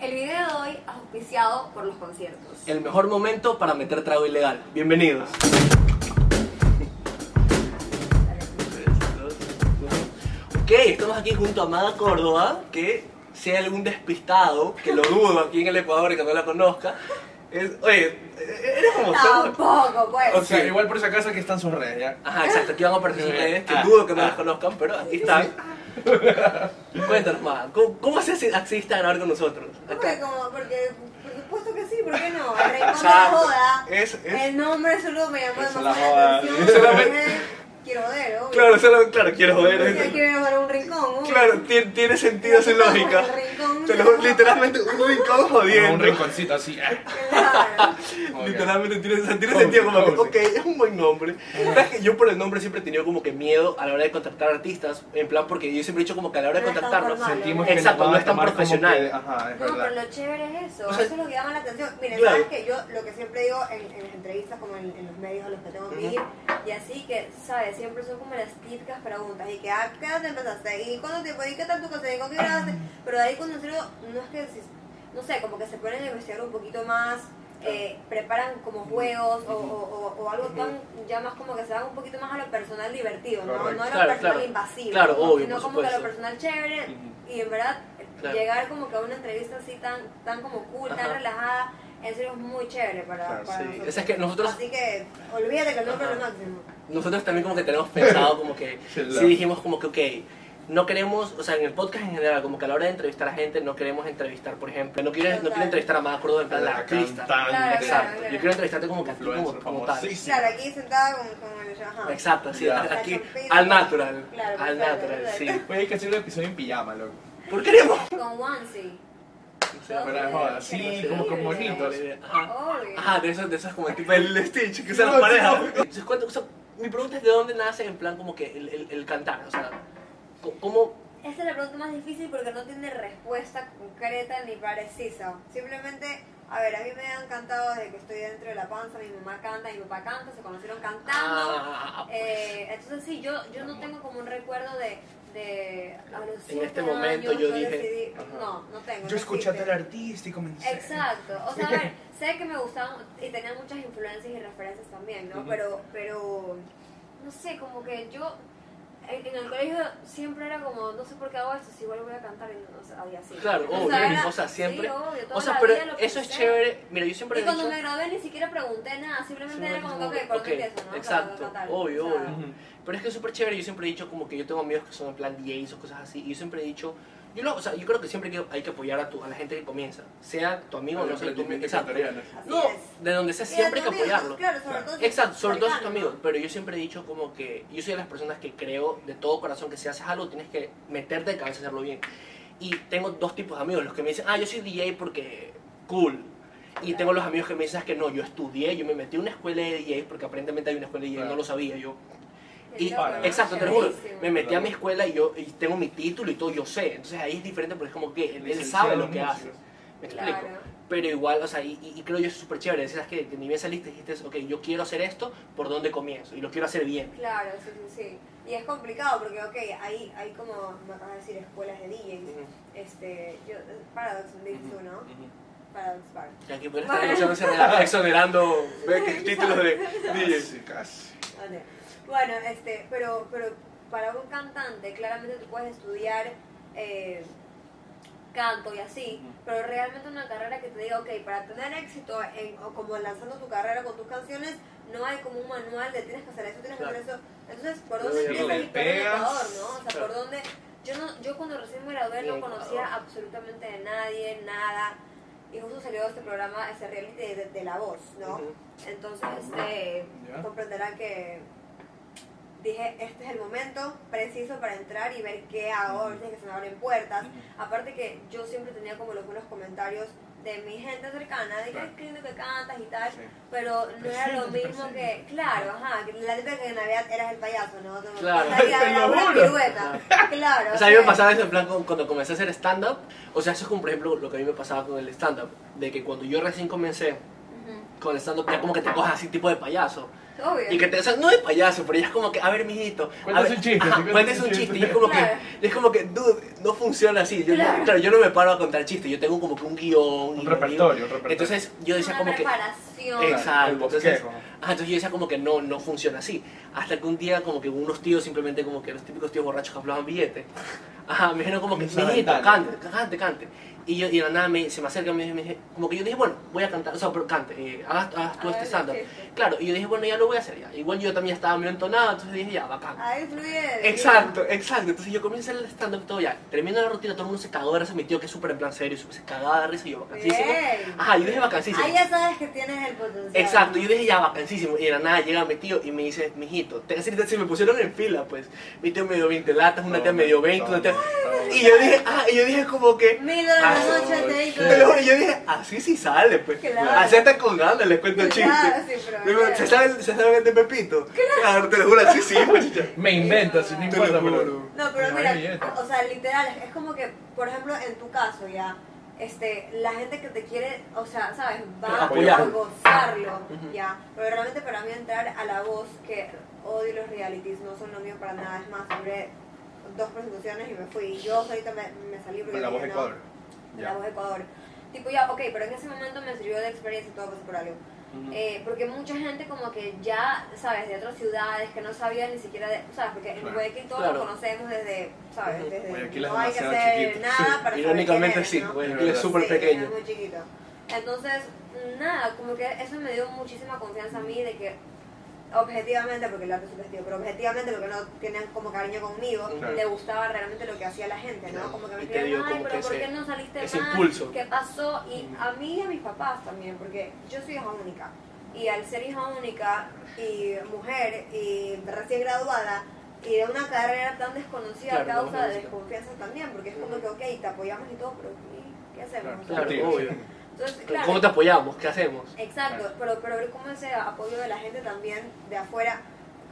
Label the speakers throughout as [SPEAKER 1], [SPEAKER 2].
[SPEAKER 1] El video de hoy auspiciado por los conciertos.
[SPEAKER 2] El mejor momento para meter trago ilegal. Bienvenidos. Ok, estamos aquí junto a Amada Córdoba, que sea algún despistado, que lo dudo aquí en el Ecuador y que no la conozca. es- oye, eres como
[SPEAKER 1] Tampoco, pues.
[SPEAKER 2] O
[SPEAKER 3] O sea, igual por esa casa que están sus redes, ¿ya?
[SPEAKER 2] Ajá, exacto, aquí van a aparecer ustedes, que
[SPEAKER 3] Ah,
[SPEAKER 2] dudo que no
[SPEAKER 3] ah.
[SPEAKER 2] las conozcan, pero aquí están. Cuéntanos, Amada, ¿cómo, cómo se hace- accediste a grabar con nosotros?
[SPEAKER 1] ¿Cómo
[SPEAKER 2] Acá.
[SPEAKER 1] que como? Porque, por supuesto que sí, ¿por qué no? El rincón de la
[SPEAKER 2] Exacto.
[SPEAKER 1] joda.
[SPEAKER 3] Es- es-
[SPEAKER 1] El nombre solo me llamó
[SPEAKER 3] Es
[SPEAKER 1] demasiado
[SPEAKER 3] la
[SPEAKER 1] la
[SPEAKER 3] joda.
[SPEAKER 1] atención.
[SPEAKER 2] Solamente-
[SPEAKER 1] Quiero ver, obvio.
[SPEAKER 2] Claro, solo, claro, quiero joder.
[SPEAKER 1] Ya quiero llamar a un rincón, obvio.
[SPEAKER 2] Claro, tiene, tiene sentido, hace lógica.
[SPEAKER 1] El rincón.
[SPEAKER 2] Te lo- literalmente un rincón
[SPEAKER 3] En
[SPEAKER 2] jodiendo.
[SPEAKER 3] un rinconcito así. ah.
[SPEAKER 1] Claro.
[SPEAKER 3] Ok.
[SPEAKER 2] Literalmente tiene, tiene
[SPEAKER 3] Cozy,
[SPEAKER 2] sentido como que,
[SPEAKER 3] cozy.
[SPEAKER 2] ok, es un buen nombre. Sabes que yo por el nombre siempre he tenido como que miedo a la hora de contactar artistas, en plan porque yo siempre he dicho como que a la hora de
[SPEAKER 1] No es tan
[SPEAKER 2] contactarlos.
[SPEAKER 1] formal.
[SPEAKER 3] Sentimos que
[SPEAKER 2] Ah, Exacto,
[SPEAKER 3] nos van
[SPEAKER 2] no
[SPEAKER 3] a
[SPEAKER 2] es tan
[SPEAKER 3] tomar como
[SPEAKER 2] profesional.
[SPEAKER 3] que- ajá, es
[SPEAKER 1] No, pero
[SPEAKER 3] verdad.
[SPEAKER 1] lo chévere es eso,
[SPEAKER 2] Ah, O sea,
[SPEAKER 1] eso es lo que llama la atención. Miren,
[SPEAKER 2] claro.
[SPEAKER 1] sabes que yo lo que siempre digo en, en las entrevistas, como en, en los medios a los que tengo que ir, y así que, ¿sabes? Siempre son como las típicas preguntas, y que, ah, ¿qué edad empezaste? ¿Y cuánto tiempo? ¿Y qué tanto cosa? ¿Y con qué grabaste? Pero de ahí cuando en serio, no es que, si- no sé, como que se ponen a investigar un poquito más, eh, preparan como juegos o, o- o- o algo tan, ya más como que se van un poquito más a lo personal divertido, ¿no?
[SPEAKER 3] Correcto.
[SPEAKER 1] No a lo
[SPEAKER 2] Claro,
[SPEAKER 1] personal
[SPEAKER 2] claro.
[SPEAKER 1] invasivo,
[SPEAKER 2] Claro, obvio,
[SPEAKER 1] sino
[SPEAKER 2] por
[SPEAKER 1] como que a lo
[SPEAKER 2] supuesto.
[SPEAKER 1] personal chévere,
[SPEAKER 3] Ujú.
[SPEAKER 1] y en verdad,
[SPEAKER 2] Claro.
[SPEAKER 1] llegar como que a una entrevista así tan, tan como cool, tan
[SPEAKER 2] Ajá.
[SPEAKER 1] relajada, en serio es muy chévere para,
[SPEAKER 3] Claro,
[SPEAKER 1] para
[SPEAKER 2] sí.
[SPEAKER 1] nosotros.
[SPEAKER 2] O sea, es que nosotros-
[SPEAKER 1] Así que olvídate que el nombre es lo
[SPEAKER 2] Ajá.
[SPEAKER 1] máximo.
[SPEAKER 2] Nosotros también como que tenemos pensado como que, sí dijimos como que, ok, no queremos, o sea, en el podcast en general, como que a la hora de entrevistar a gente, no queremos entrevistar, por ejemplo, no quiero, no quiero
[SPEAKER 1] Total.
[SPEAKER 2] entrevistar a más acuerdo en plan la
[SPEAKER 3] La
[SPEAKER 2] artista.
[SPEAKER 1] Claro,
[SPEAKER 3] cantante.
[SPEAKER 2] Exacto,
[SPEAKER 1] claro.
[SPEAKER 2] yo quiero entrevistarte como que a ti como,
[SPEAKER 3] Influencer
[SPEAKER 2] como tal.
[SPEAKER 3] famosísima.
[SPEAKER 1] Claro, aquí sentada con, con el ajá.
[SPEAKER 2] Exacto, sí,
[SPEAKER 3] Ya.
[SPEAKER 2] aquí,
[SPEAKER 1] Claro,
[SPEAKER 2] al natural,
[SPEAKER 1] claro,
[SPEAKER 2] al
[SPEAKER 1] claro,
[SPEAKER 2] natural,
[SPEAKER 1] claro.
[SPEAKER 2] sí.
[SPEAKER 3] Oye, hay que hacer un episodio en pijama, loco.
[SPEAKER 2] ¿Por qué no?
[SPEAKER 1] Con onesie.
[SPEAKER 3] fuera de joda, sí, como con bonitos.
[SPEAKER 2] Ajá.
[SPEAKER 1] Obvio.
[SPEAKER 2] Ajá, de esos, de esos como el tipo el Stitch, que son
[SPEAKER 3] No,
[SPEAKER 2] las
[SPEAKER 3] sí,
[SPEAKER 2] parejas.
[SPEAKER 3] no.
[SPEAKER 2] Entonces, ¿cuánto- o sea, mi pregunta es de dónde nace en plan como que el, el, el cantar, o sea, co- ¿cómo?
[SPEAKER 1] Esta es la pregunta más difícil porque no tiene respuesta concreta ni precisa. Simplemente, a ver, a mí me han cantado desde que estoy dentro de la panza, mi mamá canta, mi papá canta, se conocieron cantando.
[SPEAKER 2] Ah,
[SPEAKER 1] Eh, entonces sí, yo, yo no tengo como un recuerdo de, de a los
[SPEAKER 2] En este
[SPEAKER 1] siete
[SPEAKER 2] momento
[SPEAKER 1] años
[SPEAKER 2] yo dije,
[SPEAKER 1] decidí-
[SPEAKER 2] ajá.
[SPEAKER 1] no, no tengo.
[SPEAKER 3] Yo
[SPEAKER 1] no
[SPEAKER 3] escuché a
[SPEAKER 1] existe.
[SPEAKER 3] tal artista y comencé.
[SPEAKER 1] Exacto, o sea, a ver, sé que me gustaban y tenía muchas influencias y referencias también, ¿no?
[SPEAKER 2] Ujú.
[SPEAKER 1] Pero, pero, no sé, como que yo en, en el colegio siempre era como, no sé por qué hago esto, si igual voy a cantar y no, no sé, algo así.
[SPEAKER 2] Claro,
[SPEAKER 1] O
[SPEAKER 2] obvio,
[SPEAKER 1] sea, era-
[SPEAKER 2] o sea, siempre-
[SPEAKER 1] sí, obvio, toda
[SPEAKER 2] o sea,
[SPEAKER 1] la
[SPEAKER 2] pero
[SPEAKER 1] vida lo
[SPEAKER 2] eso es
[SPEAKER 1] pensé.
[SPEAKER 2] chévere, mira, yo siempre
[SPEAKER 1] Y
[SPEAKER 2] he
[SPEAKER 1] cuando
[SPEAKER 2] dicho...
[SPEAKER 1] me gradué ni siquiera pregunté nada, simplemente era como, que, ok, ¿por dónde
[SPEAKER 2] Ok,
[SPEAKER 1] empiezo, no? O sea,
[SPEAKER 2] exacto,
[SPEAKER 1] voy a cantar,
[SPEAKER 2] obvio,
[SPEAKER 1] o sea,
[SPEAKER 2] obvio. Pero es que es súper chévere, yo siempre he dicho como que yo tengo amigos que son en plan DJs o cosas así, y yo siempre he dicho, yo, no, o sea, yo creo que siempre que- hay que apoyar a, tu, a la gente que comienza, sea tu amigo o no sea tu amigo, exacto.
[SPEAKER 1] Así
[SPEAKER 2] No,
[SPEAKER 1] es.
[SPEAKER 2] de donde sea, siempre hay que apoyarlo.
[SPEAKER 1] Claro, sobre todo si
[SPEAKER 2] Exacto, sobre todo si tu
[SPEAKER 1] cercano.
[SPEAKER 2] amigo, pero yo siempre he dicho como que yo soy de las personas que creo de todo corazón que si haces algo tienes que meterte de cabeza y hacerlo bien. Y tengo dos tipos de amigos, los que me dicen, ah, yo soy DJ porque cool. Y tengo los amigos que me dicen, es que no, yo estudié, yo me metí a una escuela de DJ porque aparentemente hay una escuela de DJ, no
[SPEAKER 3] Claro.
[SPEAKER 2] lo sabía yo.
[SPEAKER 1] Qué
[SPEAKER 2] Y,
[SPEAKER 1] loco, ¿no?
[SPEAKER 2] exacto, te lo juro,
[SPEAKER 1] Chéverísimo.
[SPEAKER 2] me metí a mi escuela y yo y tengo mi título y todo, yo sé. Entonces ahí es diferente porque es como que él, él sabe lo que hace. ¿Me
[SPEAKER 1] Claro.
[SPEAKER 2] explico? Pero igual, o sea, y, y- y creo yo es súper chévere. Decías que, que ni bien saliste, dijiste, ok, yo quiero hacer esto, ¿por dónde comienzo? Y lo quiero hacer bien.
[SPEAKER 1] Claro, sí, sí, sí. Y es complicado porque, ok, hay, hay como, me acabas de decir, escuelas de DJs. Este, yo, Paradox, dices tú, ¿no? Paradox Bar.
[SPEAKER 2] Y aquí pueden estar escuchando exonerando, exonerando ve- títulos de DJs.
[SPEAKER 3] Casi, casi.
[SPEAKER 1] Ok. Bueno, este, pero, pero para un cantante, claramente tú puedes estudiar eh, canto y así,
[SPEAKER 3] Ujú.
[SPEAKER 1] pero realmente una carrera que te diga, ok, para tener éxito en, o como lanzando tu carrera con tus canciones, no hay como un manual de tienes que hacer eso, tienes
[SPEAKER 2] Claro.
[SPEAKER 1] que hacer eso. Entonces, ¿por
[SPEAKER 2] Luego
[SPEAKER 1] dónde
[SPEAKER 2] ya
[SPEAKER 1] empiezas
[SPEAKER 3] le
[SPEAKER 1] y por dónde te
[SPEAKER 3] pegas.
[SPEAKER 1] ador, no? O sea,
[SPEAKER 2] Claro.
[SPEAKER 1] por dónde. Yo, no, yo cuando recién me gradué
[SPEAKER 2] Ni
[SPEAKER 1] no
[SPEAKER 2] el
[SPEAKER 1] conocía
[SPEAKER 2] Ecuador.
[SPEAKER 1] absolutamente de nadie, nada. Y justo salió este programa, ese reality de, de- de la voz, ¿no?
[SPEAKER 2] Ujú.
[SPEAKER 1] Entonces, este,
[SPEAKER 3] Ya.
[SPEAKER 1] comprenderán que dije, este es el momento preciso para entrar y ver qué hago,
[SPEAKER 3] Ujú.
[SPEAKER 1] ahorita que se me abren puertas.
[SPEAKER 3] Ujú.
[SPEAKER 1] Aparte que yo siempre tenía como los buenos comentarios de mi gente cercana, de que
[SPEAKER 3] Claro.
[SPEAKER 1] es lindo que cantas y tal,
[SPEAKER 3] Sí.
[SPEAKER 1] pero no era lo
[SPEAKER 3] Preséntate,
[SPEAKER 1] mismo que,
[SPEAKER 3] preséntate.
[SPEAKER 1] claro, ajá, que la típica que en Navidad eras el payaso, ¿no? Te
[SPEAKER 2] Claro.
[SPEAKER 1] salía
[SPEAKER 3] Te
[SPEAKER 1] de la
[SPEAKER 3] lo
[SPEAKER 1] una
[SPEAKER 3] juro.
[SPEAKER 1] pirueta. Claro.
[SPEAKER 2] O sea, a mí me
[SPEAKER 1] sí.
[SPEAKER 2] pasaba eso en plan con- cuando comencé a hacer stand-up. O sea, eso es como, por ejemplo, lo que a mí me pasaba con el stand-up. De que cuando yo recién comencé
[SPEAKER 1] Ujú.
[SPEAKER 2] con el stand-up, ya como que te cojas así tipo de payaso.
[SPEAKER 1] Obvio.
[SPEAKER 2] Y que te, o sea, no de payaso, pero ya es como que, a ver, mijito. a
[SPEAKER 3] Cuéntese
[SPEAKER 2] ver,
[SPEAKER 3] un chiste,
[SPEAKER 2] ajá,
[SPEAKER 3] sí, cuéntese
[SPEAKER 2] cuéntese
[SPEAKER 3] un
[SPEAKER 2] un
[SPEAKER 3] chiste.
[SPEAKER 2] chiste. Y es como que,
[SPEAKER 1] Claro.
[SPEAKER 2] y es como que, dude, no funciona así. Yo,
[SPEAKER 1] Claro.
[SPEAKER 2] no, claro, yo no me paro a contar chistes, yo tengo como que un guión. y
[SPEAKER 3] Un repertorio, un repertorio.
[SPEAKER 2] Entonces yo decía
[SPEAKER 1] una
[SPEAKER 2] como que...
[SPEAKER 1] preparación.
[SPEAKER 2] Exacto.
[SPEAKER 3] el bosquejo.
[SPEAKER 2] Ah, entonces yo decía como que no, no funciona así. Hasta que un día como que unos tíos simplemente como que los típicos tíos borrachos que hablaban billete. Ajá, me dijeron como que,
[SPEAKER 3] Esa
[SPEAKER 2] mijito,
[SPEAKER 3] ventana.
[SPEAKER 2] cante, cante, cante. Y yo, y de la nada me, se me acerca y me, me dije- como que yo dije, bueno, voy a cantar, o sea, pero cante, eh, hagas, hagas tú
[SPEAKER 1] Ah,
[SPEAKER 2] este
[SPEAKER 1] el
[SPEAKER 2] stand
[SPEAKER 1] chiste.
[SPEAKER 2] Claro, y yo dije, bueno, ya lo voy a hacer ya. Igual yo también estaba medio entonado, entonces dije, ya, bacán.
[SPEAKER 1] Ahí fluye.
[SPEAKER 2] Exacto, exacto. Entonces yo comienzo el stand-up todo ya. Termino la rutina, todo el mundo se cagó de risa. Mi tío que es súper en plan serio, súper- se cagaba de risa y yo vacancísimo.
[SPEAKER 1] Bien.
[SPEAKER 2] Ajá, yo dije vacancísimo.
[SPEAKER 1] Ahí ya sabes que tienes el potencial.
[SPEAKER 2] Exacto, yo dije ya vacancísimo. Y de la nada llega mi tío y me dice, mijito, te, se, se me pusieron en fila, pues. Mi tío me dio 20 latas, una tía me dio 20, una tía. Y yo dije, ah, y yo dije como que.
[SPEAKER 1] Mil dólares la
[SPEAKER 2] Ah,
[SPEAKER 1] noche te digo.
[SPEAKER 2] Te lo juro, yo dije, así sí sale, pues.
[SPEAKER 1] Claro.
[SPEAKER 2] Así hasta con ganas les cuento el chiste.
[SPEAKER 1] Claro, sí, pero-
[SPEAKER 2] Digo, ¿Se sabe, el- ¿Se sabe el de Pepito? Claro, te lo juro, así sí, pues.
[SPEAKER 3] Me inventas, no
[SPEAKER 1] Te
[SPEAKER 2] lo
[SPEAKER 3] importa,
[SPEAKER 2] juro.
[SPEAKER 3] pero-
[SPEAKER 1] No, pero
[SPEAKER 3] No hay
[SPEAKER 1] mira,
[SPEAKER 3] billete.
[SPEAKER 1] o sea, literal, es como que, por ejemplo, en tu caso ya, este, la gente que te quiere, o sea, sabes, va
[SPEAKER 2] Apoyar.
[SPEAKER 1] a gozarlo,
[SPEAKER 2] Ujú.
[SPEAKER 1] ya. Pero realmente para mí entrar a la voz, que odio los realities, no son lo mío para nada, es más, sobre dos presentaciones y me fui. Y Yo solita me, me salí porque
[SPEAKER 3] Con la voz
[SPEAKER 1] dije,
[SPEAKER 3] de
[SPEAKER 1] no,
[SPEAKER 3] cuadro.
[SPEAKER 1] con la
[SPEAKER 3] Ya.
[SPEAKER 1] voz de Ecuador. Tipo, ya, ok, pero en ese momento me sirvió de experiencia y todo pasó por algo. Eh, porque mucha gente como que ya, sabes, de otras ciudades que no sabía ni siquiera de, sabes, porque en
[SPEAKER 3] Claro.
[SPEAKER 1] Guayaquil todos
[SPEAKER 2] Claro.
[SPEAKER 1] lo conocemos desde, sabes,
[SPEAKER 2] Ujú.
[SPEAKER 1] desde
[SPEAKER 3] Guayaquil es
[SPEAKER 1] no hay que
[SPEAKER 3] demasiado
[SPEAKER 1] hacer
[SPEAKER 3] chiquito.
[SPEAKER 1] nada para
[SPEAKER 2] Irónicamente
[SPEAKER 1] saber
[SPEAKER 2] sí,
[SPEAKER 1] quién eres, ¿no?
[SPEAKER 2] güey,
[SPEAKER 3] Es
[SPEAKER 2] es súper
[SPEAKER 1] Sí,
[SPEAKER 2] pequeño.
[SPEAKER 1] es muy chiquito. Entonces, nada, como que eso me dio muchísima confianza a mí de que objetivamente, porque el arte es subjetivo, pero objetivamente porque no tienen como cariño conmigo,
[SPEAKER 3] Claro.
[SPEAKER 1] le gustaba realmente lo que hacía la gente, ¿no?
[SPEAKER 2] Claro.
[SPEAKER 1] Como que me
[SPEAKER 2] Y te dio
[SPEAKER 1] escribían, ay,
[SPEAKER 2] como
[SPEAKER 1] pero
[SPEAKER 2] que
[SPEAKER 1] ¿por qué
[SPEAKER 2] ese-
[SPEAKER 1] no saliste
[SPEAKER 2] ese
[SPEAKER 1] más?
[SPEAKER 2] impulso.
[SPEAKER 1] ¿Qué pasó? Y
[SPEAKER 2] Ujú.
[SPEAKER 1] a mí y a mis papás también, porque yo soy hija única. Y al ser hija única y mujer y recién graduada y de una carrera tan desconocida a
[SPEAKER 2] Claro, no,
[SPEAKER 1] causa
[SPEAKER 2] no,
[SPEAKER 1] de
[SPEAKER 2] sí.
[SPEAKER 1] desconfianza también, porque es como que, ok, te apoyamos y todo, pero ¿y ¿qué hacemos?
[SPEAKER 2] Claro,
[SPEAKER 3] Contigo,
[SPEAKER 2] obvio.
[SPEAKER 3] sí.
[SPEAKER 1] Entonces,
[SPEAKER 2] Pero
[SPEAKER 1] claro.
[SPEAKER 2] ¿Cómo te apoyamos? ¿Qué hacemos?
[SPEAKER 1] Exacto,
[SPEAKER 3] Claro.
[SPEAKER 1] pero, pero ver cómo ese apoyo de la gente también de afuera,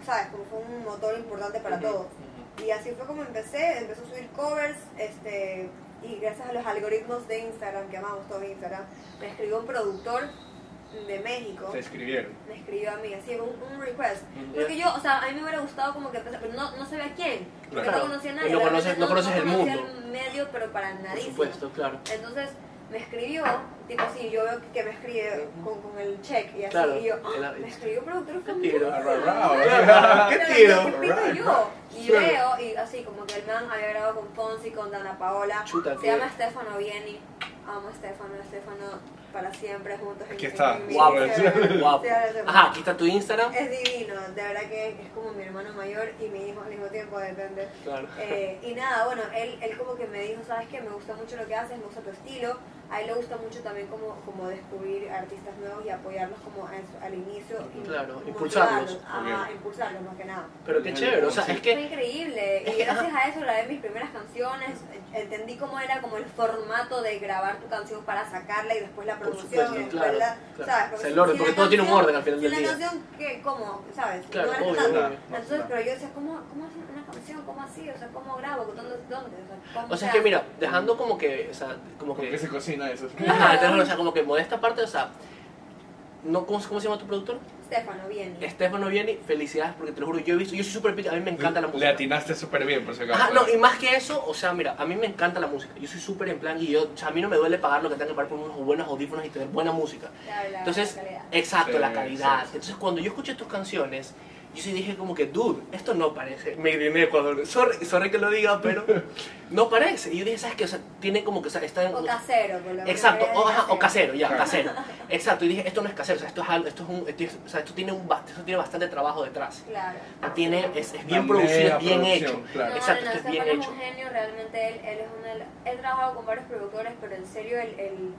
[SPEAKER 1] ¿sabes? Como fue un motor importante para
[SPEAKER 2] Ujú,
[SPEAKER 1] todos.
[SPEAKER 2] ujú.
[SPEAKER 1] Y así fue como empecé, empecé a subir covers, este, y gracias a los algoritmos de Instagram, que amamos todos Instagram, me escribió un productor de México,
[SPEAKER 3] Te escribieron.
[SPEAKER 1] me escribió a mí, así, un, un request.
[SPEAKER 3] Ujú.
[SPEAKER 1] Porque yo, o sea, a mí me hubiera gustado como que empezar, pero no, no sabía quién, porque
[SPEAKER 2] Claro.
[SPEAKER 1] no conocía a nadie.
[SPEAKER 2] No conoces-
[SPEAKER 1] realmente
[SPEAKER 2] no conoces el
[SPEAKER 1] conocía
[SPEAKER 2] mundo.
[SPEAKER 1] el medio, pero para
[SPEAKER 2] Por
[SPEAKER 1] nadie.
[SPEAKER 2] supuesto, claro.
[SPEAKER 1] Entonces me escribió, tipo sí, yo veo que me escribe con, con el check y así,
[SPEAKER 2] Claro,
[SPEAKER 1] y yo,
[SPEAKER 2] el-
[SPEAKER 1] ¡ah! me escribió un productor famoso.
[SPEAKER 2] tiro?
[SPEAKER 3] Ah, ra, ra, ra.
[SPEAKER 1] Claro,
[SPEAKER 2] ¿Qué
[SPEAKER 1] yo,
[SPEAKER 2] tiro?
[SPEAKER 1] ¿Qué pito
[SPEAKER 3] Right,
[SPEAKER 1] yo? Y
[SPEAKER 2] Claro.
[SPEAKER 1] veo, y así como que el man había grabado con Fonsi, con Dana Paola,
[SPEAKER 2] Chuta,
[SPEAKER 1] se
[SPEAKER 2] qué-
[SPEAKER 1] llama Stefano Vieni, amo a Stefano, Stefano para siempre juntos. en-
[SPEAKER 3] Aquí
[SPEAKER 1] en-
[SPEAKER 3] está.
[SPEAKER 1] en mi
[SPEAKER 2] Guapo.
[SPEAKER 1] Instagram.
[SPEAKER 2] Guapo.
[SPEAKER 1] Sí, ahora se-
[SPEAKER 2] Ajá, aquí está tu Instagram.
[SPEAKER 1] Es divino, de verdad que es como mi hermano mayor y mi hijo al mismo tiempo, depende.
[SPEAKER 2] Claro.
[SPEAKER 1] Eh, y nada, bueno, él, él como que me dijo, ¿sabes qué? Me gusta mucho lo que haces, me gusta tu estilo. A él le gusta mucho también como, como descubrir artistas nuevos y apoyarlos como a su- al inicio. y
[SPEAKER 2] Claro,
[SPEAKER 1] motivarlos.
[SPEAKER 2] impulsarlos.
[SPEAKER 1] Ajá,
[SPEAKER 3] Ok.
[SPEAKER 1] impulsarlos más que nada.
[SPEAKER 2] Pero qué chévere, o sea, es
[SPEAKER 1] Fue
[SPEAKER 2] que
[SPEAKER 1] increíble.
[SPEAKER 2] es
[SPEAKER 1] Y
[SPEAKER 2] que,
[SPEAKER 1] gracias a eso grabé mis primeras canciones. Entendí cómo era como el formato de grabar tu canción para sacarla y después la
[SPEAKER 2] Por
[SPEAKER 1] producción.
[SPEAKER 2] supuesto,
[SPEAKER 1] y después
[SPEAKER 2] claro,
[SPEAKER 1] la,
[SPEAKER 2] claro.
[SPEAKER 1] ¿sabes?
[SPEAKER 2] O sea, el orden,
[SPEAKER 1] si
[SPEAKER 2] porque
[SPEAKER 1] la
[SPEAKER 2] todo tiene un
[SPEAKER 1] canción-
[SPEAKER 2] orden al final
[SPEAKER 1] si
[SPEAKER 2] del
[SPEAKER 1] la
[SPEAKER 2] día.
[SPEAKER 1] canción, que ¿Cómo? ¿Sabes?
[SPEAKER 2] Claro,
[SPEAKER 1] no era
[SPEAKER 2] obvio,
[SPEAKER 1] tanto.
[SPEAKER 3] obvio.
[SPEAKER 1] Entonces, pero yo decía, ¿cómo, ¿cómo hacen una canción? ¿Cómo así? O sea, ¿cómo grabo? ¿Dónde? dónde? O sea, ¿cómo
[SPEAKER 2] O sea,
[SPEAKER 1] se
[SPEAKER 2] es que
[SPEAKER 1] hace?
[SPEAKER 2] mira, dejando como que, o sea, como
[SPEAKER 3] ¿Con qué
[SPEAKER 2] que...
[SPEAKER 3] se cocina eso?
[SPEAKER 2] Ajá, entonces, o sea, como que modesta parte, o sea, no, ¿cómo, cómo se llama tu productor?
[SPEAKER 1] Stefano, bien.
[SPEAKER 2] Estefano Vieni, felicidades porque te lo juro, yo he visto, yo soy súper pica, a mí me encanta la
[SPEAKER 3] Le
[SPEAKER 2] música.
[SPEAKER 3] atinaste súper bien, por si acaso.
[SPEAKER 2] Ajá, no, y más que eso, o sea, mira, a mí me encanta la música, yo soy súper en plan y yo, o sea, a mí no me duele pagar lo que tengo que pagar por unos buenos audífonos y tener buena música.
[SPEAKER 1] La- la
[SPEAKER 2] Entonces, eh,
[SPEAKER 1] calidad.
[SPEAKER 2] exacto,
[SPEAKER 3] Sí,
[SPEAKER 2] la calidad.
[SPEAKER 3] sí, sí.
[SPEAKER 2] Entonces, cuando yo escuché tus canciones, yo sí dije como que, dude, esto no parece Made in Ecuador. Sorry, sorry que lo diga, pero no parece. Y yo dije, ¿sabes qué? O sea, tiene como que, o sea, está en...
[SPEAKER 1] O casero, por lo menos. ¿eh?
[SPEAKER 2] Exacto,
[SPEAKER 1] era
[SPEAKER 2] o, ajá, o casero, ya,
[SPEAKER 3] Claro.
[SPEAKER 2] casero. Exacto, y dije, esto no es casero, o sea, esto es algo, esto es un, esto es- o sea, esto tiene un, ba- esto tiene bastante trabajo detrás.
[SPEAKER 1] Claro.
[SPEAKER 2] Tiene, es, es
[SPEAKER 3] Una
[SPEAKER 2] bien producido,
[SPEAKER 3] mega
[SPEAKER 2] es bien
[SPEAKER 3] producción,
[SPEAKER 2] hecho.
[SPEAKER 3] claro.
[SPEAKER 2] Exacto, esto es bien
[SPEAKER 1] Stefano es
[SPEAKER 2] hecho.
[SPEAKER 1] un genio, realmente él, él es uno de los- He trabajado con varios productores, pero en serio, el, el-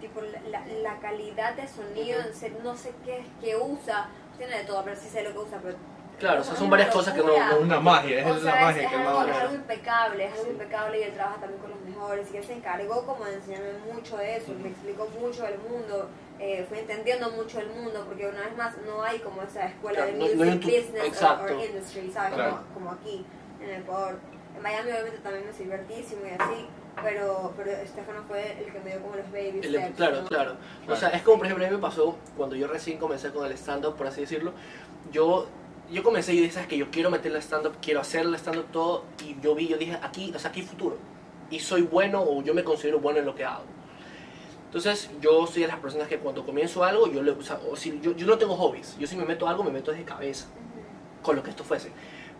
[SPEAKER 1] tipo, la- la, la calidad de sonido,
[SPEAKER 2] Ujú.
[SPEAKER 1] en serio, no sé qué es que usa, tiene de todo, pero sí sé lo que usa, pero...
[SPEAKER 2] Claro, o sea, son varias cosas que no-
[SPEAKER 1] locura.
[SPEAKER 3] Es una magia, es
[SPEAKER 1] O
[SPEAKER 3] la
[SPEAKER 1] sea, es,
[SPEAKER 3] magia
[SPEAKER 1] es
[SPEAKER 3] que va
[SPEAKER 1] algo, es
[SPEAKER 3] a
[SPEAKER 1] algo impecable, es algo
[SPEAKER 2] Sí.
[SPEAKER 1] impecable y él trabaja también con los mejores. Y él se encargó como de enseñarme mucho de eso, me explicó mucho del mundo, eh, fui entendiendo mucho el mundo, porque una vez más no hay como esa escuela
[SPEAKER 2] Claro,
[SPEAKER 1] de
[SPEAKER 2] no- no
[SPEAKER 1] music
[SPEAKER 2] hay un tu-
[SPEAKER 1] business or- or,
[SPEAKER 2] exacto.
[SPEAKER 1] industry, ¿sabes?
[SPEAKER 3] Claro.
[SPEAKER 1] Como, como aquí en Ecuador. En Miami obviamente también me sirvió hartísimo y así, pero, pero Estefano fue el que me dio como los baby
[SPEAKER 2] El- em-
[SPEAKER 1] steps,
[SPEAKER 2] claro,
[SPEAKER 1] ¿no?
[SPEAKER 2] claro. O
[SPEAKER 3] Claro.
[SPEAKER 2] sea, es como por ejemplo a mí me pasó cuando yo recién comencé con el stand-up, por así decirlo. Yo, yo comencé y dije, sabes que yo quiero meterle stand-up, quiero hacerle stand-up todo. Y yo vi, yo dije, aquí, o sea, aquí hay futuro. y soy bueno o yo me considero bueno en lo que hago. Entonces, yo soy de las personas que cuando comienzo algo, yo, le, o sea, o si, yo, yo no tengo hobbies. Yo si me meto a algo, me meto desde cabeza, con lo que esto fuese.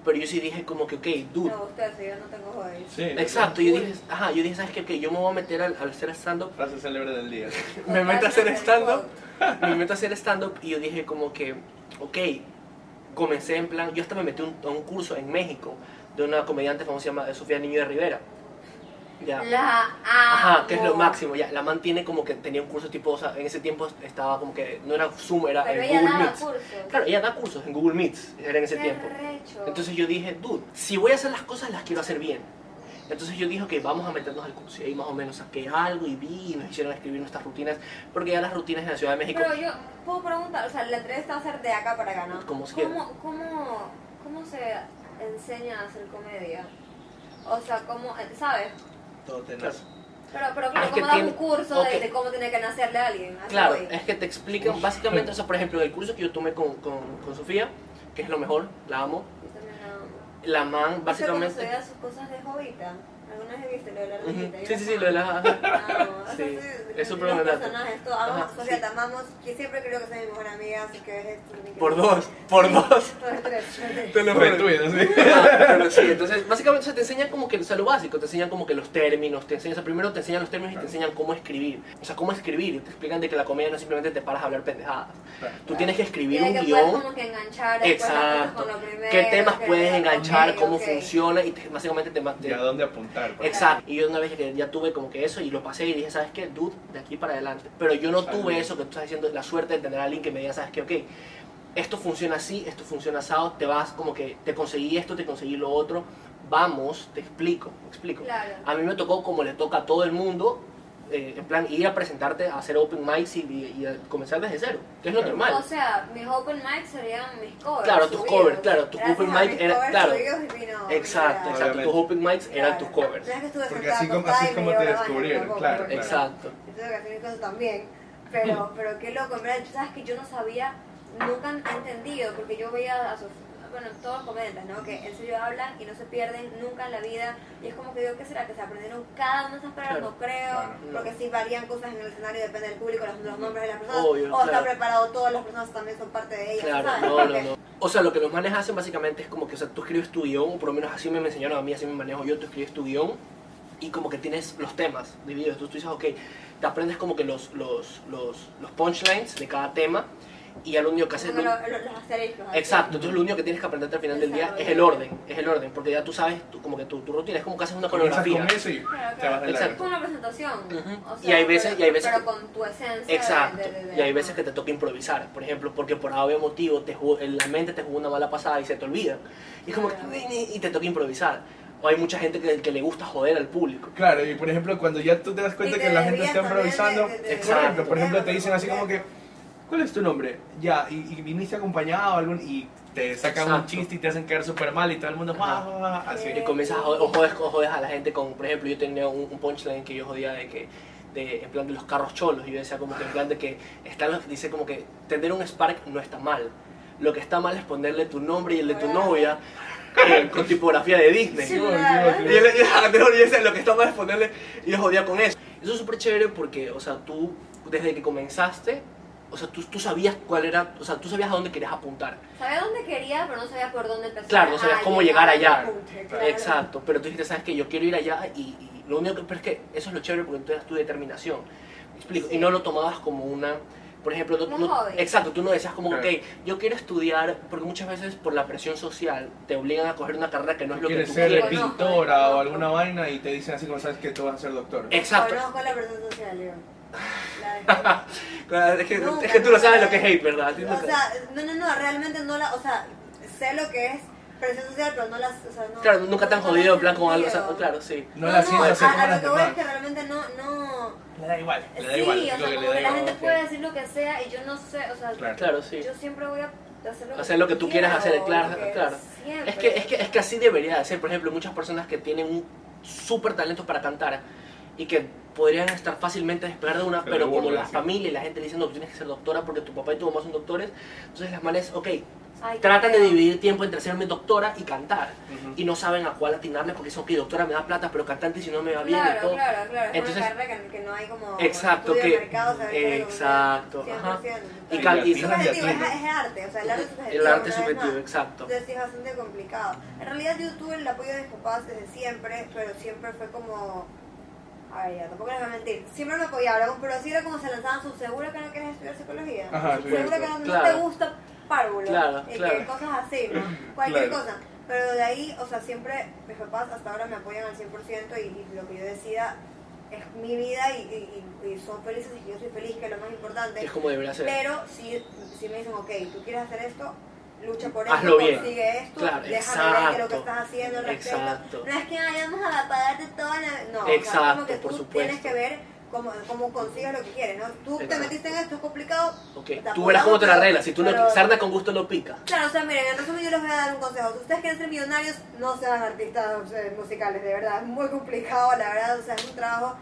[SPEAKER 2] Pero yo sí dije como que, ok, dude,
[SPEAKER 1] No, usted, si yo no tengo hobbies.
[SPEAKER 3] Sí.
[SPEAKER 2] Exacto, yo dije, ajá, yo dije, ¿sabes qué? Que yo me voy a meter al, al hacer stand-up.
[SPEAKER 3] Frase célebre del día.
[SPEAKER 2] Me meto a hacer
[SPEAKER 1] Totalmente,
[SPEAKER 2] stand-up. Me meto a hacer stand-up y yo dije como que, ok, comencé en plan, yo hasta me metí un- a un curso en México de una comediante famosa llamada Sofía Niño de Rivera. Ya.
[SPEAKER 1] La amo.
[SPEAKER 2] Ajá, que es lo máximo. Ya, la man tiene como que tenía un curso tipo, o sea, en ese tiempo estaba como que no era Zoom, era
[SPEAKER 1] Pero
[SPEAKER 2] eh,
[SPEAKER 1] ella
[SPEAKER 2] Google
[SPEAKER 1] daba
[SPEAKER 2] Meets.
[SPEAKER 1] cursos.
[SPEAKER 2] Claro, ella da cursos en Google Meets, era en ese
[SPEAKER 1] Qué
[SPEAKER 2] tiempo.
[SPEAKER 1] recho.
[SPEAKER 2] Entonces yo dije, dude, si voy a hacer las cosas, las quiero hacer bien. Entonces yo dije, ok, vamos a meternos al curso. Y ahí más o menos saqué algo y vi, y nos hicieron escribir nuestras rutinas, porque ya las rutinas en la Ciudad de México,
[SPEAKER 1] Pero yo puedo preguntar, o sea, la entrevista va a ser de acá para acá, ¿no?
[SPEAKER 2] Como se
[SPEAKER 1] ¿Cómo, cómo, cómo se enseña a hacer comedia? O sea, ¿cómo, sabes?
[SPEAKER 3] Todo
[SPEAKER 2] claro,
[SPEAKER 3] tenaz.
[SPEAKER 1] Pero, pero claro,
[SPEAKER 2] Ah, Es que
[SPEAKER 1] ¿cómo das un
[SPEAKER 2] tiene-
[SPEAKER 1] curso de-
[SPEAKER 2] ok.
[SPEAKER 1] de, cómo tiene que nacerle a alguien? Así
[SPEAKER 2] claro,
[SPEAKER 1] voy.
[SPEAKER 2] es que te explican básicamente, o sea, por ejemplo, el curso que yo tomé con, con, con Sofía, que es lo mejor, la amo,
[SPEAKER 1] Entonces, no.
[SPEAKER 2] la man
[SPEAKER 1] ¿Usted
[SPEAKER 2] básicamente...
[SPEAKER 1] conoce de sus cosas de jovita? ¿Alguna vez viste lo de la
[SPEAKER 2] Ujú,
[SPEAKER 1] ardillita?
[SPEAKER 2] Sí, sí, sí, lo de las...
[SPEAKER 1] Ah,
[SPEAKER 2] Sí, es súper
[SPEAKER 1] los
[SPEAKER 2] barato.
[SPEAKER 1] personajes, todo, amamos,
[SPEAKER 2] Ajá,
[SPEAKER 1] Sofía,
[SPEAKER 2] sí.
[SPEAKER 1] te amamos, que siempre creo que soy mi mejor amiga, así que es
[SPEAKER 2] Por dos, por dos.
[SPEAKER 1] Por tres, por tres.
[SPEAKER 2] Te lo juro.
[SPEAKER 3] Retweet, así.
[SPEAKER 2] Ah, pero sí, entonces básicamente o sea, te enseñan como que o sea, lo básico, te enseñan como que los términos, te enseñan, o sea, primero te enseñan los términos y te
[SPEAKER 3] Claro.
[SPEAKER 2] enseñan cómo escribir, o sea, cómo escribir, y te explican de que la comedia no simplemente te paras a hablar pendejadas,
[SPEAKER 3] Claro.
[SPEAKER 2] tú tienes que escribir
[SPEAKER 1] Tiene
[SPEAKER 2] un
[SPEAKER 1] que poder
[SPEAKER 2] guión,
[SPEAKER 1] como que enganchar después las cosas
[SPEAKER 2] exacto,
[SPEAKER 1] con lo primero.
[SPEAKER 2] qué temas puedes
[SPEAKER 1] ok,
[SPEAKER 2] enganchar, cómo
[SPEAKER 1] ok.
[SPEAKER 2] funciona y te- básicamente te, ma- te-
[SPEAKER 3] ¿Y a dónde apuntar? pues?
[SPEAKER 2] Exacto, y yo una vez que ya tuve como que eso y lo pasé y dije, ¿sabes qué? Dude, de aquí para adelante. Pero yo no
[SPEAKER 3] Salud.
[SPEAKER 2] tuve eso que tú estás diciendo, la suerte de tener a alguien que me diga, ¿sabes qué? Ok, esto funciona así, esto funciona asado, te vas como que te conseguí esto, te conseguí lo otro, vamos, te explico, te explico.
[SPEAKER 1] Claro.
[SPEAKER 2] A mí me tocó como le toca a todo el mundo, eh, en plan ir a presentarte, a hacer open mics y, y- y a comenzar desde cero, que es lo
[SPEAKER 3] Claro.
[SPEAKER 2] normal.
[SPEAKER 1] O sea, mis open mics serían mis covers.
[SPEAKER 2] Claro, tus
[SPEAKER 1] subidos.
[SPEAKER 2] covers, claro, tus
[SPEAKER 1] Gracias
[SPEAKER 2] open
[SPEAKER 1] a
[SPEAKER 2] mic
[SPEAKER 1] mis
[SPEAKER 2] era-
[SPEAKER 1] covers
[SPEAKER 2] claro.
[SPEAKER 1] subidos vino- vino-
[SPEAKER 2] Exacto, exacto,
[SPEAKER 3] Obviamente.
[SPEAKER 2] tus open mics eran
[SPEAKER 1] Claro.
[SPEAKER 2] tus covers.
[SPEAKER 1] La vez que estuve
[SPEAKER 3] Porque
[SPEAKER 1] sentada
[SPEAKER 3] así como-
[SPEAKER 1] acostada
[SPEAKER 3] así
[SPEAKER 1] y
[SPEAKER 3] como
[SPEAKER 1] me
[SPEAKER 3] te
[SPEAKER 1] dio la
[SPEAKER 3] descubrieron,
[SPEAKER 1] vaina,
[SPEAKER 3] claro,
[SPEAKER 1] loco,
[SPEAKER 3] claro.
[SPEAKER 2] Exacto.
[SPEAKER 1] Yo tengo que hacer mis cosas también. Pero, pero qué loco, en verdad, tú sabes que yo no sabía, nunca he entendido, porque yo veía a sus, bueno, todos comediantes, ¿no? Que en serio hablan y no se pierden nunca en la vida. Y es como que digo, ¿qué será? Que se aprendieron cada uno de esas palabras,
[SPEAKER 2] Claro.
[SPEAKER 1] no creo,
[SPEAKER 3] Claro.
[SPEAKER 1] porque sí varían cosas en el escenario, depende del público, los, los nombres de las personas.
[SPEAKER 2] Obvio,
[SPEAKER 1] o
[SPEAKER 2] claro.
[SPEAKER 1] está preparado todo, las personas también son parte de ellas,
[SPEAKER 2] Claro,
[SPEAKER 1] ¿sabes?
[SPEAKER 2] no,
[SPEAKER 1] Porque-
[SPEAKER 2] no, no. O sea, lo que los manes hacen básicamente es como que, o sea, tú escribes tu guión, o por lo menos así me enseñaron a mí, así me manejo yo, tú escribes tu guión y como que tienes los temas divididos. Entonces tú dices, ok, te aprendes como que los, los, los, los punchlines de cada tema y ya lo único que haces...
[SPEAKER 1] Como lo- lo- los asteriscos. así.
[SPEAKER 2] Exacto, entonces lo único que tienes que aprenderte al final del día es el orden, es el orden, porque ya tú sabes tú- como que tu, tu rutina, es como que haces una
[SPEAKER 3] Comienzas
[SPEAKER 2] coreografía.
[SPEAKER 3] con eso y
[SPEAKER 1] Claro,
[SPEAKER 3] te vas
[SPEAKER 1] claro.
[SPEAKER 3] de
[SPEAKER 1] Es
[SPEAKER 2] Exacto.
[SPEAKER 3] largo.
[SPEAKER 1] como una presentación.
[SPEAKER 2] Ujú.
[SPEAKER 1] o sea,
[SPEAKER 2] Y hay veces-
[SPEAKER 1] pero,
[SPEAKER 2] y hay veces
[SPEAKER 1] Pero
[SPEAKER 2] que-
[SPEAKER 1] con tu esencia. de-
[SPEAKER 2] Exacto.
[SPEAKER 1] de- de- de-
[SPEAKER 2] Y hay veces que te
[SPEAKER 1] ajá.
[SPEAKER 2] toca improvisar, por ejemplo, porque por algún motivo te jugó- en la mente te jugó una mala pasada y se te olvida. Y es como que, y te toca improvisar. O hay mucha gente que, que le gusta joder al público.
[SPEAKER 3] Claro, y por ejemplo, cuando ya tú te das cuenta
[SPEAKER 1] Y te
[SPEAKER 3] que la gente está
[SPEAKER 1] debías también
[SPEAKER 3] improvisando,
[SPEAKER 1] de- de-
[SPEAKER 2] de-
[SPEAKER 3] por ejemplo, por ejemplo,
[SPEAKER 1] de-
[SPEAKER 3] te dicen así como que, ¿cuál es tu nombre? Ya, y, y viniste acompañado, algún, y te sacan un
[SPEAKER 2] Exacto.
[SPEAKER 3] chiste y te hacen caer súper mal y todo el mundo,
[SPEAKER 2] Ajá.
[SPEAKER 3] "Ah, ah, ah", así.
[SPEAKER 2] Y comienzas a joder, o jodes, o jodes a la gente con, por ejemplo, yo tenía un, un punchline que yo jodía de que, de, en plan de los carros cholos, y yo decía como que en plan de que, están los, dice como que tener un Spark no está mal. Lo que está mal es ponerle tu nombre y el de tu novia eh, con tipografía de Disney.
[SPEAKER 1] Sí,
[SPEAKER 3] Digo,
[SPEAKER 1] ¿verdad?
[SPEAKER 2] Y
[SPEAKER 3] digo,
[SPEAKER 2] yo le dije, "Ah, no, yo sé lo que está mal es ponerle, y yo jodía con eso. Eso es súper chévere porque, o sea, tú, desde que comenzaste, o sea, tú, tú sabías cuál era, o sea, tú sabías a dónde querías apuntar.
[SPEAKER 1] Sabía dónde quería, pero no sabía por dónde empezar.
[SPEAKER 2] Claro, no sabías
[SPEAKER 1] a
[SPEAKER 2] cómo llegar allá.
[SPEAKER 1] al punto, claro.
[SPEAKER 2] Exacto, pero tú dijiste, sabes que yo quiero ir allá y, y lo único que, pero es que eso es lo chévere porque tú das tu determinación. ¿Me explico?
[SPEAKER 1] Sí.
[SPEAKER 2] Y no lo tomabas como una, por ejemplo, no-
[SPEAKER 1] Como un
[SPEAKER 2] no-
[SPEAKER 1] hobby.
[SPEAKER 2] exacto, tú no decías como,
[SPEAKER 3] Claro.
[SPEAKER 2] ok, yo quiero estudiar, porque muchas veces por la presión social te obligan a coger una carrera que no es lo que
[SPEAKER 3] Quieres
[SPEAKER 2] tú
[SPEAKER 3] ser
[SPEAKER 2] quieres.
[SPEAKER 1] Conozco,
[SPEAKER 3] pintora
[SPEAKER 1] conozco.
[SPEAKER 3] o alguna vaina y te dicen así como sabes que tú vas a ser doctor.
[SPEAKER 2] Exacto.
[SPEAKER 1] Conozco la persona social, yo. La
[SPEAKER 2] Es, que,
[SPEAKER 1] Nunca,
[SPEAKER 2] es que tú no sabes
[SPEAKER 1] nunca.
[SPEAKER 2] lo que es hate, ¿verdad? A ti
[SPEAKER 1] de-
[SPEAKER 2] nunca-
[SPEAKER 1] o sea, no, no, no, realmente no la. O sea, sé lo que es presión social, pero no las. O sea, no,
[SPEAKER 2] claro, nunca te han
[SPEAKER 1] no las
[SPEAKER 2] jodido en plan con algo, o sea,
[SPEAKER 1] sentido.
[SPEAKER 2] claro, sí.
[SPEAKER 3] No, la siento así
[SPEAKER 1] a,
[SPEAKER 3] como
[SPEAKER 1] a lo
[SPEAKER 3] las
[SPEAKER 1] que voy es
[SPEAKER 3] demás.
[SPEAKER 1] que realmente no. no
[SPEAKER 3] Le da igual,
[SPEAKER 1] sí,
[SPEAKER 3] le da igual.
[SPEAKER 1] o sea,
[SPEAKER 3] lo que le
[SPEAKER 1] como que
[SPEAKER 3] da
[SPEAKER 1] la
[SPEAKER 3] igual,
[SPEAKER 1] gente
[SPEAKER 3] ok.
[SPEAKER 1] puede decir lo que sea y yo no sé, o sea,
[SPEAKER 3] Claro.
[SPEAKER 2] Claro, sí.
[SPEAKER 1] yo siempre voy a hacer lo que,
[SPEAKER 2] Hacer lo que tú quieras
[SPEAKER 1] quiero,
[SPEAKER 2] hacer, claro,
[SPEAKER 1] porque
[SPEAKER 2] claro.
[SPEAKER 1] siempre.
[SPEAKER 2] Es que, es, que, es que así debería de ser. Por ejemplo, muchas personas que tienen un súper talento para cantar y que podrían estar fácilmente despegar de una,
[SPEAKER 3] Pero
[SPEAKER 2] pero
[SPEAKER 3] de
[SPEAKER 2] como
[SPEAKER 3] burla,
[SPEAKER 2] la
[SPEAKER 3] sí.
[SPEAKER 2] familia y la gente le dicen, no, tú tienes que ser doctora porque tu papá y tu mamá son doctores. Entonces las manes, ok,
[SPEAKER 1] Ay, qué
[SPEAKER 2] tratan de
[SPEAKER 1] feo.
[SPEAKER 2] dividir tiempo entre hacerme doctora y cantar.
[SPEAKER 3] Ujú.
[SPEAKER 2] Y no saben a cuál atinarle porque dicen, ok, doctora me da plata, pero cantante si no me va bien y
[SPEAKER 1] Claro,
[SPEAKER 2] todo.
[SPEAKER 1] claro, claro. Es
[SPEAKER 2] Entonces-
[SPEAKER 1] una carrera que- que no hay como
[SPEAKER 2] Exacto,
[SPEAKER 1] estudio
[SPEAKER 2] que-
[SPEAKER 1] de mercado, saber qué es lo que
[SPEAKER 2] exacto,
[SPEAKER 1] funciona,
[SPEAKER 2] ajá.
[SPEAKER 1] 100%.
[SPEAKER 2] Y
[SPEAKER 1] Entonces,
[SPEAKER 2] cal- y-
[SPEAKER 1] es
[SPEAKER 3] Subjetivo,
[SPEAKER 1] subjetivo,
[SPEAKER 3] subjetivo.
[SPEAKER 1] es, es arte, o sea, el arte es subjetivo.
[SPEAKER 2] El arte
[SPEAKER 1] una vez
[SPEAKER 2] subjetivo,
[SPEAKER 1] más.
[SPEAKER 2] exacto.
[SPEAKER 1] Entonces sí es bastante complicado. En realidad yo tuve el apoyo de mis papás desde siempre, pero siempre fue como... A ver, ya, tampoco les voy a mentir. Siempre me apoyaron, pero así era como se lanzaban sus seguro que no quieres estudiar psicología.
[SPEAKER 3] Ajá, sí,
[SPEAKER 1] seguro que no,
[SPEAKER 3] claro.
[SPEAKER 1] no
[SPEAKER 2] Claro.
[SPEAKER 1] te gusta párvulo.
[SPEAKER 2] Claro,
[SPEAKER 1] y que
[SPEAKER 2] claro.
[SPEAKER 1] cosas así, ¿no? Cualquier
[SPEAKER 3] Claro.
[SPEAKER 1] cosa. Pero de ahí, o sea, siempre mis papás hasta ahora me apoyan al 100% y, y lo que yo decida es mi vida y, y- y- y son felices y yo soy feliz, que es lo más importante.
[SPEAKER 2] Es como debería ser.
[SPEAKER 1] Pero si, si me dicen, ok, tú quieres hacer esto, lucha por esto,
[SPEAKER 2] Hazlo bien.
[SPEAKER 1] consigue esto,
[SPEAKER 2] Claro,
[SPEAKER 1] déjame ver que lo que
[SPEAKER 2] exacto.
[SPEAKER 1] estás haciendo al respecto.
[SPEAKER 2] Exacto.
[SPEAKER 1] No es que vayamos a pagarte toda la... No, o sea,
[SPEAKER 2] Exacto,
[SPEAKER 1] como que
[SPEAKER 2] por
[SPEAKER 1] tú
[SPEAKER 2] supuesto.
[SPEAKER 1] tienes que ver cómo, cómo consigues lo que quieres, ¿no? Tú te
[SPEAKER 2] Exacto.
[SPEAKER 1] metiste en esto, es complicado.
[SPEAKER 2] Ok,
[SPEAKER 1] te
[SPEAKER 2] Tú verás cómo te la
[SPEAKER 1] apoyamos,
[SPEAKER 2] arreglas. Si tú
[SPEAKER 1] pero-
[SPEAKER 2] no, sarna con gusto no pica.
[SPEAKER 1] Claro, o sea, miren, en resumen yo les voy a dar un consejo. Si ustedes quieren ser millonarios, no sean artistas eh, musicales, de verdad. Es muy complicado, la verdad. O sea, es un trabajo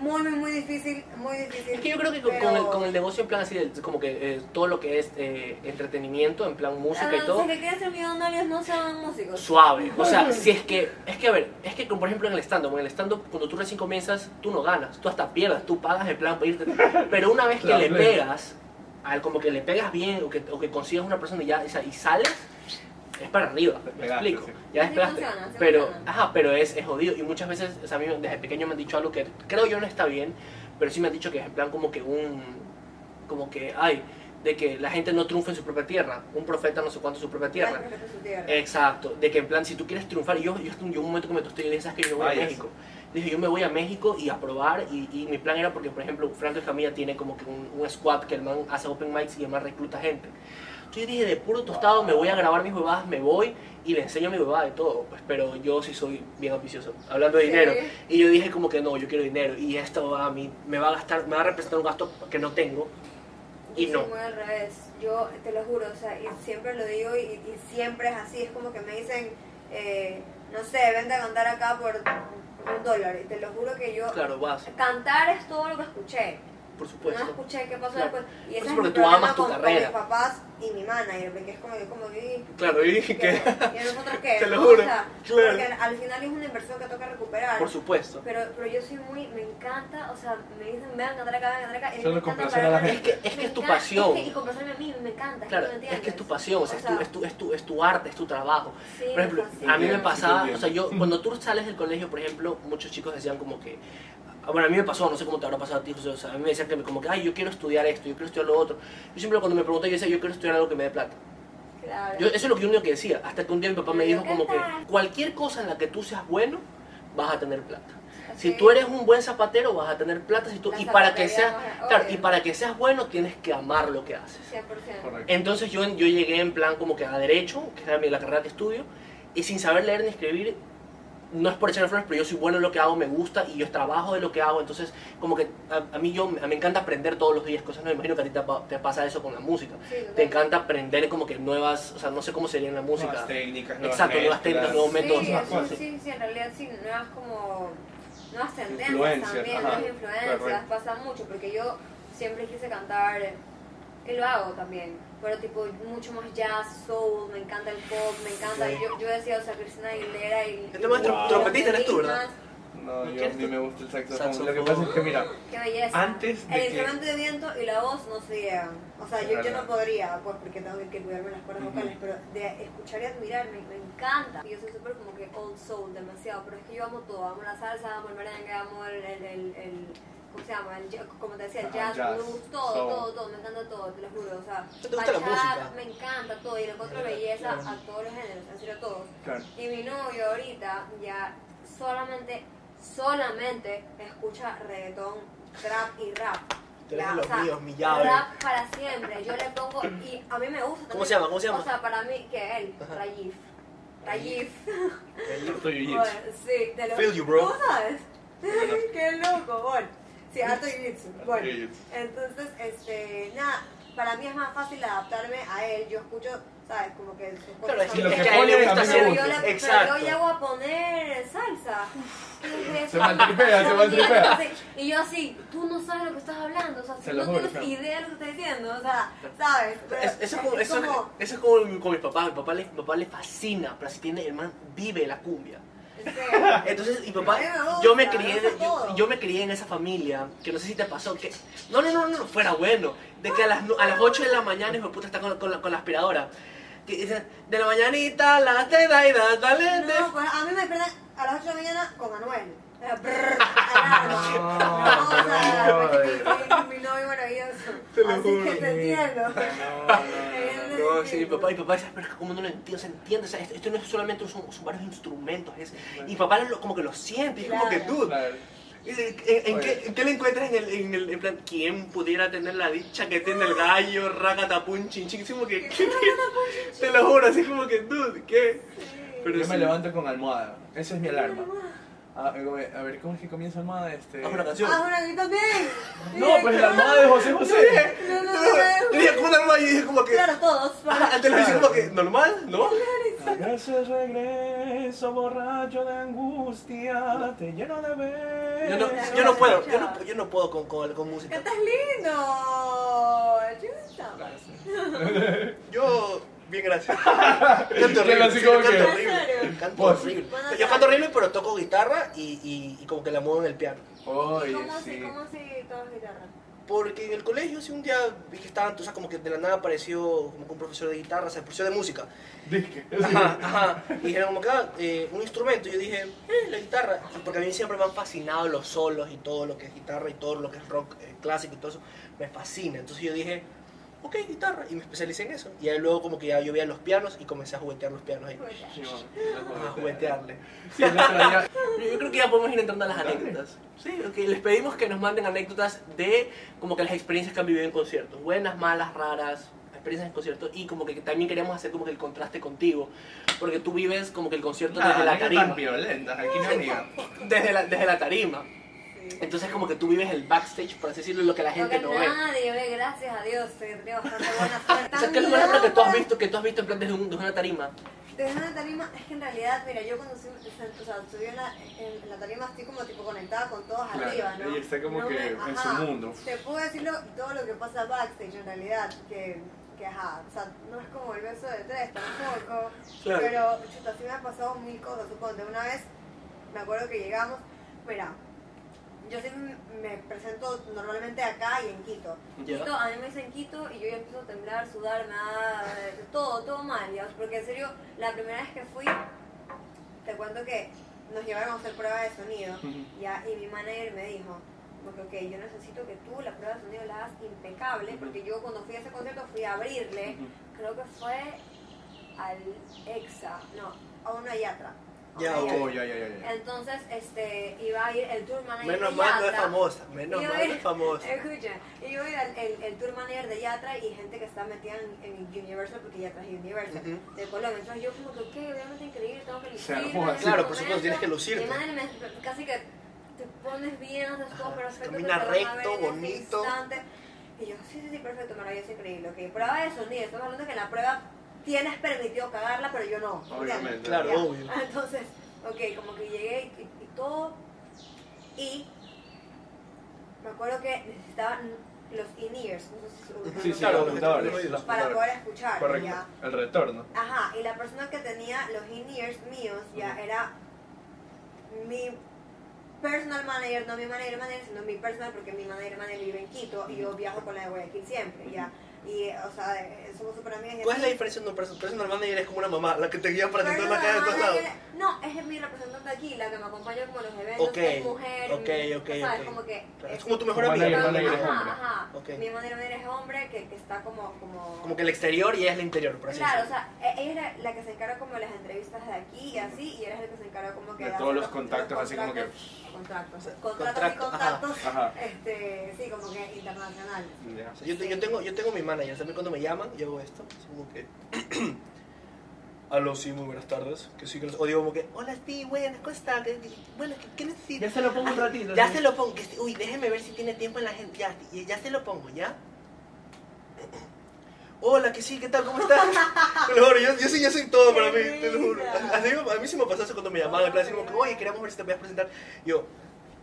[SPEAKER 1] muy, muy, muy difícil, muy difícil.
[SPEAKER 2] Es que yo creo que con,
[SPEAKER 1] pero-
[SPEAKER 2] con el, con el negocio en plan así, del- como que eh, todo lo que es eh, entretenimiento, en plan música
[SPEAKER 1] Claro,
[SPEAKER 2] y todo,
[SPEAKER 1] Los que quieren ser millonarios no sean músicos.
[SPEAKER 2] suave. O sea, si es que, es que a ver, es que como por ejemplo en el stand-up, en el stand-up cuando tú recién comienzas, tú no ganas, tú hasta pierdas, tú pagas el plan para irte. Pero una vez que
[SPEAKER 3] Claro,
[SPEAKER 2] le
[SPEAKER 3] claro.
[SPEAKER 2] pegas, al, como que le pegas bien o que, o que consigas una persona y ya o sea, y sales, es para arriba, me
[SPEAKER 3] Pegaste,
[SPEAKER 2] explico.
[SPEAKER 3] sí.
[SPEAKER 2] Ya
[SPEAKER 1] Sí
[SPEAKER 2] despegaste.
[SPEAKER 1] funciona, sí
[SPEAKER 2] pero,
[SPEAKER 1] funciona.
[SPEAKER 2] ajá, pero es, es jodido. Y muchas veces, o sea, a mí desde pequeño me han dicho algo que creo yo no está bien, pero sí me han dicho que es en plan como que un. Como que, ay, de que la gente no triunfa en su propia tierra. Un profeta no sé cuánto en su propia tierra. Eh,
[SPEAKER 1] Ay, pero su tierra.
[SPEAKER 2] Exacto, de que en plan, si tú quieres triunfar, y yo, yo, hasta un- yo un momento que me tosté y dije, ¿sabes que Yo me voy
[SPEAKER 3] Vaya.
[SPEAKER 2] a México. Dije, yo me voy a México y a probar, y, y mi plan era porque, por ejemplo, Franco Escamilla tiene como que un, un squad que el man hace open mics y el man recluta gente. Entonces yo dije, de puro tostado, me voy a grabar mis huevadas, me voy y le enseño mi huevada de todo. Pues, pero yo sí soy bien ambicioso, hablando de
[SPEAKER 1] Sí.
[SPEAKER 2] dinero. Y yo dije como que no, yo quiero dinero, y esto va a mí, me va a gastar, me va a representar un gasto que no tengo. Y
[SPEAKER 1] Yo
[SPEAKER 2] no.
[SPEAKER 1] soy muy al revés. Yo te lo juro, o sea, y siempre lo digo y, y siempre es así. Es como que me dicen, eh, no sé, vente a cantar acá por un dólar. Y te lo juro que yo.
[SPEAKER 2] Claro, vas,
[SPEAKER 1] Cantar es todo lo que escuché.
[SPEAKER 2] por
[SPEAKER 1] No
[SPEAKER 2] supuesto.
[SPEAKER 1] escuché qué pasó
[SPEAKER 2] Claro.
[SPEAKER 1] después. Y ese
[SPEAKER 2] Pues
[SPEAKER 1] es
[SPEAKER 2] porque
[SPEAKER 1] mi
[SPEAKER 2] tú
[SPEAKER 1] problema
[SPEAKER 2] amas tu
[SPEAKER 1] con, con
[SPEAKER 2] carrera.
[SPEAKER 1] mis papás y mi manager, porque es como que, como que
[SPEAKER 2] Claro, y
[SPEAKER 1] ¿Y
[SPEAKER 2] dije que,
[SPEAKER 1] ¿Y nosotros qué?
[SPEAKER 2] Te lo
[SPEAKER 1] ¿No?
[SPEAKER 2] juro,
[SPEAKER 1] O sea,
[SPEAKER 2] claro.
[SPEAKER 1] Porque al final es una inversión que toca recuperar.
[SPEAKER 2] por supuesto.
[SPEAKER 1] Pero, pero yo soy muy, me encanta, o sea, me dicen, vean, cantar acá, vean, cantar acá. y
[SPEAKER 3] Solo
[SPEAKER 1] me encanta
[SPEAKER 3] complacer a la
[SPEAKER 1] parar-
[SPEAKER 3] gente.
[SPEAKER 2] Es que
[SPEAKER 1] me
[SPEAKER 2] es tu
[SPEAKER 1] encanta-
[SPEAKER 2] pasión.
[SPEAKER 1] Es que, y complacerme a mí, me encanta.
[SPEAKER 2] Claro,
[SPEAKER 1] es que, no
[SPEAKER 2] es que es tu
[SPEAKER 1] entiendes.
[SPEAKER 2] pasión, o
[SPEAKER 1] O
[SPEAKER 2] sea, es, tu,
[SPEAKER 1] sea,
[SPEAKER 2] es, tu, es, tu, es tu arte, es tu trabajo.
[SPEAKER 1] Sí,
[SPEAKER 2] Por ejemplo,
[SPEAKER 1] o sea, sí.
[SPEAKER 2] a mí me
[SPEAKER 3] entiendo,
[SPEAKER 2] pasaba,
[SPEAKER 3] sí te
[SPEAKER 2] o sea, yo,
[SPEAKER 3] entiendo.
[SPEAKER 2] cuando tú sales del colegio, por ejemplo, muchos chicos decían como que, ah, bueno, a mí me pasó, no sé cómo te habrá pasado a ti, José, o sea, a mí me decían que me- como que, ay, yo quiero estudiar esto, yo quiero estudiar lo otro. Yo siempre cuando me pregunté, yo decía, yo quiero estudiar algo que me dé plata.
[SPEAKER 1] Claro.
[SPEAKER 2] Yo, eso es lo que yo único que decía, hasta que un día mi papá me
[SPEAKER 1] Pero
[SPEAKER 2] dijo como que,
[SPEAKER 1] cantar.
[SPEAKER 2] cualquier cosa en la que tú seas bueno, vas a tener plata. Si
[SPEAKER 1] Así.
[SPEAKER 2] tú eres un buen zapatero, vas a tener plata, si tú,
[SPEAKER 1] La
[SPEAKER 2] y para que
[SPEAKER 1] zapatería,
[SPEAKER 2] seas,
[SPEAKER 1] obvio.
[SPEAKER 2] claro, y para que seas bueno, tienes que amar lo que haces.
[SPEAKER 1] 100%.
[SPEAKER 3] Correcto.
[SPEAKER 2] Entonces yo, yo llegué en plan como que a derecho, que era mi- la carrera que estudio, y sin saber leer ni escribir, no es por echarme flores, pero yo soy bueno en lo que hago, me gusta y yo trabajo de lo que hago, entonces como que a, a mí yo me encanta aprender todos los días cosas, no me imagino que a ti te, pa- te pasa eso con la música.
[SPEAKER 1] Sí, total.
[SPEAKER 2] Te encanta aprender como que nuevas, o sea, no sé cómo sería en la música.
[SPEAKER 4] este,
[SPEAKER 3] Nuevas técnicas,
[SPEAKER 2] Exacto, nuevas técnicas, nuevos
[SPEAKER 1] Sí,
[SPEAKER 2] métodos,
[SPEAKER 1] eso
[SPEAKER 2] nuevas cosas.
[SPEAKER 1] sí, sí, en realidad sí, nuevas como nuevas tendencias
[SPEAKER 3] Influencias,
[SPEAKER 1] también,
[SPEAKER 3] ajá,
[SPEAKER 1] nuevas influencias,
[SPEAKER 3] correcto.
[SPEAKER 1] pasa mucho, porque yo siempre quise cantar, y lo hago también, pero tipo mucho más jazz, soul, me encanta el pop, me encanta,
[SPEAKER 3] Sí.
[SPEAKER 1] yo, yo decía, o sea, Cristina Aguilera y...
[SPEAKER 2] Este más
[SPEAKER 3] trom-
[SPEAKER 1] y-
[SPEAKER 2] trompetista eres tú, ¿verdad?
[SPEAKER 3] No, yo
[SPEAKER 2] ¿Quieres
[SPEAKER 3] ni
[SPEAKER 2] tú?
[SPEAKER 3] me gusta el saxofón.
[SPEAKER 2] Saxofón.
[SPEAKER 3] Lo que pasa es que, mira,
[SPEAKER 1] Qué belleza.
[SPEAKER 3] Antes de
[SPEAKER 1] el
[SPEAKER 3] que-
[SPEAKER 1] instrumento de viento y la voz no se llevan. O sea,
[SPEAKER 3] Es
[SPEAKER 1] yo, yo
[SPEAKER 3] verdad.
[SPEAKER 1] no podría, pues, porque tengo que cuidarme las cuerdas
[SPEAKER 3] Ujú.
[SPEAKER 1] vocales, pero de escuchar y admirar me, me encanta. Yo soy súper como que old soul, demasiado, pero es que yo amo todo. Amo la salsa, amo el merengue, amo el... el, el- el- ¿Cómo se llama? El ja- como te decía, el
[SPEAKER 3] Ajá,
[SPEAKER 1] jazz,
[SPEAKER 3] Ah, jazz,
[SPEAKER 1] blues, todo,
[SPEAKER 3] soul.
[SPEAKER 1] todo, todo. Me encanta todo, te lo juro. O sea,
[SPEAKER 2] ¿Te gusta la
[SPEAKER 1] bachata,
[SPEAKER 2] música?
[SPEAKER 1] me encanta todo y le
[SPEAKER 3] Eh,
[SPEAKER 1] encuentro
[SPEAKER 2] Claro.
[SPEAKER 1] belleza a todos los géneros, en serio a todos.
[SPEAKER 3] claro.
[SPEAKER 1] Y mi novio ahorita ya solamente, solamente escucha reggaetón, trap y rap.
[SPEAKER 2] Tú eres
[SPEAKER 1] Ya,
[SPEAKER 2] de los míos, mi llave.
[SPEAKER 1] Rap para siempre. Yo le pongo y a mí me gusta.
[SPEAKER 2] ¿Cómo
[SPEAKER 1] también.
[SPEAKER 2] se llama? ¿Cómo se llama?
[SPEAKER 1] O sea, para mí que él,
[SPEAKER 2] Ajá.
[SPEAKER 1] Rayif. Rayif.
[SPEAKER 3] Estoy
[SPEAKER 1] Bueno, sí, de los
[SPEAKER 2] Feel you, bro.
[SPEAKER 1] ¿Cómo sabes? Qué loco, bueno. Sí, harto jiu-jitsu. Bueno,
[SPEAKER 3] Jiu-jitsu.
[SPEAKER 1] entonces, este, nada, para mí es más fácil adaptarme a él. Yo escucho, ¿sabes? Como que sus
[SPEAKER 2] Claro, es,
[SPEAKER 1] son-
[SPEAKER 2] que-
[SPEAKER 3] Lo
[SPEAKER 2] es
[SPEAKER 3] que
[SPEAKER 2] que a él le
[SPEAKER 3] pone
[SPEAKER 2] gusta
[SPEAKER 3] a mí me
[SPEAKER 2] hacer.
[SPEAKER 1] pero yo, le, pero
[SPEAKER 2] Exacto.
[SPEAKER 1] yo llego a poner salsa. ¿Qué es eso?
[SPEAKER 3] Se maltripea, se maltripea.
[SPEAKER 1] Y yo así, tú no sabes lo que estás hablando, o sea,
[SPEAKER 3] Se
[SPEAKER 1] tú
[SPEAKER 3] lo
[SPEAKER 1] no
[SPEAKER 3] juro,
[SPEAKER 1] tienes
[SPEAKER 3] claro.
[SPEAKER 1] idea de lo que estás diciendo, o sea, ¿sabes? Pero
[SPEAKER 2] Es- eso, es como, eso, es-
[SPEAKER 1] como-
[SPEAKER 2] eso es como mi- con mi papá. Mi papá le, mi papá le fascina, pero si tiene, el man vive la cumbia.
[SPEAKER 1] en serio.
[SPEAKER 2] Entonces, mi papá,
[SPEAKER 1] A mí me gusta,
[SPEAKER 2] yo me
[SPEAKER 1] me
[SPEAKER 2] crié,
[SPEAKER 1] gusta
[SPEAKER 2] yo,
[SPEAKER 1] todo.
[SPEAKER 2] yo me crié en esa familia, que no sé si te pasó, que no, no, no, no, no fuera bueno, de que a las, nu- a las 8 de la mañana, hijo de puta, está con, con la, con la aspiradora. Que dicen, de la mañanita, la te da y da, dale, de-".
[SPEAKER 1] No, pues a mí me despiertan a las 8 de la mañana con Anuel. Eh, brrr, alarma.
[SPEAKER 3] No,
[SPEAKER 1] No, o sea,
[SPEAKER 3] no,
[SPEAKER 1] porque mi- mi mi novio maravilloso.
[SPEAKER 3] Te lo
[SPEAKER 1] Así que
[SPEAKER 3] juro.
[SPEAKER 1] te entiendo.
[SPEAKER 3] No,
[SPEAKER 2] No, sí, mi papá, mi papá decía, pero es que como no lo entiendo, se entiende, o sea, esto, esto no es solamente, son, son varios instrumentos, es, y mi papá lo- como que lo siente, y es como que,
[SPEAKER 1] Claro.
[SPEAKER 2] dude,
[SPEAKER 3] no, no.
[SPEAKER 2] ¿En, en- en
[SPEAKER 3] Oye.
[SPEAKER 2] qué, en qué le encuentras en el, en el en plan, quién pudiera tener la dicha que tiene el gallo, racatapun, chin chin? Así como que, ¿qué- qué? te lo juro, así como que, dude, ¿qué? Pero
[SPEAKER 3] Yo me
[SPEAKER 2] sí.
[SPEAKER 3] levanto con almohada. Esa es mi alarma. A, a ver, ¿cómo es que comienza almohada? Este...
[SPEAKER 2] Haz una canción.
[SPEAKER 1] Ah, bueno, a mí también.
[SPEAKER 3] No, pues la almohada de José José.
[SPEAKER 1] No, no, no,
[SPEAKER 2] Yo dije, ¿cómo normal? Yo dije como que,
[SPEAKER 1] Claro, todos.
[SPEAKER 2] ah, antes lo dije como que, ¿normal? ¿No?
[SPEAKER 3] A veces regreso borracho de angustia, te lleno de ver.
[SPEAKER 2] Yo no, yo no puedo, yo no, yo no puedo con, con, con música.
[SPEAKER 1] Estás lindo. Chuta.
[SPEAKER 2] Yo, bien gracias. Canto
[SPEAKER 3] Yo
[SPEAKER 2] horrible,
[SPEAKER 3] así
[SPEAKER 2] sí,
[SPEAKER 3] como
[SPEAKER 2] canto
[SPEAKER 3] que-
[SPEAKER 2] horrible. Canto
[SPEAKER 3] Vos.
[SPEAKER 2] horrible.
[SPEAKER 1] Bueno,
[SPEAKER 2] Yo
[SPEAKER 1] claro.
[SPEAKER 2] canto horrible, pero toco guitarra y, y, y como que la muevo en el piano.
[SPEAKER 1] ¿Y
[SPEAKER 3] Oye,
[SPEAKER 1] ¿Cómo así?
[SPEAKER 3] sí.
[SPEAKER 1] ¿Cómo así? Todas guitarras.
[SPEAKER 2] Porque en el colegio, si un día vi que estaban, o sea, como que de la nada apareció como que un profesor de guitarra, o sea, profesor de música.
[SPEAKER 3] Disque.
[SPEAKER 2] Ajá, ajá. Y dijeron como que, ah, eh, un instrumento. Y yo dije, eh, la guitarra. Y porque a mí siempre me han fascinado los solos y todo lo que es guitarra y todo lo que es rock eh, clásico y todo eso. Me fascina. Entonces yo dije, ok, guitarra. Y me especialicé en eso. Y ahí luego como que ya yo veía los pianos y comencé a juguetear los pianos ahí.
[SPEAKER 3] Sí,
[SPEAKER 1] Chuta.
[SPEAKER 2] A
[SPEAKER 3] mamá.
[SPEAKER 2] juguetearle.
[SPEAKER 3] Sí, el otro día-
[SPEAKER 2] Yo, yo creo que ya podemos ir entrando a las
[SPEAKER 3] Dale.
[SPEAKER 2] anécdotas. Sí, ok. Les pedimos que nos manden anécdotas de como que las experiencias que han vivido en conciertos. Buenas, malas, raras, experiencias en conciertos. Y como que también queríamos hacer como que el contraste contigo. Porque tú vives como que el concierto
[SPEAKER 3] Nada,
[SPEAKER 2] desde la
[SPEAKER 3] anécdotas
[SPEAKER 2] tarima.
[SPEAKER 3] violentas, aquí no digan.
[SPEAKER 2] Desde la, desde la tarima.
[SPEAKER 1] Sí.
[SPEAKER 2] Entonces como que tú vives el backstage, por así decirlo, lo que la gente
[SPEAKER 1] no
[SPEAKER 2] no
[SPEAKER 1] que
[SPEAKER 2] ve.
[SPEAKER 1] nadie ve, gracias a Dios, que tenía bastante buena suerte.
[SPEAKER 2] O sea, ¿qué es lo más raro que tú has visto, que tú has visto en plan desde, un- desde una tarima?
[SPEAKER 1] Desde una tarima, es que en realidad, mira, yo cuando subí, o sea, subí en, la, en- en la tarima estoy como tipo conectada con todos
[SPEAKER 3] Claro,
[SPEAKER 1] arriba, ¿no?
[SPEAKER 3] ella está como
[SPEAKER 1] No
[SPEAKER 3] que
[SPEAKER 1] me-
[SPEAKER 3] en
[SPEAKER 1] ajá,
[SPEAKER 3] su mundo.
[SPEAKER 1] Te puedo decir lo- todo lo que pasa backstage en realidad, que, que ajá, o sea, no es como el beso de tres tampoco,
[SPEAKER 2] Claro.
[SPEAKER 1] pero chuta, sí me han pasado mil cosas, suponte, una vez me acuerdo que llegamos, mira, yo sí me presento normalmente acá y en Quito.
[SPEAKER 2] Ya.
[SPEAKER 1] Quito, a mí me dicen Quito y yo ya empiezo a temblar, sudar, me da eh, todo, todo mal, ya, porque en serio, la primera vez que fui, te cuento que nos llevaron a hacer pruebas de sonido,
[SPEAKER 3] Ujú.
[SPEAKER 1] ya, y mi manager me dijo, porque ok, yo necesito que tú la prueba de sonido la hagas impecable, porque yo cuando fui a ese concierto fui a abrirle, creo que fue al EXA, no, a una yatra. a
[SPEAKER 2] Ya,
[SPEAKER 1] una
[SPEAKER 2] ok.
[SPEAKER 1] yatra.
[SPEAKER 3] Oh, ya, ya, ya, ya.
[SPEAKER 1] Entonces, este, iba a ir el tour manager
[SPEAKER 2] Menos
[SPEAKER 1] de
[SPEAKER 2] mal no es
[SPEAKER 1] Yatra.
[SPEAKER 2] famosa, menos
[SPEAKER 1] Iba a
[SPEAKER 2] mal
[SPEAKER 1] ir-
[SPEAKER 2] no es famosa.
[SPEAKER 1] Escucha, iba a ir al- el, el tour manager de Yatra y gente que está metida en, en Universal, porque Yatra es Universal,
[SPEAKER 2] Ujú.
[SPEAKER 1] de Colombia. Entonces yo como que, ok, obviamente increíble, tengo que
[SPEAKER 3] Se
[SPEAKER 1] lucirme.
[SPEAKER 3] armó
[SPEAKER 1] en
[SPEAKER 3] así.
[SPEAKER 1] este
[SPEAKER 2] Claro, por
[SPEAKER 1] momento.
[SPEAKER 2] supuesto, tienes que lucirte.
[SPEAKER 1] Mi madre me, casi que te pones bien, haces todo
[SPEAKER 2] Ajá,
[SPEAKER 1] perfecto.
[SPEAKER 2] camina
[SPEAKER 1] te van a ver
[SPEAKER 2] recto,
[SPEAKER 1] en ese
[SPEAKER 2] bonito.
[SPEAKER 1] instante. Y yo, sí, sí, sí, perfecto, maravilloso, increíble. Ok, prueba de sonido, estamos hablando que en la prueba tienes permitido cagarla, pero yo no. ¿entiendes?
[SPEAKER 3] Obviamente.
[SPEAKER 2] Claro,
[SPEAKER 1] Ya.
[SPEAKER 2] obvio.
[SPEAKER 1] Entonces, ok, como que llegué y, y todo. Y me acuerdo que necesitaban los in-ears, no sé si se ubican,
[SPEAKER 3] Sí, sí,
[SPEAKER 1] ¿no?
[SPEAKER 2] Claro,
[SPEAKER 3] los contadores.
[SPEAKER 2] los
[SPEAKER 1] para
[SPEAKER 3] contadores.
[SPEAKER 1] poder escuchar.
[SPEAKER 3] Correcto.
[SPEAKER 1] ya.
[SPEAKER 3] El retorno.
[SPEAKER 1] Ajá, y la persona que tenía los in-ears míos ya
[SPEAKER 3] Ujú.
[SPEAKER 1] era mi personal manager, no mi manager manager, sino mi personal, porque mi manager manager vive en Quito y yo viajo con la de Guayaquil siempre, ya. Y, eh, o sea, eh, somos súper amigas. y
[SPEAKER 2] ¿Cuál es la
[SPEAKER 1] así.
[SPEAKER 2] diferencia entre un perso- personal manager? Es como una mamá, la que te guía para que tú
[SPEAKER 1] Pero
[SPEAKER 2] la caigas de todos lados.
[SPEAKER 1] manager- No, es mi representante aquí, la que me acompaña como a los eventos,
[SPEAKER 2] Ok,
[SPEAKER 1] es mujer,
[SPEAKER 2] ok,
[SPEAKER 1] mi-
[SPEAKER 2] ok,
[SPEAKER 1] ¿sabes?
[SPEAKER 2] ok.
[SPEAKER 1] Como que
[SPEAKER 2] Claro,
[SPEAKER 1] es-
[SPEAKER 2] es como tu mejor
[SPEAKER 3] Como
[SPEAKER 2] amiga.
[SPEAKER 3] manager,
[SPEAKER 1] ajá,
[SPEAKER 3] manager es
[SPEAKER 1] ajá,
[SPEAKER 3] hombre.
[SPEAKER 1] ajá.
[SPEAKER 2] Ok.
[SPEAKER 1] Mi manager manager es hombre que, que está como, como...
[SPEAKER 2] Como que el exterior y ella es el interior, por así
[SPEAKER 1] Claro, o
[SPEAKER 2] decirlo.
[SPEAKER 1] sea, e- ella era la que se encarga como de las entrevistas de aquí y así, y era la que se encarga como que...
[SPEAKER 3] De
[SPEAKER 1] hacer
[SPEAKER 3] todos los contactos, así como que-
[SPEAKER 1] contratos- Contratos,
[SPEAKER 2] sea,
[SPEAKER 1] contratos y
[SPEAKER 2] contrato, ajá,
[SPEAKER 1] contactos,
[SPEAKER 3] ajá. Mm.
[SPEAKER 1] este, sí, como que internacionales.
[SPEAKER 3] Ya.
[SPEAKER 2] O sea, yo, te- yo tengo, yo tengo mi manager, también cuando me llaman, yo hago esto. es como que.
[SPEAKER 3] Aló, sí, muy buenas tardes. Que sí, que los... O digo como que, hola, sí, buenas, ¿cómo está? Que- que- Bueno, ¿qué, qué necesitas?
[SPEAKER 2] Ya se lo pongo un ratito.
[SPEAKER 3] Ya
[SPEAKER 2] ¿sí?
[SPEAKER 3] se lo pongo. que sí. Uy, déjeme ver si tiene tiempo en la gente. Ya, y ya se lo pongo, ¿ya? Hola, que sí, ¿qué tal? ¿Cómo estás? Te lo juro, yo, yo sí, yo soy todo para mí, te lo juro. A, a mí, a mí sí me pasó eso cuando me llamaban, en plan, así como que, oye, queremos ver si te voy a presentar. Y yo,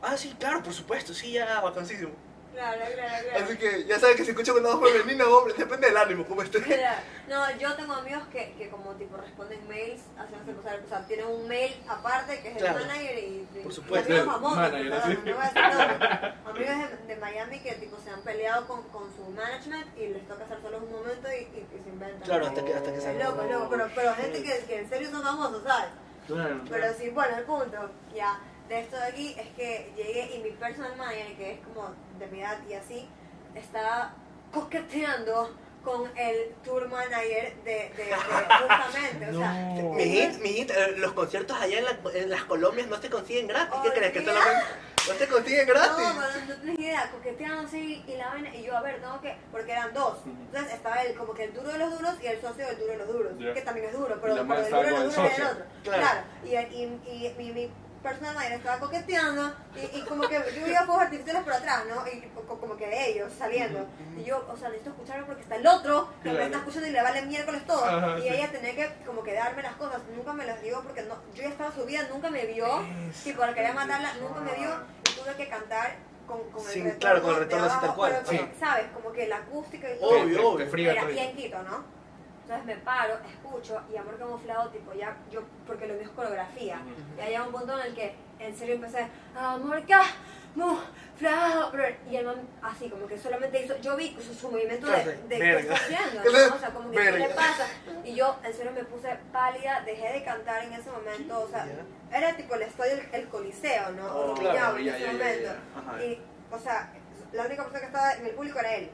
[SPEAKER 3] ah, sí, claro, por supuesto, sí, ya, vacancísimo.
[SPEAKER 1] Claro, claro, claro.
[SPEAKER 3] Así que ya saben que se escucha con la voz femenina, hombre, depende del ánimo, como esté.
[SPEAKER 1] Mira, no, yo tengo amigos que, que como tipo responden mails, hacen hacer cosas, o sea, tienen un mail aparte que es el
[SPEAKER 3] Claro.
[SPEAKER 1] manager y, y-
[SPEAKER 3] Por supuesto.
[SPEAKER 1] y amigos
[SPEAKER 4] Claro,
[SPEAKER 1] famosos,
[SPEAKER 4] manager,
[SPEAKER 1] ¿verdad?
[SPEAKER 4] así.
[SPEAKER 1] No voy a decir nombre. amigos de, de Miami que tipo se han peleado con, con su management y les toca hacer solos un momento y, y- y se inventan.
[SPEAKER 3] Claro, hasta que, hasta que
[SPEAKER 1] Es
[SPEAKER 3] salga.
[SPEAKER 1] loco, es loco, pero, pero gente que, que en serio son famosos, ¿sabes?
[SPEAKER 4] Claro.
[SPEAKER 1] Pero sí, bueno, el punto ya de esto de aquí es que llegué y mi personal manager, que es como de mi edad y así, estaba coqueteando con el tour manager de, de, de- justamente, o sea...
[SPEAKER 3] Mijita, mijita, eh, los conciertos allá en, la- en las Colombias no se consiguen gratis. ¿Qué
[SPEAKER 1] Oh,
[SPEAKER 3] crees? Que
[SPEAKER 1] mira.
[SPEAKER 3] solamente no se consiguen gratis.
[SPEAKER 1] No, pero no tenés idea, coqueteando así y la vaina, y yo a ver, tengo que, porque eran dos. Entonces estaba el, como que el duro de los duros y el socio del duro de los duros,
[SPEAKER 4] Ya.
[SPEAKER 1] que también es duro, pero,
[SPEAKER 4] Y la
[SPEAKER 1] pero
[SPEAKER 4] más
[SPEAKER 1] el duro de
[SPEAKER 4] algo
[SPEAKER 1] los
[SPEAKER 4] del
[SPEAKER 1] duros era el
[SPEAKER 4] socio.
[SPEAKER 1] otro.
[SPEAKER 3] Claro.
[SPEAKER 1] Claro, y, y, y, mi, mi persona mayor estaba coqueteando y, y como que yo veía fuegos artificiales por atrás, ¿no? Y co- co- como que de ellos saliendo. Y yo, o sea, necesito escucharlo porque está el otro que me
[SPEAKER 4] Claro.
[SPEAKER 1] está escuchando y le vale miércoles todo.
[SPEAKER 4] Ajá,
[SPEAKER 1] y
[SPEAKER 4] sí.
[SPEAKER 1] ella tenía que como que darme las cosas, nunca me las dio porque no, yo ya estaba subida, nunca me vio. Y porque quería matarla, nunca me dio y tuve que cantar con, con el
[SPEAKER 3] Sí, claro, con el retorno
[SPEAKER 1] de
[SPEAKER 3] así tal
[SPEAKER 1] abajo,
[SPEAKER 3] cual,
[SPEAKER 1] pero
[SPEAKER 4] sí.
[SPEAKER 1] que, ¿Sabes? Como que la acústica y todo.
[SPEAKER 4] Te-
[SPEAKER 3] Obvio,
[SPEAKER 4] te-
[SPEAKER 3] obvio.
[SPEAKER 4] Te fría
[SPEAKER 1] Era, y
[SPEAKER 4] todito.
[SPEAKER 1] en Quito, ¿no? Entonces me paro, escucho y amor camuflado, tipo ya, yo, porque lo mío es coreografía.
[SPEAKER 4] Ujú.
[SPEAKER 1] Y ahí llega un punto en el que en serio empecé, amor camuflado. brr", Y el man, así como que solamente hizo, yo vi su, su movimiento de,
[SPEAKER 3] Claro,
[SPEAKER 1] de
[SPEAKER 3] sí,
[SPEAKER 1] qué está
[SPEAKER 3] verga.
[SPEAKER 1] haciendo, ¿no? O sea, como que qué le
[SPEAKER 3] Verga.
[SPEAKER 1] pasa. Y yo en serio me puse pálida, dejé de cantar en ese momento, o sea, era tipo el estadio, el, el coliseo, ¿no?
[SPEAKER 3] Oh,
[SPEAKER 1] Lo que
[SPEAKER 3] claro,
[SPEAKER 1] llaman en
[SPEAKER 4] ya,
[SPEAKER 1] ese
[SPEAKER 4] ya, ya,
[SPEAKER 1] momento.
[SPEAKER 4] ya. Ajá.
[SPEAKER 1] Y, o sea, la única persona que estaba en el público era él,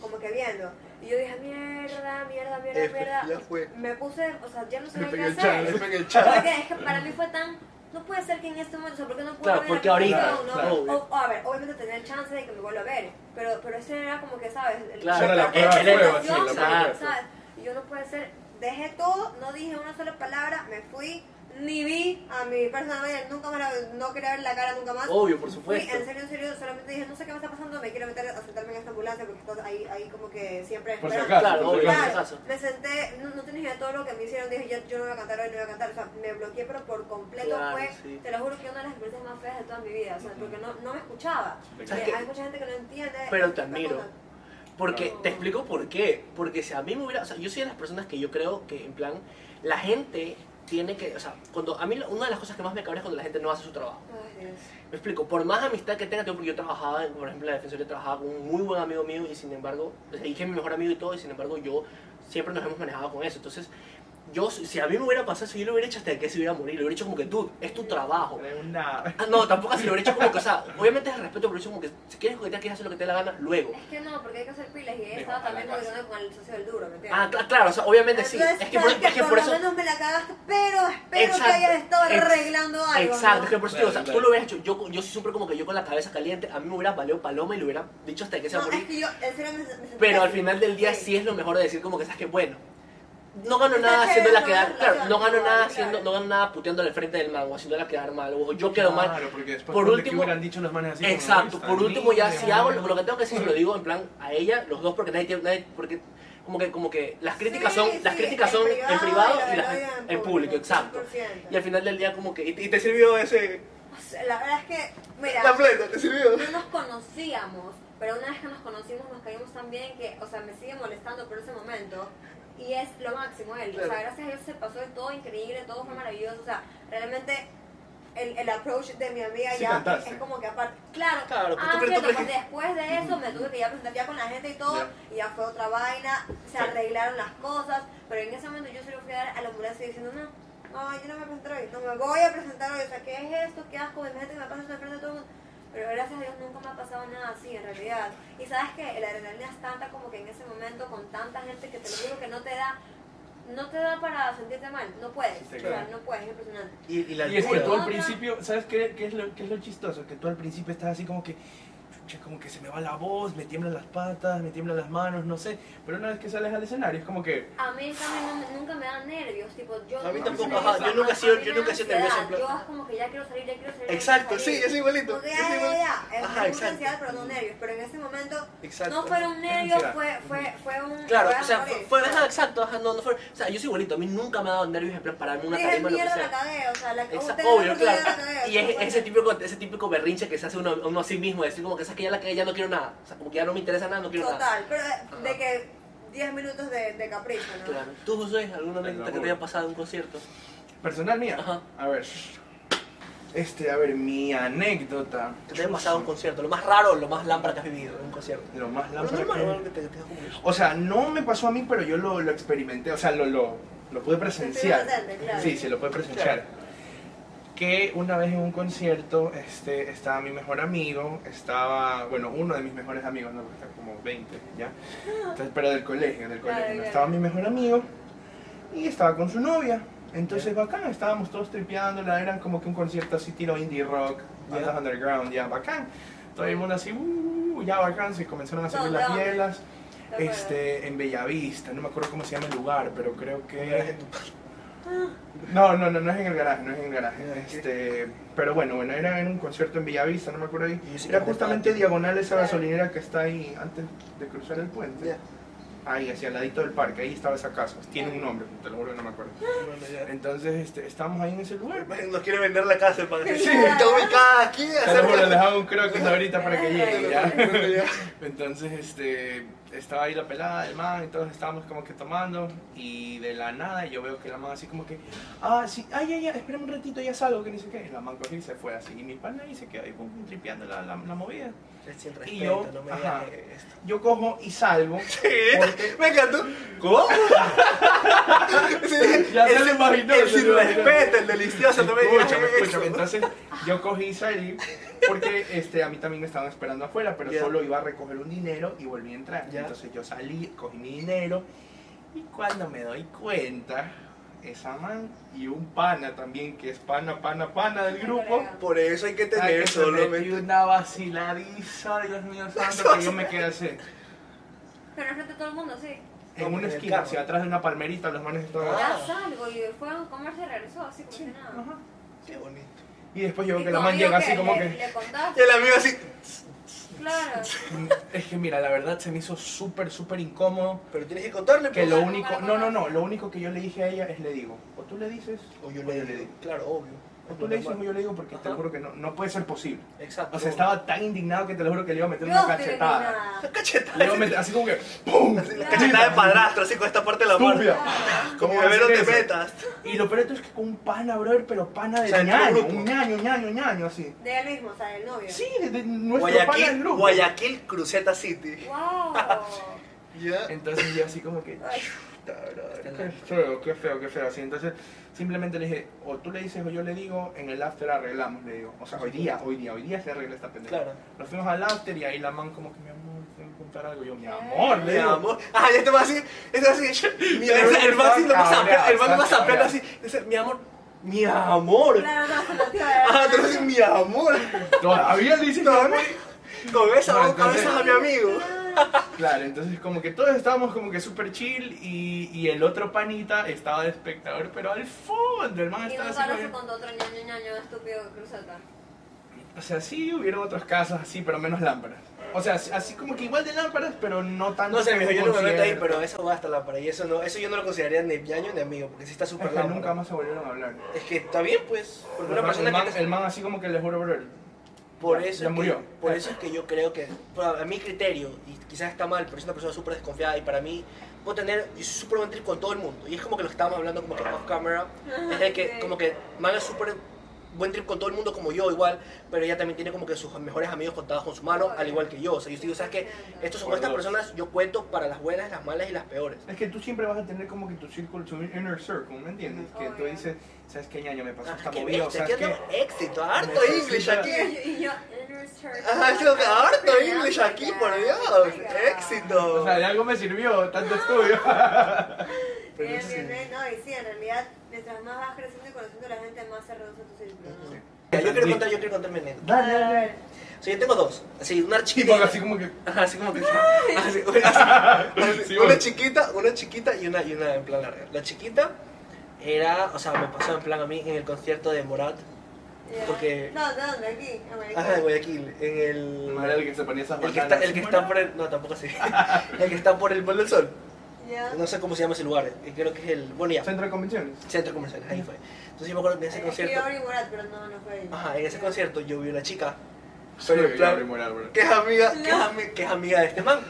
[SPEAKER 1] como que viendo. Y yo dije, mierda, mierda, mierda,
[SPEAKER 3] F,
[SPEAKER 1] mierda.
[SPEAKER 3] ya fue.
[SPEAKER 1] Me puse, o sea, ya no
[SPEAKER 4] Me
[SPEAKER 1] sabía qué
[SPEAKER 4] pegué el
[SPEAKER 1] hacer.
[SPEAKER 4] chance.
[SPEAKER 3] En el chat.
[SPEAKER 1] Porque es que para mí fue tan. No puede ser que en este momento, o sea, porque no puedo
[SPEAKER 2] Claro,
[SPEAKER 1] ver
[SPEAKER 2] porque
[SPEAKER 1] la
[SPEAKER 2] ahorita,
[SPEAKER 1] canción, ¿no?
[SPEAKER 2] claro,
[SPEAKER 1] O, o, a ver, obviamente tenía el chance de que me vuelva a ver, pero, pero ese era como que, ¿sabes? El-
[SPEAKER 2] Claro,
[SPEAKER 4] Era la
[SPEAKER 2] él-
[SPEAKER 4] prueba,
[SPEAKER 2] él- él-
[SPEAKER 4] prueba, sí,
[SPEAKER 1] Yo,
[SPEAKER 4] la
[SPEAKER 1] ¿sabes?
[SPEAKER 4] prueba.
[SPEAKER 1] Y yo no puede ser, dejé todo, no dije una sola palabra, me fui, ni vi a mi persona manager, nunca me la, no quería ver la cara nunca más.
[SPEAKER 2] Obvio, por
[SPEAKER 1] Fui,
[SPEAKER 2] supuesto.
[SPEAKER 1] en serio, en serio, solamente dije, no sé qué me está pasando, me quiero meter a sentarme en esta ambulancia porque estás ahí, ahí como que siempre
[SPEAKER 4] Por si
[SPEAKER 1] esperando.
[SPEAKER 4] acaso.
[SPEAKER 2] Claro,
[SPEAKER 4] por si
[SPEAKER 2] obvio.
[SPEAKER 4] acaso.
[SPEAKER 1] Claro, me senté, no, no tenía idea de todo lo que me hicieron, dije yo, yo no voy a cantar hoy, no voy a cantar, o sea, me bloqueé pero por completo
[SPEAKER 2] Claro,
[SPEAKER 1] fue,
[SPEAKER 2] sí.
[SPEAKER 1] te lo juro que una de las experiencias más feas de toda mi vida, o sea,
[SPEAKER 4] Ujú.
[SPEAKER 1] porque no, no me escuchaba,
[SPEAKER 4] ¿Sabes
[SPEAKER 1] Eh,
[SPEAKER 2] qué?
[SPEAKER 1] hay mucha gente que no entiende.
[SPEAKER 2] Pero te
[SPEAKER 1] estas
[SPEAKER 2] admiro.
[SPEAKER 1] cosas.
[SPEAKER 2] Porque,
[SPEAKER 1] No.
[SPEAKER 2] te explico por qué. Porque si a mí me hubiera. O sea, yo soy de las personas que yo creo que, en plan, la gente tiene que. O sea, cuando. A mí, la- una de las cosas que más me cabrea es cuando la gente no hace su trabajo.
[SPEAKER 1] Ay, Dios.
[SPEAKER 2] Me explico, por más amistad que tenga, tengo- porque yo trabajaba, en, por ejemplo, en la defensoría trabajaba con un muy buen amigo mío y sin embargo, o sea, y que es mi mejor amigo y todo, y sin embargo yo siempre nos hemos manejado con eso. Entonces, yo, si si a mí me hubiera pasado eso, yo lo hubiera hecho hasta que se hubiera morido, lo hubiera hecho como que tú, es tu trabajo.
[SPEAKER 4] Una...
[SPEAKER 2] Ah, no, tampoco así, lo hubiera hecho como que, o sea, obviamente es respeto, pero eso como que si quieres juguetear, quieres hacer lo que te dé la gana, luego.
[SPEAKER 1] Es que no, porque hay que hacer pilas y ella
[SPEAKER 4] Mejor
[SPEAKER 1] estaba
[SPEAKER 4] para la
[SPEAKER 1] también
[SPEAKER 4] casa.
[SPEAKER 1] coordinando con el socio del duro, ¿me entiendes?
[SPEAKER 2] Ah, cl- claro, o sea, obviamente sí.
[SPEAKER 1] Entonces,
[SPEAKER 2] Es que por,
[SPEAKER 1] sabes
[SPEAKER 2] es que por
[SPEAKER 1] por
[SPEAKER 2] eso.
[SPEAKER 1] lo menos me la cagaste, pero espero
[SPEAKER 2] Exacto,
[SPEAKER 1] que hayas estado
[SPEAKER 2] ex-
[SPEAKER 1] arreglando algo.
[SPEAKER 2] Exacto,
[SPEAKER 1] ¿no?
[SPEAKER 2] es que por eso te digo, o sea,
[SPEAKER 4] Claro,
[SPEAKER 2] tú lo hubieras hecho, yo, yo soy siempre como que yo con la cabeza caliente, a mí me hubiera valido paloma y le hubiera dicho hasta que se
[SPEAKER 1] No,
[SPEAKER 2] va a morir.
[SPEAKER 1] es que yo, en serio, me, me sentí
[SPEAKER 2] Pero al
[SPEAKER 1] así.
[SPEAKER 2] final del día sí es lo mejor de decir como que sabes que bueno. No gano
[SPEAKER 1] Está
[SPEAKER 2] nada
[SPEAKER 1] chévere,
[SPEAKER 2] haciendo la
[SPEAKER 1] no
[SPEAKER 2] quedar,
[SPEAKER 1] gano
[SPEAKER 2] claro,
[SPEAKER 1] relación,
[SPEAKER 2] no gano
[SPEAKER 1] igual,
[SPEAKER 2] nada
[SPEAKER 1] claro.
[SPEAKER 2] haciendo, no gano nada puteando al frente del man o haciéndola quedar mal o yo quedo mal.
[SPEAKER 4] Claro, porque después
[SPEAKER 2] Por
[SPEAKER 4] ponte
[SPEAKER 2] último-
[SPEAKER 4] que hubieran dicho los manes así. como,
[SPEAKER 2] Exacto,
[SPEAKER 4] "Esta
[SPEAKER 2] por último ya
[SPEAKER 4] niña".
[SPEAKER 2] si hago lo lo que tengo que decir
[SPEAKER 1] Mm.
[SPEAKER 2] se lo digo en plan a ella, los dos porque nadie tiene nadie- porque como que como que las críticas
[SPEAKER 1] Sí,
[SPEAKER 2] son las
[SPEAKER 1] sí,
[SPEAKER 2] críticas son en privado y las
[SPEAKER 1] odio
[SPEAKER 2] en público, exacto.
[SPEAKER 1] 100%.
[SPEAKER 2] Y al final del día como que y-
[SPEAKER 3] ¿Y te sirvió ese?
[SPEAKER 1] O sea, La verdad es que, mira,
[SPEAKER 3] La plena, ¿te sirvió?
[SPEAKER 1] no nos conocíamos, pero una vez que nos conocimos nos caímos tan bien que, o sea, me sigue molestando por ese momento. Y es lo máximo él. O sea,
[SPEAKER 3] Claro.
[SPEAKER 1] gracias a Dios se pasó de todo increíble, todo fue maravilloso. O sea, realmente el, el approach de mi amiga
[SPEAKER 4] Sí
[SPEAKER 1] ya
[SPEAKER 4] cantaste.
[SPEAKER 1] es como que aparte. Claro,
[SPEAKER 3] Claro, pues
[SPEAKER 1] ah,
[SPEAKER 3] tú crees- tú
[SPEAKER 1] cierto,
[SPEAKER 3] crees
[SPEAKER 1] pues después de eso me tuve que ya presentar ya con la gente y todo, y ya fue otra vaina, se
[SPEAKER 4] Sí.
[SPEAKER 1] arreglaron las cosas, pero en ese momento yo solo fui a dar a la ambulancia diciendo, no, no, yo no me presentaré hoy, no me voy a presentar hoy, o sea, ¿qué es esto? ¿Qué asco? Imagínate que me pasa esto enfrente de todo el mundo. Pero gracias a Dios nunca me ha pasado nada así en realidad. Y sabes que la adrenalina es tanta como que en ese momento con tanta gente que te lo digo que no te da, no te da para sentirte mal, no puedes,
[SPEAKER 4] Sí,
[SPEAKER 1] o sea,
[SPEAKER 4] claro.
[SPEAKER 1] no puedes, es impresionante.
[SPEAKER 3] Y, la
[SPEAKER 4] Y es que
[SPEAKER 1] altura.
[SPEAKER 4] tú al principio, ¿sabes qué, qué es lo, qué es lo chistoso? Que tú al principio estás así como que, pucha, como que se me va la voz, me tiemblan las patas, me tiemblan las manos, no sé. Pero una vez que sales al escenario es como que...
[SPEAKER 1] A mí también no me- nunca me dan nervios, tipo, yo...
[SPEAKER 3] A mí
[SPEAKER 1] no
[SPEAKER 4] tampoco,
[SPEAKER 1] me
[SPEAKER 4] ajá,
[SPEAKER 1] gusta,
[SPEAKER 4] yo
[SPEAKER 3] nunca he sido-
[SPEAKER 1] a mí me
[SPEAKER 3] yo
[SPEAKER 1] da
[SPEAKER 3] nunca he sido nervioso, en
[SPEAKER 1] ansiedad,
[SPEAKER 3] plan-
[SPEAKER 1] Yo es como que ya quiero salir, ya quiero salir. ya
[SPEAKER 3] Exacto,
[SPEAKER 1] quiero
[SPEAKER 3] sí,
[SPEAKER 1] salir.
[SPEAKER 3] es igualito.
[SPEAKER 1] Como que
[SPEAKER 3] es
[SPEAKER 1] ya,
[SPEAKER 3] igual-
[SPEAKER 1] ya, ya, es
[SPEAKER 3] Ajá,
[SPEAKER 1] mucha
[SPEAKER 3] exacto.
[SPEAKER 1] ansiedad, pero no nervios. Pero en ese momento
[SPEAKER 3] Exacto.
[SPEAKER 1] no fueron nervios,
[SPEAKER 4] ansiedad.
[SPEAKER 1] fue, fue, fue un...
[SPEAKER 2] Claro,
[SPEAKER 1] fue
[SPEAKER 2] o sea,
[SPEAKER 1] amor.
[SPEAKER 2] fue, fue- ajá, exacto, ajá, no, no fue, o sea, yo soy igualito, a mí nunca me ha dado nervios en plan pararme en una
[SPEAKER 1] Dije,
[SPEAKER 2] tarima o lo que
[SPEAKER 1] mierda, la
[SPEAKER 2] sea.
[SPEAKER 1] cagué, o sea, la
[SPEAKER 2] Exa-
[SPEAKER 1] usted no
[SPEAKER 2] obvio,
[SPEAKER 1] porque yo
[SPEAKER 2] claro.
[SPEAKER 1] la cagué,
[SPEAKER 2] Y
[SPEAKER 1] o
[SPEAKER 2] es
[SPEAKER 1] sea,
[SPEAKER 2] ese típico, ese típico berrinche que se hace uno, uno a sí mismo, decir como que sabes que ya la cagué, ya no quiero nada, o sea, como que ya no me interesa nada, no quiero nada.
[SPEAKER 1] Total, pero eh, de que 10 minutos de, de capricho, ¿no?
[SPEAKER 2] Claro. ¿Tú, José, alguna anécdota que te
[SPEAKER 4] amor.
[SPEAKER 2] haya pasado en un concierto?
[SPEAKER 4] Personal mía.
[SPEAKER 2] Ajá.
[SPEAKER 4] A ver. Este, a ver, mi anécdota.
[SPEAKER 2] Que te haya pasado en un concierto, lo más raro, lo más lámpara que has vivido en un concierto.
[SPEAKER 4] Lo más
[SPEAKER 2] Lo
[SPEAKER 4] lámpara
[SPEAKER 2] normal,
[SPEAKER 4] que-
[SPEAKER 2] igual que te- te da como eso.
[SPEAKER 4] O sea, no me pasó a mí, pero yo lo, lo experimenté, o sea, lo, lo, lo pude presenciar.
[SPEAKER 1] Estuvo presente, claro.
[SPEAKER 4] Sí, sí, lo pude presenciar. Que una vez en un concierto este, estaba mi mejor amigo, estaba, bueno, uno de mis mejores amigos, no, está como 20, ¿ya? Entonces, pero del colegio, del
[SPEAKER 1] Claro,
[SPEAKER 4] colegio.
[SPEAKER 1] claro.
[SPEAKER 4] Estaba mi mejor amigo y estaba con su novia. Entonces, bacán, estábamos todos tripeándola, eran como que un concierto así, tiro indie rock,
[SPEAKER 2] Ya.
[SPEAKER 4] bandas underground, ya, bacán. Todo el mundo así, "Uh, ya bacán, se comenzaron a subir
[SPEAKER 1] ¿Dónde,
[SPEAKER 4] las
[SPEAKER 1] dónde?
[SPEAKER 4] bielas.
[SPEAKER 1] ¿Te acuerdas?
[SPEAKER 4] Este, en Bellavista, no me acuerdo cómo se llama el lugar, pero creo que... Ah.
[SPEAKER 3] en
[SPEAKER 4] No, no, no, no es en el garaje, no es en el garaje. Este, pero bueno, bueno, era en un concierto en Bellavista, no me acuerdo ahí.
[SPEAKER 2] Y yo sí
[SPEAKER 4] Era
[SPEAKER 2] que me
[SPEAKER 4] justamente
[SPEAKER 2] estaba-
[SPEAKER 4] diagonal esa
[SPEAKER 1] Claro.
[SPEAKER 4] gasolinera que está ahí antes de cruzar el puente.
[SPEAKER 3] Ya.
[SPEAKER 4] Ahí, hacia el ladito del parque, ahí estaba esa casa. Tiene un nombre, te lo juro que no me acuerdo.
[SPEAKER 3] Bueno, ya.
[SPEAKER 4] Entonces, este, estábamos ahí en ese lugar.
[SPEAKER 3] Nos quiere vender la casa, padre.
[SPEAKER 1] Sí.
[SPEAKER 3] está ubicada aquí.
[SPEAKER 4] Te lo juro,
[SPEAKER 3] acerca.
[SPEAKER 4] les hago un croquis ahorita para que lleguen, ¿ya?
[SPEAKER 3] Bueno, ya.
[SPEAKER 4] Entonces, este, estaba ahí la pelada, el man, y todos estábamos como que tomando, y de la nada yo veo que la man así como que, ah, sí, ay, ya, ya, espérame un ratito, ya salgo, que ni sé qué. La man cogió y se fue así, y mi pana ahí se quedó ahí pum, pum, tripeando la, la, la movida.
[SPEAKER 2] Es sin respeto,
[SPEAKER 4] Y yo,
[SPEAKER 2] no me
[SPEAKER 4] ajá,
[SPEAKER 2] digas esto.
[SPEAKER 4] yo cojo y salgo. porque-
[SPEAKER 3] Me encantó. ¿Cómo?
[SPEAKER 4] Ya se lo imaginó,
[SPEAKER 3] El
[SPEAKER 4] se
[SPEAKER 3] sin
[SPEAKER 4] lo imaginó.
[SPEAKER 3] respeto, el delicioso, no me digas
[SPEAKER 4] Escúchame,
[SPEAKER 3] eso.
[SPEAKER 4] escúchame. Entonces yo cogí y salí porque este, a mí también me estaban esperando afuera, pero
[SPEAKER 3] Ya.
[SPEAKER 4] solo iba a recoger un dinero y volví a entrar.
[SPEAKER 3] Ya.
[SPEAKER 4] Entonces yo salí, cogí mi dinero y cuando me doy cuenta, esa man y un pana también, que es pana, pana, pana del grupo.
[SPEAKER 3] Por eso hay que
[SPEAKER 4] ay,
[SPEAKER 3] tener
[SPEAKER 4] que se metió
[SPEAKER 3] solamente.
[SPEAKER 4] una vaciladiza, Dios mío santo, que yo me quedé así.
[SPEAKER 1] Pero enfrente de todo el mundo, sí.
[SPEAKER 4] En
[SPEAKER 3] No,
[SPEAKER 4] una
[SPEAKER 3] en el
[SPEAKER 4] esquina,
[SPEAKER 3] carro.
[SPEAKER 4] hacia atrás de una palmerita, los manes estaban...
[SPEAKER 2] Ah.
[SPEAKER 1] Ya salgo y fue a comerse y regresó, así como si nada.
[SPEAKER 4] Ajá.
[SPEAKER 3] Qué bonito.
[SPEAKER 4] Y después
[SPEAKER 1] Y
[SPEAKER 4] yo veo que la
[SPEAKER 1] tu
[SPEAKER 4] man
[SPEAKER 1] amigo
[SPEAKER 4] llega
[SPEAKER 1] que
[SPEAKER 4] así como
[SPEAKER 1] le-
[SPEAKER 4] que...
[SPEAKER 1] Le contaste,
[SPEAKER 3] Y el amigo así.
[SPEAKER 1] claro.
[SPEAKER 4] Es que mira, la verdad se me hizo súper, súper incómodo.
[SPEAKER 3] Pero tienes que contarle.
[SPEAKER 4] Que
[SPEAKER 3] pues.
[SPEAKER 4] lo único, no, no, no, lo único que yo le dije a ella es le digo, o tú le dices,
[SPEAKER 3] O yo le digo. Claro, obvio.
[SPEAKER 4] o tú le dices o yo le digo porque te
[SPEAKER 2] Ajá.
[SPEAKER 4] lo juro que no, no puede ser posible.
[SPEAKER 2] Exacto.
[SPEAKER 4] O sea, estaba tan indignado que te lo juro que le iba a meter
[SPEAKER 1] Yo
[SPEAKER 4] una
[SPEAKER 1] estoy
[SPEAKER 4] cachetada.
[SPEAKER 1] indignada.
[SPEAKER 3] Cachetada.
[SPEAKER 4] Le iba a meter así como que ¡pum!
[SPEAKER 3] La cachetada de padrastro, así con esta parte de la mano.
[SPEAKER 4] Estúpida.
[SPEAKER 1] Claro.
[SPEAKER 4] ¿Cómo
[SPEAKER 3] Como
[SPEAKER 4] vas a
[SPEAKER 3] bebé no
[SPEAKER 4] hacer
[SPEAKER 3] te
[SPEAKER 4] eso?
[SPEAKER 3] metas.
[SPEAKER 4] Y lo peor de todo es que con un pana, brother, pero pana de
[SPEAKER 3] O sea, en todo
[SPEAKER 4] ñaño,
[SPEAKER 3] grupo.
[SPEAKER 4] un ñaño, ñaño, ñaño, así.
[SPEAKER 1] De él mismo, o sea, del novio.
[SPEAKER 4] Sí, de, de nuestro pana del
[SPEAKER 3] Guayaquil,
[SPEAKER 4] grupo.
[SPEAKER 3] Guayaquil, Cruceta City.
[SPEAKER 1] Wow.
[SPEAKER 3] Ya.
[SPEAKER 4] Entonces yo así como que,
[SPEAKER 1] Ay,
[SPEAKER 4] Qué feo, qué feo, qué feo. Así, entonces, simplemente le dije, o tú le dices o yo le digo, en el after arreglamos, le digo. O sea, hoy día, hoy día, hoy día se arregla esta pendeja.
[SPEAKER 2] Claro.
[SPEAKER 4] Nos fuimos al after y ahí la man como que, mi amor, tengo que contar algo. Yo, mi
[SPEAKER 1] ¿Qué?
[SPEAKER 4] amor, le
[SPEAKER 3] Mi
[SPEAKER 4] digo.
[SPEAKER 3] amor. Ah, ya te va así. Este va así. Mi
[SPEAKER 4] Pero
[SPEAKER 3] amor. El más así lo más
[SPEAKER 4] está
[SPEAKER 3] ampliado. El más lo más
[SPEAKER 4] está
[SPEAKER 3] ampliado así.
[SPEAKER 4] cabreado.
[SPEAKER 3] Ese, Mi amor. Mi amor.
[SPEAKER 1] Claro, no, se lo tío.
[SPEAKER 3] Ah, tú dices mi amor.
[SPEAKER 4] Todavía le dices,
[SPEAKER 3] No,
[SPEAKER 4] mi
[SPEAKER 3] no.
[SPEAKER 4] amor.
[SPEAKER 3] Con esa
[SPEAKER 4] No,
[SPEAKER 3] boca
[SPEAKER 4] entonces-
[SPEAKER 3] besas a mi amigo.
[SPEAKER 4] Claro, entonces como que todos estábamos como que súper chill y, y el otro panita estaba de espectador, pero al fondo, el man
[SPEAKER 1] Y
[SPEAKER 4] estaba
[SPEAKER 1] no
[SPEAKER 4] Ah, así.
[SPEAKER 1] solo
[SPEAKER 4] como
[SPEAKER 1] se
[SPEAKER 4] que-
[SPEAKER 1] contó otro ñaño ñaño estúpido que cruzata.
[SPEAKER 4] O sea, sí hubieron otros casos así, pero menos lámparas. O sea, así como que igual de lámparas, pero no tanto.
[SPEAKER 3] No sé,
[SPEAKER 4] como
[SPEAKER 3] mijo,
[SPEAKER 4] un
[SPEAKER 3] yo no me meto ahí,
[SPEAKER 4] concierto.
[SPEAKER 3] pero eso va hasta la pared. Y eso no, eso yo no lo consideraría ni ñaño ni amigo, porque sí está
[SPEAKER 4] Es
[SPEAKER 3] súper
[SPEAKER 4] que
[SPEAKER 3] lámpara.
[SPEAKER 4] nunca más se volvieron a hablar.
[SPEAKER 3] Es que está bien, pues. Porque una
[SPEAKER 4] el, man,
[SPEAKER 3] persona
[SPEAKER 4] el man-
[SPEAKER 3] que.
[SPEAKER 4] el man así como que le juro, bro.
[SPEAKER 3] Por
[SPEAKER 4] Ya,
[SPEAKER 3] eso,
[SPEAKER 4] ya
[SPEAKER 3] es
[SPEAKER 4] murió.
[SPEAKER 3] que- por eso es que yo creo que, para- a mi criterio, y quizás está mal, pero es una persona súper desconfiada y para mí, puedo tener, y soy súper mentir con todo el mundo. Y es como que lo que estábamos hablando como que off camera, es de que
[SPEAKER 1] sí.
[SPEAKER 3] como que Mano es súper buen trip con todo el mundo como yo igual, pero ella también tiene como que sus mejores amigos contados con su mano, al igual que yo. O sea, yo digo, ¿sabes qué? Estos son
[SPEAKER 4] Por
[SPEAKER 3] estas
[SPEAKER 4] dos.
[SPEAKER 3] personas, yo cuento para las buenas, las malas y las peores.
[SPEAKER 4] Es que tú siempre vas a tener como que tu círculo, tu inner circle, ¿me entiendes?
[SPEAKER 1] Ujú.
[SPEAKER 4] Que tú
[SPEAKER 1] Obvio.
[SPEAKER 4] dices, ¿sabes qué ñaño me pasó
[SPEAKER 3] Ah,
[SPEAKER 4] esta
[SPEAKER 3] qué
[SPEAKER 4] movida? O sea,
[SPEAKER 3] bestia, aquí
[SPEAKER 4] es que.
[SPEAKER 3] andamos- éxito, harto
[SPEAKER 4] Necesita-
[SPEAKER 3] English aquí.
[SPEAKER 1] Y yo, inner circle.
[SPEAKER 3] Ah, tengo que- harto
[SPEAKER 1] Pero,
[SPEAKER 3] English
[SPEAKER 1] oh my
[SPEAKER 3] aquí,
[SPEAKER 1] God,
[SPEAKER 3] por
[SPEAKER 1] oh my
[SPEAKER 3] Dios.
[SPEAKER 1] God.
[SPEAKER 3] Éxito.
[SPEAKER 4] O sea, de algo me sirvió tanto estudio.
[SPEAKER 3] Ah. Pero
[SPEAKER 1] Bien,
[SPEAKER 3] sí.
[SPEAKER 1] bien, bien. Eh, No, y sí, en realidad, mientras más vas creciendo y conociendo a la gente, más se reduce tu círculo. ¿no?
[SPEAKER 3] Ya, yo quiero contar, yo quiero contar mi anécdota.
[SPEAKER 4] Dale, dale.
[SPEAKER 3] O sea, yo tengo dos. Así, una
[SPEAKER 4] Y
[SPEAKER 3] chiquita.
[SPEAKER 4] porque así como que.
[SPEAKER 3] Ajá, así como que. Así, así, así,
[SPEAKER 4] Sí,
[SPEAKER 3] una
[SPEAKER 4] bueno.
[SPEAKER 3] chiquita, una chiquita y una, y una en plan larga. La chiquita era, o sea, me pasó en plan a mí en el concierto de Morat.
[SPEAKER 1] Ya.
[SPEAKER 3] Porque-
[SPEAKER 1] eh, No, ¿de dónde? Aquí, en
[SPEAKER 3] Ajá, en
[SPEAKER 1] Guayaquil.
[SPEAKER 3] Guayaquil. En el.
[SPEAKER 4] Madre, el que se ponía esas
[SPEAKER 3] El que está, el que está por
[SPEAKER 4] por
[SPEAKER 3] el. No, tampoco así. El que está por el Mall del Sol.
[SPEAKER 1] Ya.
[SPEAKER 3] No sé cómo se llama ese lugar. eh, Creo que es el. Bueno, ya.
[SPEAKER 4] Centro de convenciones.
[SPEAKER 3] Centro comercial, ahí fue. Entonces yo me acuerdo que en ese
[SPEAKER 1] Es que yo
[SPEAKER 3] concierto.
[SPEAKER 1] abrí Morat, pero no, no fue ahí.
[SPEAKER 3] Ajá, en ese
[SPEAKER 1] Ya.
[SPEAKER 3] concierto yo vi una chica
[SPEAKER 4] Sí,
[SPEAKER 3] en
[SPEAKER 4] que
[SPEAKER 3] plan-
[SPEAKER 4] Gabriel Moral, bro.
[SPEAKER 3] que es amiga, que es, ami- que es amiga de este man.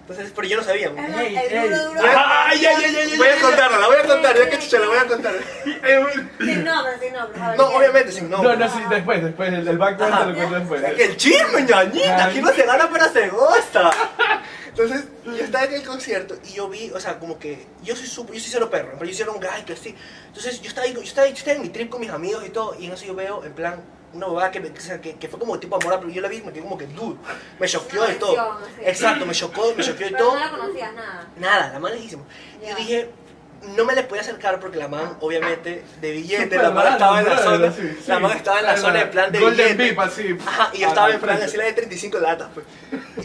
[SPEAKER 3] Entonces, pero yo no sabía.
[SPEAKER 1] Es
[SPEAKER 3] Voy
[SPEAKER 1] más,
[SPEAKER 2] Ey,
[SPEAKER 1] el
[SPEAKER 2] ey.
[SPEAKER 1] duro, duro.
[SPEAKER 4] Ay, ay, ay, ay, ay,
[SPEAKER 3] a contarla, la voy a contar, ya que chucha, la voy a contar.
[SPEAKER 1] Sin nombres, sin nombres. a ver,
[SPEAKER 3] No,
[SPEAKER 1] ¿qué?
[SPEAKER 3] obviamente, sin
[SPEAKER 4] No,
[SPEAKER 3] nombre.
[SPEAKER 4] no, sí, después, después, el, el background
[SPEAKER 3] Ajá.
[SPEAKER 4] te lo cuento después.
[SPEAKER 3] Es que el chisme, ñañita, aquí no se gana, pero se gosta. Entonces, yo estaba en el concierto y yo vi, o sea, como que yo soy súper, yo soy cero perro, pero yo soy un gallo, así. Entonces, yo estaba, ahí- yo, estaba, ahí- yo estaba en mi trip con mis amigos y todo, y en eso yo veo, en plan, una bobada que, me- o sea, que, que fue como tipo amor, pero yo la vi y me quedé como que, dude, me choqueó y
[SPEAKER 1] Una
[SPEAKER 3] todo.
[SPEAKER 1] versión, sí.
[SPEAKER 3] Exacto, me chocó, me choqueó y
[SPEAKER 1] Pero
[SPEAKER 3] todo.
[SPEAKER 1] no la conocías nada.
[SPEAKER 3] Nada, la man lejísima.
[SPEAKER 1] Ya.
[SPEAKER 3] Yo dije, no me le podía acercar porque la man, obviamente, de billete,
[SPEAKER 4] Súper
[SPEAKER 3] la man
[SPEAKER 4] mala,
[SPEAKER 3] estaba en la
[SPEAKER 4] brother,
[SPEAKER 3] zona,
[SPEAKER 4] sí, sí.
[SPEAKER 3] la man estaba en la
[SPEAKER 4] Ay,
[SPEAKER 3] zona de plan de
[SPEAKER 4] Golden
[SPEAKER 3] billete.
[SPEAKER 4] Beep, así.
[SPEAKER 3] Ajá, y yo
[SPEAKER 4] al-
[SPEAKER 3] estaba
[SPEAKER 4] al
[SPEAKER 3] en plan
[SPEAKER 4] frente.
[SPEAKER 3] así la de 35 latas, pues.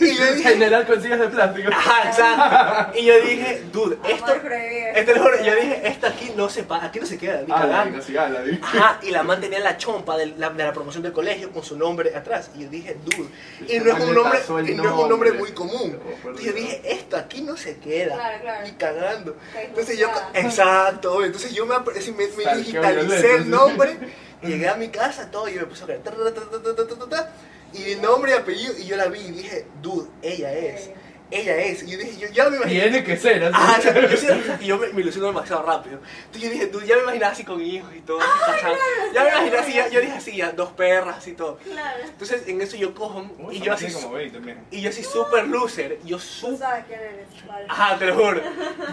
[SPEAKER 3] Y yo
[SPEAKER 4] En
[SPEAKER 3] dije, Ah,
[SPEAKER 4] general con sillas de plástico.
[SPEAKER 3] ajá, exacto. Y yo dije, dude, esto,
[SPEAKER 1] Amor prohibido.
[SPEAKER 3] este lo juro, yo dije, esto aquí no se pa- aquí no se queda, ni
[SPEAKER 4] Ah, la
[SPEAKER 3] cagando.
[SPEAKER 4] digo, sí, ah, la digo.
[SPEAKER 3] Ajá, y la man tenía la chompa de la, de la promoción del colegio con su nombre atrás. Y yo dije, dude. Y no es un nombre, y no es un nombre muy común. Y yo dije, esto aquí no se queda.
[SPEAKER 1] Claro, claro.
[SPEAKER 3] Ni cagando.
[SPEAKER 1] Está
[SPEAKER 3] Entonces yo,
[SPEAKER 1] injustada.
[SPEAKER 3] exacto, obvio. entonces yo me, apre- sí, me, me
[SPEAKER 4] Tal, qué
[SPEAKER 3] digitalicé
[SPEAKER 4] violento,
[SPEAKER 3] el
[SPEAKER 4] sí.
[SPEAKER 3] nombre, llegué a mi casa, todo, y yo me puse a creer, ta, ta, ta, ta, ta, ta, ta, ta, y el nombre y apellido, y yo la vi y dije, dude, ella es, ella es, y yo dije, yo ya me imaginé.
[SPEAKER 4] Tiene que ser, así.
[SPEAKER 3] Ah, o sea, yo, sí- y yo me, me ilusiono demasiado rápido. Entonces yo dije, dude, ya me imaginaba así con hijos y todo. así pasando. ya me imaginaba así, ya- yo dije así, ya, dos perras y todo.
[SPEAKER 1] Claro.
[SPEAKER 3] Entonces en eso yo cojo
[SPEAKER 4] Uy,
[SPEAKER 3] y yo así,
[SPEAKER 4] tiene como 20, mira.
[SPEAKER 3] y yo así super loser, yo
[SPEAKER 1] Tú
[SPEAKER 3] super
[SPEAKER 1] sabes quién eres. vale.
[SPEAKER 3] Ajá, te lo juro.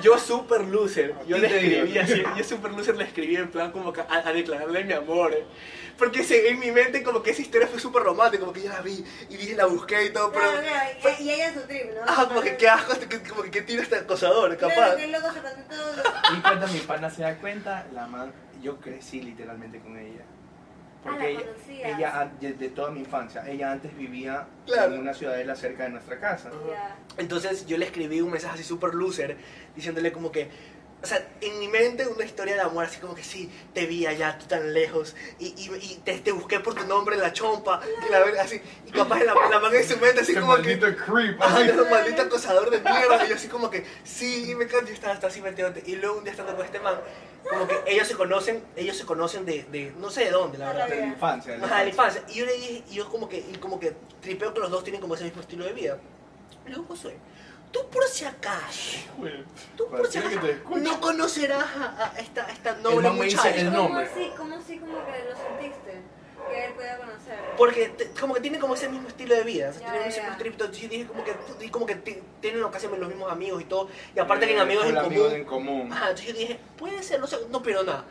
[SPEAKER 3] Yo super loser. Yo le
[SPEAKER 4] Te digo.
[SPEAKER 3] escribí así. Yo super loser le escribí en plan como que a, a declararle mi amor. eh. Porque se- en mi mente como que esa historia fue súper romántica. Como que yo la vi y dije la busqué y todo. Pero...
[SPEAKER 1] Claro, claro, y-
[SPEAKER 3] fue-
[SPEAKER 1] Y ella es su trip, ¿no?
[SPEAKER 3] Ajá, como que qué asco. este que- Como que qué tiro este acosador, capaz. Ah,
[SPEAKER 1] Claro, que loco se contó todo.
[SPEAKER 4] Y cuando mi pana se da cuenta, la man, yo crecí literalmente con ella. Porque
[SPEAKER 1] Ah, la
[SPEAKER 4] ella,
[SPEAKER 1] conocías.
[SPEAKER 4] ella an- desde toda mi infancia, ella antes vivía
[SPEAKER 3] Claro.
[SPEAKER 4] en una ciudadela cerca de nuestra casa.
[SPEAKER 1] Ya.
[SPEAKER 3] Entonces yo le escribí un mensaje así super loser. Diciéndole como que... O sea, en mi mente una historia de amor así como que sí, te vi allá, tú tan lejos, y, y, y te, te busqué por tu nombre en la chompa, y la verga así, y capaz la, la man en su mente así
[SPEAKER 4] Ese
[SPEAKER 3] como que...
[SPEAKER 4] maldito creep.
[SPEAKER 3] Ajá,
[SPEAKER 4] así.
[SPEAKER 3] yo era un maldito acosador de mierda. Y yo así como que, sí, me encanta. Yo estaba, estaba así metiéndote. Y luego un día estando con este man, como que ellos se conocen, ellos se conocen de, de no sé de dónde, la
[SPEAKER 1] Toda
[SPEAKER 3] verdad.
[SPEAKER 4] de la infancia. de la
[SPEAKER 3] Ah, Ajá, de la
[SPEAKER 4] infancia.
[SPEAKER 3] infancia. Y yo le dije, y yo como que, y como que tripeo que los dos tienen como ese mismo estilo de vida. Y luego Josué, tú por si acaso, tú por si
[SPEAKER 4] Cualquiera
[SPEAKER 3] acaso,
[SPEAKER 4] que te escuche.
[SPEAKER 3] no conocerás a, a esta, a esta noble
[SPEAKER 4] man me dice
[SPEAKER 3] muchacha.
[SPEAKER 4] el
[SPEAKER 1] ¿Cómo
[SPEAKER 4] nombre.
[SPEAKER 1] así? ¿Cómo así como que lo sentiste? Que él podía conocer.
[SPEAKER 3] Porque te- como que tienen como ese mismo estilo de vida, o sea,
[SPEAKER 1] Ya,
[SPEAKER 3] tienen ese
[SPEAKER 1] ya.
[SPEAKER 3] mismo tripto, y dije como que, y como que ti- tienen casi los mismos amigos y todo, y aparte que en
[SPEAKER 4] Eh,
[SPEAKER 3] amigos en
[SPEAKER 4] full
[SPEAKER 3] común,
[SPEAKER 4] en común.
[SPEAKER 3] Ajá, entonces yo dije, puede ser, no sé, no pierdo nada.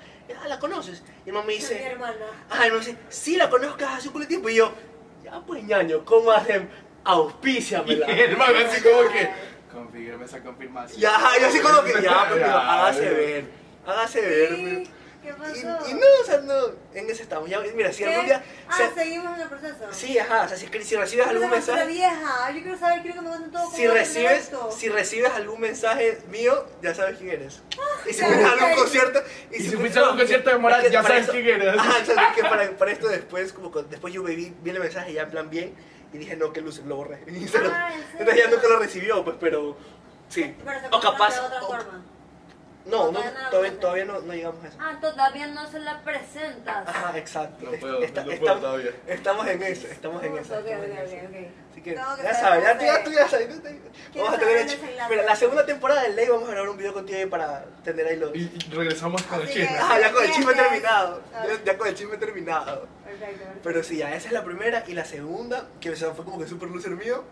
[SPEAKER 3] Ah, ¿la conoces? Y el man me
[SPEAKER 1] Es mi
[SPEAKER 3] dice,
[SPEAKER 1] hermana.
[SPEAKER 3] ah, el man me dice, sí, la conozco hace un culo de tiempo. Y yo, ya pues ñaño, ¿cómo hacen?
[SPEAKER 4] Y
[SPEAKER 3] Auspíciamela.
[SPEAKER 4] el man así como que, confírame esa confirmación.
[SPEAKER 3] Y ajá, yo así como que, ya, pues, ah, pero
[SPEAKER 4] Ya,
[SPEAKER 3] hágase
[SPEAKER 4] ya.
[SPEAKER 3] ver, hágase ver.
[SPEAKER 1] Sí,
[SPEAKER 3] pero-
[SPEAKER 1] ¿Qué
[SPEAKER 3] Y,
[SPEAKER 1] pasó?
[SPEAKER 3] y no, o sea, no, en ese estamos. Ya, mira, si
[SPEAKER 1] ¿Qué?
[SPEAKER 3] algún día...
[SPEAKER 1] Ah,
[SPEAKER 3] o sea,
[SPEAKER 1] seguimos en el proceso.
[SPEAKER 3] sí, ajá, o sea, si, si recibes
[SPEAKER 1] Esa
[SPEAKER 3] algún
[SPEAKER 1] basura
[SPEAKER 3] mensaje...
[SPEAKER 1] vieja. Yo quiero saber, quiero que me cuenten todo. cómo
[SPEAKER 3] Si
[SPEAKER 1] va a
[SPEAKER 3] recibes,
[SPEAKER 1] terminar esto.
[SPEAKER 3] si recibes algún mensaje mío, ya sabes quién eres. Y si
[SPEAKER 1] Ah, ya,
[SPEAKER 3] fuiste a
[SPEAKER 1] ok.
[SPEAKER 3] algún concierto...
[SPEAKER 4] Y si fuiste a un concierto de Morat,
[SPEAKER 3] Es que
[SPEAKER 4] ya
[SPEAKER 3] para
[SPEAKER 4] sabes
[SPEAKER 3] eso-
[SPEAKER 4] quién eres.
[SPEAKER 3] Ajá, o sea, que para, para esto después, como con- después yo vi, vi el mensaje ya en plan bien y dije, no, que luce, lo borré. Y se lo-
[SPEAKER 1] Ah, ¿en serio?
[SPEAKER 3] entonces ya nunca lo recibió, pues, pero sí.
[SPEAKER 1] Pero se
[SPEAKER 3] O capaz...
[SPEAKER 1] de otra
[SPEAKER 3] o-
[SPEAKER 1] forma.
[SPEAKER 3] no,
[SPEAKER 1] o
[SPEAKER 3] no,
[SPEAKER 1] todavía no lo
[SPEAKER 3] todavía,
[SPEAKER 1] conoces.
[SPEAKER 3] todavía no, no llegamos a eso.
[SPEAKER 1] Ah, todavía no se la presentas.
[SPEAKER 3] Ajá, exacto.
[SPEAKER 4] No
[SPEAKER 3] Es-
[SPEAKER 4] puedo,
[SPEAKER 3] está-
[SPEAKER 4] no puedo
[SPEAKER 3] estamos,
[SPEAKER 4] todavía.
[SPEAKER 3] estamos en eso, estamos en
[SPEAKER 1] Ok,
[SPEAKER 3] eso.
[SPEAKER 1] ok,
[SPEAKER 3] estamos en eso.
[SPEAKER 1] ok, ok.
[SPEAKER 3] Así que,
[SPEAKER 1] Tengo que
[SPEAKER 3] ya
[SPEAKER 1] saber
[SPEAKER 3] sabes, ya
[SPEAKER 1] cómo
[SPEAKER 3] tú ya,
[SPEAKER 1] se-
[SPEAKER 3] tú ya sabes. tú- tú-
[SPEAKER 1] Quiero
[SPEAKER 3] Vamos a
[SPEAKER 1] saber
[SPEAKER 3] tener
[SPEAKER 1] el
[SPEAKER 3] hecho.
[SPEAKER 1] desenlace.
[SPEAKER 3] Mira, la segunda temporada de Ley vamos a grabar un video contigo ahí para tener ahí los.
[SPEAKER 4] Y, y regresamos con el
[SPEAKER 1] Así que-
[SPEAKER 4] chisme.
[SPEAKER 3] Ajá, ya con el chisme
[SPEAKER 1] Así es.
[SPEAKER 3] terminado.
[SPEAKER 1] Ah.
[SPEAKER 3] Ya- Ya con el chisme terminado.
[SPEAKER 1] Perfecto.
[SPEAKER 3] Pero sí, ya esa es la primera. Y la segunda, que o sea, fue como que super loser mío.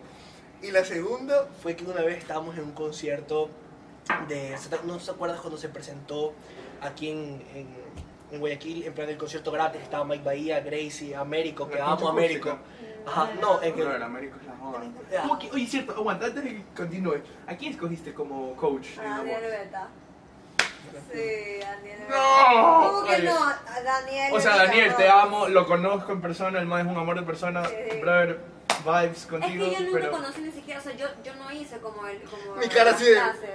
[SPEAKER 3] Y la segunda fue que una vez estábamos en un concierto de. ¿No te acuerdas cuando se presentó aquí en, en, en Guayaquil? En plan, el concierto gratis. Estaba Mike Bahía, Gracie, Américo, que
[SPEAKER 4] La
[SPEAKER 3] amo
[SPEAKER 4] Concha
[SPEAKER 3] a Américo. Ajá, no, en
[SPEAKER 4] No,
[SPEAKER 3] el.
[SPEAKER 4] el Américo es la joda.
[SPEAKER 3] Ya.
[SPEAKER 4] ¿Cómo que- Oye, cierto, aguanta, antes de que continúe. ¿A quién escogiste como coach? en
[SPEAKER 1] Ah,
[SPEAKER 4] la
[SPEAKER 1] de
[SPEAKER 4] voz?
[SPEAKER 1] Beta. Sí, Daniel. de
[SPEAKER 4] No,
[SPEAKER 1] verdad. ¿Cómo que
[SPEAKER 4] oye.
[SPEAKER 1] no? A Daniel.
[SPEAKER 4] O sea,
[SPEAKER 1] le
[SPEAKER 4] Daniel,
[SPEAKER 1] encantó.
[SPEAKER 4] te amo, lo conozco en persona, el man es un amor de persona,
[SPEAKER 1] Sí.
[SPEAKER 4] brother, vibes contigo,
[SPEAKER 1] es que yo nunca
[SPEAKER 4] pero...
[SPEAKER 1] conocí ni siquiera, o sea, yo, yo no hice como el. Como
[SPEAKER 3] Mi cara
[SPEAKER 1] las
[SPEAKER 3] así de-
[SPEAKER 1] clases.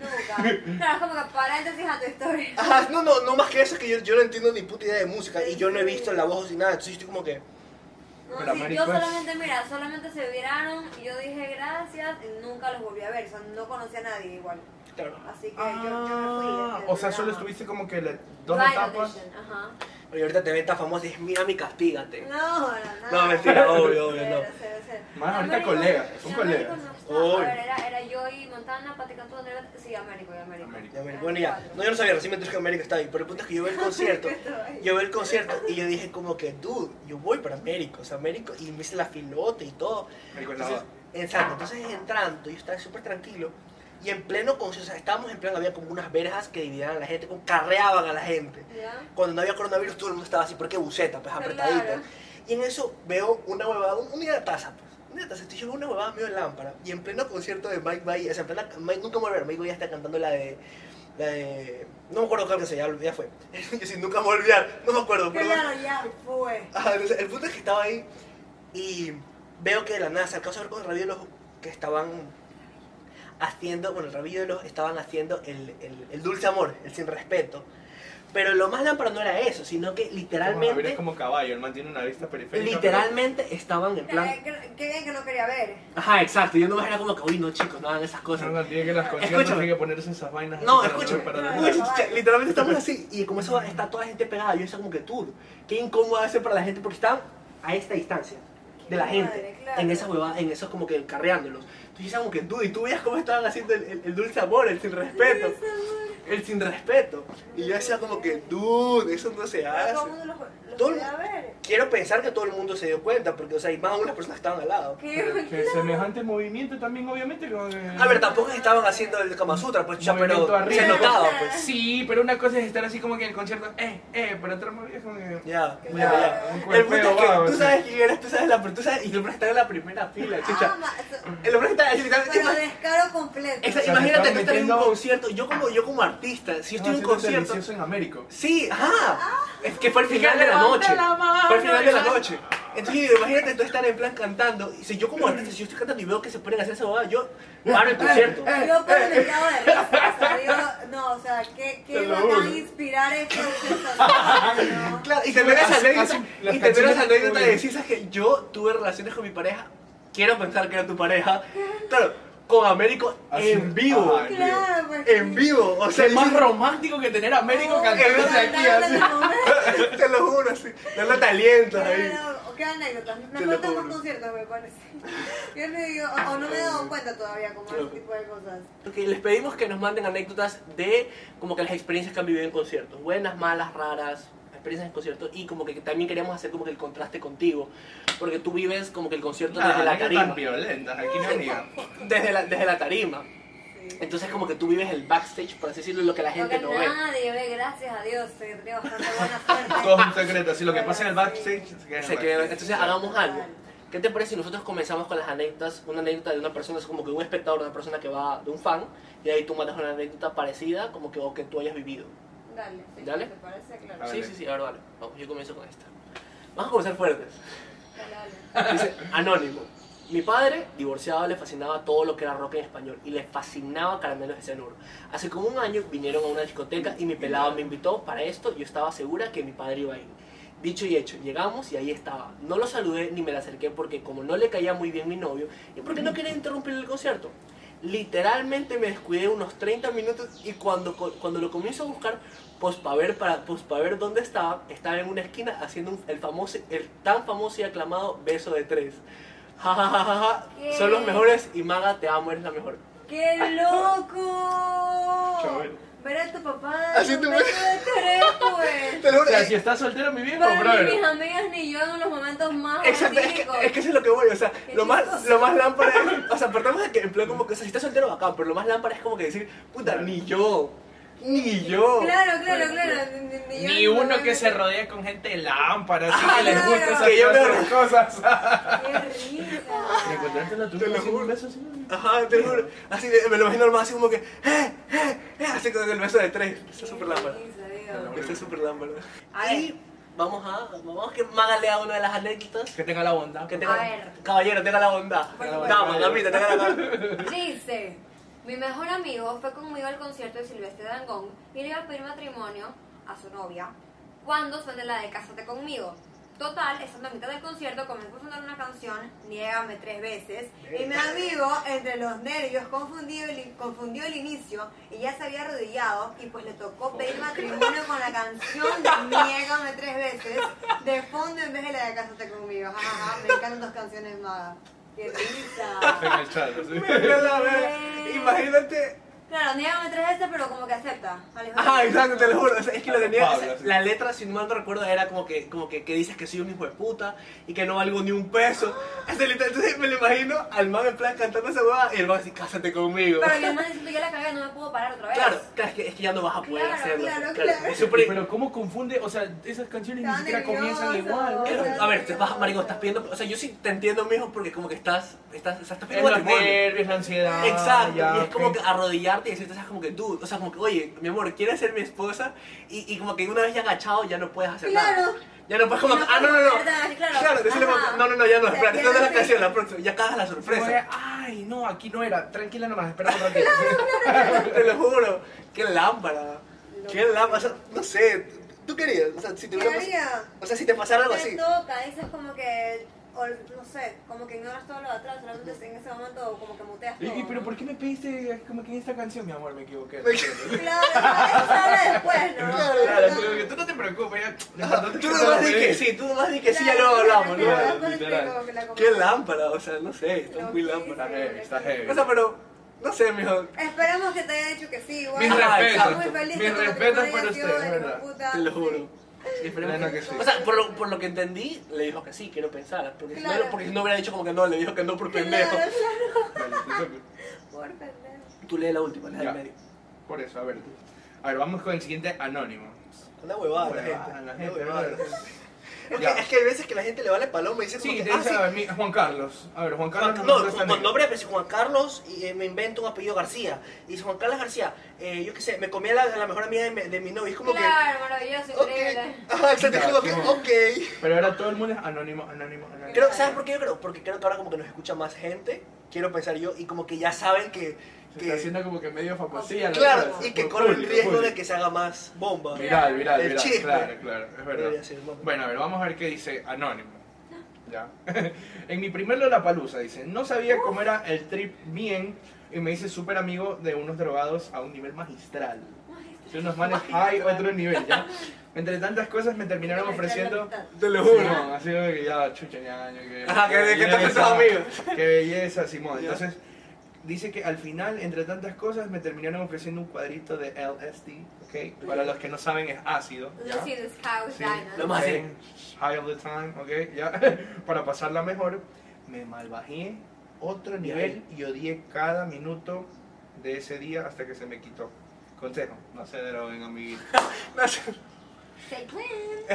[SPEAKER 1] Nunca. Claro, es como que paréntesis a tu historia.
[SPEAKER 3] Ajá, no, no, no más que eso, es que yo, yo no entiendo ni puta idea de música y yo no he visto la voz ni nada, entonces yo estoy como que...
[SPEAKER 1] No,
[SPEAKER 4] Pero
[SPEAKER 1] sí,
[SPEAKER 4] Mary
[SPEAKER 1] yo
[SPEAKER 4] Quest.
[SPEAKER 1] solamente, mira, solamente se viraron y yo dije gracias y nunca los volví a ver. O sea, no conocí a nadie igual.
[SPEAKER 3] Claro.
[SPEAKER 1] Así que yo, yo me fui.
[SPEAKER 4] Ah,
[SPEAKER 1] del
[SPEAKER 4] o sea, solo
[SPEAKER 1] programa.
[SPEAKER 4] estuviste como que la- dos
[SPEAKER 1] Blind
[SPEAKER 4] etapas.
[SPEAKER 1] Audition, Ajá.
[SPEAKER 3] Y ahorita te ven tan famosa y dices, mira mi castígate.
[SPEAKER 1] No, no, nada.
[SPEAKER 3] No, mentira, obvio, obvio,
[SPEAKER 1] Cero,
[SPEAKER 3] no.
[SPEAKER 1] cero, cero.
[SPEAKER 4] Más
[SPEAKER 1] No,
[SPEAKER 4] ahorita
[SPEAKER 1] Américo-
[SPEAKER 4] colegas, son
[SPEAKER 1] no,
[SPEAKER 4] colegas.
[SPEAKER 1] Américo no está.
[SPEAKER 3] Obvio.
[SPEAKER 1] A ver, era, era yo y Montana, Pati Cantú, Andrea Bat- Sí, Américo y Américo.
[SPEAKER 4] América.
[SPEAKER 3] Ya, bueno, Bueno, ya. No, yo no sabía, recién me enteré que América estaba ahí, pero el punto es que yo veo el concierto. Yo veo el concierto y yo dije como que, dude, yo voy para América, o sea, América, y me hice la filota y todo.
[SPEAKER 4] América en la
[SPEAKER 3] Entonces, exacto, entonces entrando, yo estaba súper tranquilo, y en pleno concierto, o sea, estábamos en pleno, había como unas verjas que dividían a la gente, como carreaban a la gente.
[SPEAKER 1] ¿Ya?
[SPEAKER 3] Cuando no había coronavirus, todo el mundo estaba así, porque buceta, pues apretadita.
[SPEAKER 1] Claro.
[SPEAKER 3] Y en eso veo una huevada, un- una taza, pues. Una taza, estoy yo veo una huevada medio lámpara. Y en pleno concierto de Mike Bay, o sea, en plena, Mike nunca me voy a olvidar, Mike Bay está cantando la de. La de no me acuerdo qué canción, ya, ya fue. yo sí, nunca me voy a olvidar, no me acuerdo, pero.
[SPEAKER 1] Claro, ya fue.
[SPEAKER 3] Ajá, entonces, Ah, el punto es que estaba ahí y veo que de la nada se alcanza a ver con el rabillo de los que estaban haciendo, bueno, el rabillo de los estaban haciendo el, el, el dulce amor, el sin respeto. Pero lo más lámpara no era eso, sino que
[SPEAKER 4] Realmente es
[SPEAKER 3] literalmente,
[SPEAKER 4] como caballo, el man tiene una vista periférica.
[SPEAKER 2] Literalmente estaban en plan.
[SPEAKER 1] Qué Eh, qué- qué bien que no quería ver.
[SPEAKER 2] Ajá, exacto. Yo nomás era como que, uy, no, chicos, no hagan esas
[SPEAKER 4] pero-
[SPEAKER 2] cosas.
[SPEAKER 4] No, no, tiene que las conciertos
[SPEAKER 2] Escúchame.
[SPEAKER 4] tiene que ponerse esas vainas.
[SPEAKER 2] No,
[SPEAKER 4] así para
[SPEAKER 2] escúchame.
[SPEAKER 4] ver para
[SPEAKER 1] No,
[SPEAKER 4] ver.
[SPEAKER 2] Uy,
[SPEAKER 1] no,
[SPEAKER 2] che,
[SPEAKER 1] no.
[SPEAKER 2] literalmente estamos así. Y como eso está toda la gente pegada, yo decía como que tú, qué incómoda ser para la gente porque están a esta distancia de la
[SPEAKER 1] Qué
[SPEAKER 2] gente.
[SPEAKER 1] madre, claro.
[SPEAKER 2] En esa huevada, en esos como que carreándolos. Entonces yo decía como que tú, y tú veías cómo estaban haciendo el, el- el dulce amor, el sin respeto. El sin respeto.
[SPEAKER 3] y yo decía como que, dude, eso no se
[SPEAKER 1] Pero
[SPEAKER 3] hace.
[SPEAKER 1] Todo el mundo los- los
[SPEAKER 3] Todo el
[SPEAKER 1] quería ver.
[SPEAKER 3] Quiero pensar que todo el mundo se dio cuenta, porque, o sea, y más aún las personas que estaban al lado.
[SPEAKER 4] Pero
[SPEAKER 1] Qué
[SPEAKER 4] que semejante movimiento también, obviamente. Con, eh,
[SPEAKER 3] A ver, tampoco estaban haciendo el Kama Sutra, pues, ya, pero
[SPEAKER 4] Movimiento
[SPEAKER 3] se
[SPEAKER 4] arriba.
[SPEAKER 3] notaba, pues.
[SPEAKER 4] Sí, pero una cosa es estar así como que en el concierto, eh, eh, pero otra movida es como que.
[SPEAKER 3] Ya, ya,
[SPEAKER 1] Claro.
[SPEAKER 3] ya.
[SPEAKER 4] Un
[SPEAKER 3] El punto
[SPEAKER 4] cuerpeo,
[SPEAKER 3] es que
[SPEAKER 4] Pues va,
[SPEAKER 3] tú
[SPEAKER 4] sí.
[SPEAKER 3] sabes quién eres, tú sabes la tú sabes, y el hombre está en la primera fila,
[SPEAKER 1] Ah,
[SPEAKER 3] chucha.
[SPEAKER 1] ma-
[SPEAKER 3] El hombre está literalmente.
[SPEAKER 1] Pero descaro completo.
[SPEAKER 4] O
[SPEAKER 2] Esa-
[SPEAKER 4] sea,
[SPEAKER 2] imagínate
[SPEAKER 4] se
[SPEAKER 2] tú
[SPEAKER 4] están
[SPEAKER 2] estar en un
[SPEAKER 4] metiendo-
[SPEAKER 2] concierto. Yo como, yo como artista, si yo estoy en un
[SPEAKER 4] Estaba haciéndose
[SPEAKER 2] concierto.
[SPEAKER 4] este delicioso en América.
[SPEAKER 3] Sí, ajá. Es que fue el final de la noche.
[SPEAKER 2] Ah,
[SPEAKER 3] Fue el final de la noche. Entonces, imagínate tú estar en plan cantando. Y si yo como artista, si yo estoy cantando y veo que se ponen a hacer esa bobada, yo paro
[SPEAKER 4] Eh,
[SPEAKER 3] el concierto.
[SPEAKER 1] Yo por el mercado de risa, o sea, digo, no, o sea, qué,
[SPEAKER 4] Te
[SPEAKER 1] qué
[SPEAKER 4] lo
[SPEAKER 1] van
[SPEAKER 4] juro.
[SPEAKER 1] a inspirar estas sensaciones, ¿no?
[SPEAKER 3] Claro, y te esa
[SPEAKER 4] Así-
[SPEAKER 3] anécdota,
[SPEAKER 4] así las
[SPEAKER 3] y te esa
[SPEAKER 4] canciones-
[SPEAKER 3] anécdota de decir, "Sabes que yo tuve relaciones con mi pareja, quiero pensar que era tu pareja, claro, con Américo
[SPEAKER 4] Así-
[SPEAKER 3] Ah, en vivo,
[SPEAKER 4] ajá.
[SPEAKER 1] Claro, pues. Oh,
[SPEAKER 3] en vivo, o sea,
[SPEAKER 4] es más
[SPEAKER 3] dices,
[SPEAKER 4] romántico que tener a Américo cantándose aquí así.
[SPEAKER 3] Te lo juro, así. Dale aliento ahí.
[SPEAKER 1] Claro, qué anécdotas. Me
[SPEAKER 3] Te lo
[SPEAKER 1] faltan más
[SPEAKER 3] juro.
[SPEAKER 1] conciertos, me parece. Yo me digo, o, o no me he dado cuenta todavía como
[SPEAKER 3] Claro.
[SPEAKER 1] ese tipo de cosas.
[SPEAKER 2] Ok, les pedimos que nos manden anécdotas de como que las experiencias que han vivido en conciertos, buenas, malas, raras, experiencias en conciertos y como que también queríamos hacer como que el contraste contigo, porque tú vives como que el concierto
[SPEAKER 4] Ah,
[SPEAKER 2] desde la
[SPEAKER 4] anécdotas
[SPEAKER 2] tarima,
[SPEAKER 4] violentas, aquí no ni
[SPEAKER 2] desde la, desde la tarima,
[SPEAKER 1] Sí.
[SPEAKER 2] entonces como que tú vives el backstage, por así decirlo, y lo que la
[SPEAKER 1] Lo
[SPEAKER 2] gente
[SPEAKER 1] que
[SPEAKER 2] no ve.
[SPEAKER 1] nadie ve, gracias a Dios, he tenido bastante buena suerte.
[SPEAKER 4] Todo es un secreto, así lo que pasa en el backstage se queda en el
[SPEAKER 2] Se queda-
[SPEAKER 4] backstage.
[SPEAKER 2] entonces hagamos algo. ¿Qué te parece si nosotros comenzamos con las anécdotas? Una anécdota de una persona es como que un espectador, una persona que va de un fan, y ahí tú mandas una anécdota parecida como que, o que tú hayas vivido.
[SPEAKER 1] Dale, sí,
[SPEAKER 2] Dale.
[SPEAKER 1] ¿te parece? Claro.
[SPEAKER 4] A ver.
[SPEAKER 2] Sí, sí, sí, ahora vale. Vamos, yo comienzo con esta. Vamos a comenzar fuertes.
[SPEAKER 1] Dale, dale.
[SPEAKER 2] Dice, anónimo. Mi padre, divorciado, le fascinaba todo lo que era rock en español y le fascinaba Caramelos de Cianuro. Hace como un año vinieron a una discoteca y mi pelado me invitó para esto. Yo estaba segura que mi padre iba a ir. Dicho y hecho, llegamos y ahí estaba. No lo saludé ni me le acerqué porque como no le caía muy bien mi novio y porque no quería interrumpir el concierto. Literalmente me descuidé unos 30 minutos y cuando, co- cuando lo comienzo a buscar, pues para ver, para, pues pa' ver dónde estaba, estaba en una esquina haciendo un- el, famoso, el tan famoso y aclamado beso de tres. Ja, ja, ja, ja, ja.
[SPEAKER 1] ¿Qué?
[SPEAKER 2] Son los mejores y Maga, te amo, eres la mejor.
[SPEAKER 1] ¡Qué loco!
[SPEAKER 4] Chabuelo.
[SPEAKER 1] Ver a tu papá
[SPEAKER 3] Así
[SPEAKER 1] dando
[SPEAKER 3] te
[SPEAKER 1] un
[SPEAKER 3] ve-
[SPEAKER 1] beso de tres, pues.
[SPEAKER 3] Te lo
[SPEAKER 4] O
[SPEAKER 3] juro.
[SPEAKER 4] sea,
[SPEAKER 3] eh,
[SPEAKER 4] si estás soltero, mi viejo,
[SPEAKER 1] Pero ni
[SPEAKER 4] brother.
[SPEAKER 1] mis amigas ni yo en los momentos más
[SPEAKER 2] Exacto, es que,
[SPEAKER 1] críticos.
[SPEAKER 2] es que eso es lo que voy, o sea,
[SPEAKER 1] Qué
[SPEAKER 2] lo más,
[SPEAKER 1] chistoso.
[SPEAKER 2] lo más lámpara es, o sea, partamos de que en plan como que, o sea, si estás soltero acá, pero lo más lámpara es como que decir, puta, ni yo.
[SPEAKER 4] Ni yo.
[SPEAKER 1] Claro, claro, claro. Ni, yo
[SPEAKER 4] Ni
[SPEAKER 1] no
[SPEAKER 4] uno
[SPEAKER 1] me
[SPEAKER 4] que se
[SPEAKER 1] meto.
[SPEAKER 4] rodea con gente de lámpara, así
[SPEAKER 1] Ah,
[SPEAKER 4] que les
[SPEAKER 1] claro.
[SPEAKER 4] gusta esas
[SPEAKER 3] Que yo me
[SPEAKER 4] clases de cosas.
[SPEAKER 1] Qué risa.
[SPEAKER 4] la
[SPEAKER 3] Te lo juro.
[SPEAKER 4] beso así?
[SPEAKER 3] Ajá, te lo juro. Así de- me lo imagino normal, así como que, eh, eh, eh, así con el beso de tres. Está súper lámpara. Está súper lámpara.
[SPEAKER 1] A ver.
[SPEAKER 2] Y vamos a, vamos a que Maga lea una de las anécdotas.
[SPEAKER 4] Que tenga la bondad.
[SPEAKER 2] Que tenga,
[SPEAKER 1] A ver.
[SPEAKER 2] Caballero, tenga la bondad.
[SPEAKER 1] Por favor.
[SPEAKER 2] Dama, damita, tenga la
[SPEAKER 1] Dice, mi mejor amigo fue conmigo al concierto de Silvestre Dangond y le iba a pedir matrimonio a su novia cuando suene la de Cásate conmigo. Total, estando a mitad del concierto, comenzó a sonar una canción, Niégame tres veces, y mi amigo, entre los nervios, confundido el, confundió el inicio y ya se había arrodillado y pues le tocó pedir matrimonio con la canción de Niégame tres veces de fondo en vez de la de Cásate conmigo. Ja, ja, ja, me encantan dos canciones más. ¡Qué risa!
[SPEAKER 4] En el chat. así.
[SPEAKER 3] Mira la ver- Imagínate.
[SPEAKER 1] Claro, niégame tres veces, este, pero como que acepta. Alejandro.
[SPEAKER 2] Ajá, Ah, exacto, te lo juro. O sea, es que lo tenía.
[SPEAKER 4] Pablo,
[SPEAKER 2] o sea,
[SPEAKER 4] sí.
[SPEAKER 2] la letra, si no mal no recuerdo, era como que, como que, que dices que soy un hijo de puta y que no valgo ni un peso. O sea, literal, Entonces me lo imagino al man en plan cantando esa hueá y el man así, cásate conmigo.
[SPEAKER 1] Pero yo me siento ya la cagué, no me puedo parar otra vez.
[SPEAKER 2] Claro, claro, es que, es que ya no vas a poder
[SPEAKER 1] Pues, Claro,
[SPEAKER 2] hacerlo.
[SPEAKER 1] claro, claro.
[SPEAKER 2] Es súper-
[SPEAKER 4] Pero cómo confunde, o sea, esas canciones ni
[SPEAKER 1] Estaba
[SPEAKER 4] siquiera comienzan
[SPEAKER 1] nervioso.
[SPEAKER 4] igual. ¿no?
[SPEAKER 2] Pero, a ver, te vas, marico, estás pidiendo, o sea, yo sí te entiendo, mijo, porque como que estás, estás, estás
[SPEAKER 4] En
[SPEAKER 2] pidiendo
[SPEAKER 4] los
[SPEAKER 2] matrimonio.
[SPEAKER 4] nervios, la
[SPEAKER 1] Ah,
[SPEAKER 4] ansiedad.
[SPEAKER 2] Exacto,
[SPEAKER 4] ya,
[SPEAKER 2] y es como
[SPEAKER 4] ok.
[SPEAKER 2] que arrodillarte y decirte, o sea, como que tú, o sea, como que, oye, mi amor, ¿quieres ser mi esposa? Y, y como que una vez ya agachado ya no puedes hacer nada.
[SPEAKER 1] Claro.
[SPEAKER 2] Ya no puedes como,
[SPEAKER 1] Y no
[SPEAKER 2] ah, no, no, no.
[SPEAKER 1] puedes hacer nada, claro.
[SPEAKER 2] decirle como,
[SPEAKER 1] Ajá.
[SPEAKER 2] no, no, no, ya
[SPEAKER 1] O
[SPEAKER 2] no,
[SPEAKER 1] sea,
[SPEAKER 2] espérate,
[SPEAKER 1] ya
[SPEAKER 2] no es
[SPEAKER 1] no
[SPEAKER 2] la
[SPEAKER 1] sé.
[SPEAKER 2] canción, la próxima, ya cagas la
[SPEAKER 4] Como de,
[SPEAKER 2] sorpresa.
[SPEAKER 4] Ay, no, aquí no era. Tranquila nomás, espera un ratito.
[SPEAKER 2] Te lo juro, qué lámpara.
[SPEAKER 1] Lo-
[SPEAKER 3] ¿Qué lámpara? O sea, no sé. ¿Tú querías? O sea, si te
[SPEAKER 1] ¿Qué
[SPEAKER 3] hubiera pas-
[SPEAKER 1] haría?
[SPEAKER 3] O sea, si te pasara algo
[SPEAKER 1] Te
[SPEAKER 3] así.
[SPEAKER 1] toca, dices como que. O, no sé, como que ignoras todo lo de atrás, solamente en ese momento como que muteas
[SPEAKER 4] Y-
[SPEAKER 1] todo.
[SPEAKER 4] y, pero
[SPEAKER 1] ¿no?
[SPEAKER 4] ¿por qué me pediste como que en esta canción, mi amor, me equivoqué?
[SPEAKER 3] Me-
[SPEAKER 1] Claro, eso se habla después, ¿no?
[SPEAKER 4] Claro, tú, tú no te preocupes, ya.
[SPEAKER 2] Tú nomás di que sí, tú nomás di que sí, ya luego hablamos,
[SPEAKER 1] Claro,
[SPEAKER 2] ¿no?
[SPEAKER 1] después te
[SPEAKER 4] Literal.
[SPEAKER 1] digo que la
[SPEAKER 2] Qué
[SPEAKER 1] conversación.
[SPEAKER 2] lámpara, o sea, no sé, está
[SPEAKER 1] Lo
[SPEAKER 2] muy
[SPEAKER 1] que
[SPEAKER 2] lámpara.
[SPEAKER 1] hice.
[SPEAKER 4] Está heavy.
[SPEAKER 2] O sea, pero, no sé, mijo,
[SPEAKER 1] Esperamos que te haya dicho que sí, igual.
[SPEAKER 4] Mis
[SPEAKER 1] Estamos
[SPEAKER 2] respetos,
[SPEAKER 1] muy felices
[SPEAKER 4] mis
[SPEAKER 1] con tu
[SPEAKER 4] respetos
[SPEAKER 1] matrimonio,
[SPEAKER 4] para
[SPEAKER 1] tío,
[SPEAKER 4] ustedes,
[SPEAKER 1] de
[SPEAKER 4] verdad.
[SPEAKER 1] puta.
[SPEAKER 2] te lo juro. Ah, Esperemos
[SPEAKER 4] Bueno,
[SPEAKER 2] que-
[SPEAKER 4] que sí.
[SPEAKER 2] O sea, por lo, por lo que entendí, le dijo que sí, que no pensara. Porque, si,
[SPEAKER 1] Claro.
[SPEAKER 2] no, porque si no hubiera dicho como que no, le dijo que no por
[SPEAKER 1] Claro,
[SPEAKER 2] pendejo.
[SPEAKER 1] claro,
[SPEAKER 4] Vale,
[SPEAKER 1] por pendejo.
[SPEAKER 2] Tú lees la última, la
[SPEAKER 4] Ya.
[SPEAKER 2] del medio.
[SPEAKER 4] Por eso, a ver. A ver, vamos con el siguiente anónimo.
[SPEAKER 3] Una huevada, la
[SPEAKER 4] Huevada,
[SPEAKER 3] gente.
[SPEAKER 4] la
[SPEAKER 3] Una
[SPEAKER 4] gente,
[SPEAKER 3] huevada.
[SPEAKER 4] ¿no?
[SPEAKER 3] Es que-
[SPEAKER 4] Ya.
[SPEAKER 3] Es que hay veces que la gente le vale paloma y dice como
[SPEAKER 4] Sí,
[SPEAKER 3] que,
[SPEAKER 4] te
[SPEAKER 3] ah,
[SPEAKER 4] dice
[SPEAKER 3] sí.
[SPEAKER 4] a mí, Juan Carlos. A ver, Juan Carlos.
[SPEAKER 2] Juan-
[SPEAKER 4] nos
[SPEAKER 2] no,
[SPEAKER 4] manda esta
[SPEAKER 2] con
[SPEAKER 4] anécdota.
[SPEAKER 2] nombre, pero si Juan Carlos y, eh, me invento un apellido García. Y dice Juan Carlos García, eh, yo qué sé, me comí a la, a la mejor amiga de mi, de mi novio. Es como
[SPEAKER 1] Claro, maravilloso,
[SPEAKER 3] que. Ok.
[SPEAKER 1] increíble.
[SPEAKER 3] Ajá, exacto. Es como que,
[SPEAKER 4] Claro.
[SPEAKER 3] ok.
[SPEAKER 4] Pero ahora todo el mundo es anónimo, anónimo, anónimo.
[SPEAKER 2] que. Creo, ¿Sabes por qué yo creo? Porque creo que ahora como que nos escucha más gente, quiero pensar yo, y como que ya saben que.
[SPEAKER 4] Se
[SPEAKER 2] que-
[SPEAKER 4] está haciendo como que medio famosilla. la
[SPEAKER 2] claro,
[SPEAKER 4] cosa.
[SPEAKER 2] y que
[SPEAKER 4] Por
[SPEAKER 2] corre el
[SPEAKER 4] público,
[SPEAKER 2] riesgo de
[SPEAKER 4] público.
[SPEAKER 2] que se haga más bomba.
[SPEAKER 4] Viral, viral,
[SPEAKER 2] El
[SPEAKER 4] viral.
[SPEAKER 2] chisme.
[SPEAKER 4] Claro, claro, es verdad.
[SPEAKER 2] Debería ser, ¿no?
[SPEAKER 4] Bueno, a ver, vamos a ver qué dice Anónimo. Ya. en mi primer Lollapalooza dice, no sabía cómo era el trip bien y me hice súper amigo de unos drogados a un nivel magistral. De unos manes high, otro nivel, ¿ya? Entre tantas cosas me terminaron ofreciendo...
[SPEAKER 2] Te lo
[SPEAKER 4] Uno, así como que ya, chucha, ñaño, que...
[SPEAKER 2] Ajá, Ah, que- que
[SPEAKER 4] belleza,
[SPEAKER 2] toquen tus amigos.
[SPEAKER 4] Qué belleza, Simón.
[SPEAKER 2] Ya.
[SPEAKER 4] Entonces, dice que al final, entre tantas cosas, me terminaron ofreciendo un cuadrito de LSD, ¿ok? Para los que no saben, es ácido, ¿ya?
[SPEAKER 1] Lucy the Scout
[SPEAKER 4] Sí.
[SPEAKER 1] Diner.
[SPEAKER 2] Lo más-
[SPEAKER 4] Ok,
[SPEAKER 2] bien.
[SPEAKER 4] High all the time, ok, ya. Para pasarla mejor, me malbajé otro nivel y odié cada minuto de ese día hasta que se me quitó. Consejo, no se droguen, amiguito.
[SPEAKER 1] Say clean.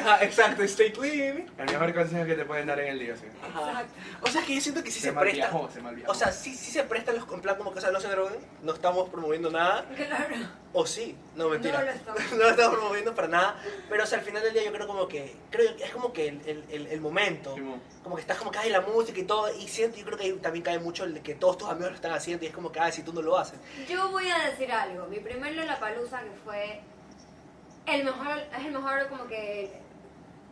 [SPEAKER 2] Ajá, exacto, stay clean.
[SPEAKER 4] El mejor consejo que te pueden dar en el día, sí.
[SPEAKER 2] Ajá.
[SPEAKER 1] Exacto.
[SPEAKER 2] O sea, es que yo siento que sí se,
[SPEAKER 4] se
[SPEAKER 2] presta.
[SPEAKER 4] malviajó, se malviajó.
[SPEAKER 2] O sea, sí, sí se prestan los en plan como que, o sea, no se droguen, no estamos promoviendo nada.
[SPEAKER 1] Claro.
[SPEAKER 2] O sí,
[SPEAKER 1] No
[SPEAKER 2] no
[SPEAKER 1] lo
[SPEAKER 2] mentira.
[SPEAKER 1] estamos.
[SPEAKER 2] No lo estamos promoviendo para nada. Pero o sea, al final del día yo creo como que, creo que es como que el, el- el- el momento.
[SPEAKER 4] Simón.
[SPEAKER 2] Como que estás como que hay la música y todo. Y siento, yo creo que ahí también cae mucho el de que todos tus amigos lo están haciendo y es como que, ay, si tú no lo haces.
[SPEAKER 1] Yo voy a decir algo. Mi primer Lollapalooza que fue el mejor, es el mejor como que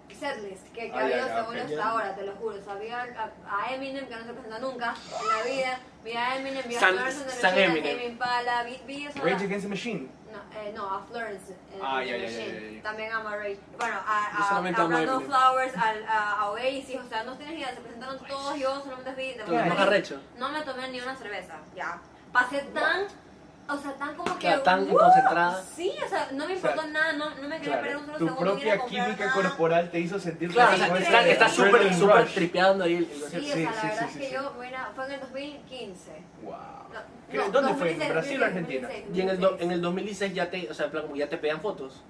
[SPEAKER 1] setlist que, que
[SPEAKER 4] Ah,
[SPEAKER 1] ha
[SPEAKER 4] ya,
[SPEAKER 1] habido
[SPEAKER 4] ya,
[SPEAKER 1] según
[SPEAKER 4] ok,
[SPEAKER 1] hasta
[SPEAKER 2] ya.
[SPEAKER 1] ahora, te lo juro. Sabía a, a Eminem que no se presenta nunca en la vida. Vi a Eminem, vi a
[SPEAKER 2] San-
[SPEAKER 1] Florence and the
[SPEAKER 2] San
[SPEAKER 1] Machine, a
[SPEAKER 2] Eminem.
[SPEAKER 1] Tame Impala, vi, vi eso.
[SPEAKER 4] Rage Against the Machine.
[SPEAKER 1] No, eh, no, a Florence. eh,
[SPEAKER 4] Ah,
[SPEAKER 1] and
[SPEAKER 4] ya,
[SPEAKER 1] the
[SPEAKER 4] ya, ya,
[SPEAKER 1] Machine.
[SPEAKER 4] ya, ya.
[SPEAKER 1] También a Murray. Bueno, a,
[SPEAKER 2] Yo
[SPEAKER 1] a, a
[SPEAKER 2] solamente amo a
[SPEAKER 1] Brandon
[SPEAKER 2] Eminem.
[SPEAKER 1] Flowers, al- a, a Oasis. O sea, no tienes idea, se presentaron todos. Yo solamente vi. de
[SPEAKER 2] Entonces,
[SPEAKER 1] verdad,
[SPEAKER 2] más arrecho.
[SPEAKER 1] no me tomé ni una cerveza, ya. Pasé tan o sea, tan como que.
[SPEAKER 2] Claro, tan
[SPEAKER 1] ¡uh!
[SPEAKER 2] concentrada.
[SPEAKER 1] Sí, o sea, no me importó
[SPEAKER 4] Claro.
[SPEAKER 1] nada, no, no me quería perder un solo
[SPEAKER 4] tu
[SPEAKER 1] segundo. no quería
[SPEAKER 4] propia
[SPEAKER 1] comprar
[SPEAKER 4] química
[SPEAKER 1] nada.
[SPEAKER 4] corporal te hizo sentir
[SPEAKER 2] Claro, o
[SPEAKER 4] como
[SPEAKER 2] sea,
[SPEAKER 1] Sí,
[SPEAKER 2] está-
[SPEAKER 1] sí,
[SPEAKER 2] está
[SPEAKER 1] sí.
[SPEAKER 2] súper
[SPEAKER 4] Adrenaline
[SPEAKER 2] súper
[SPEAKER 4] rush.
[SPEAKER 2] tripeando ahí el el
[SPEAKER 1] Sí, o
[SPEAKER 2] concierto.
[SPEAKER 1] sea,
[SPEAKER 4] Sí,
[SPEAKER 1] la
[SPEAKER 4] sí,
[SPEAKER 1] verdad
[SPEAKER 4] sí,
[SPEAKER 1] es que
[SPEAKER 4] sí,
[SPEAKER 1] yo, mira, fue en el 2015.
[SPEAKER 4] Wow.
[SPEAKER 1] No,
[SPEAKER 4] ¿Qué?
[SPEAKER 1] no,
[SPEAKER 4] ¿Dónde fue? ¿En
[SPEAKER 1] 2016,
[SPEAKER 4] Brasil o Argentina?
[SPEAKER 1] 2016,
[SPEAKER 2] Y en el, do- en el 2016 ya te, o sea, en plan, como ya te pedían fotos.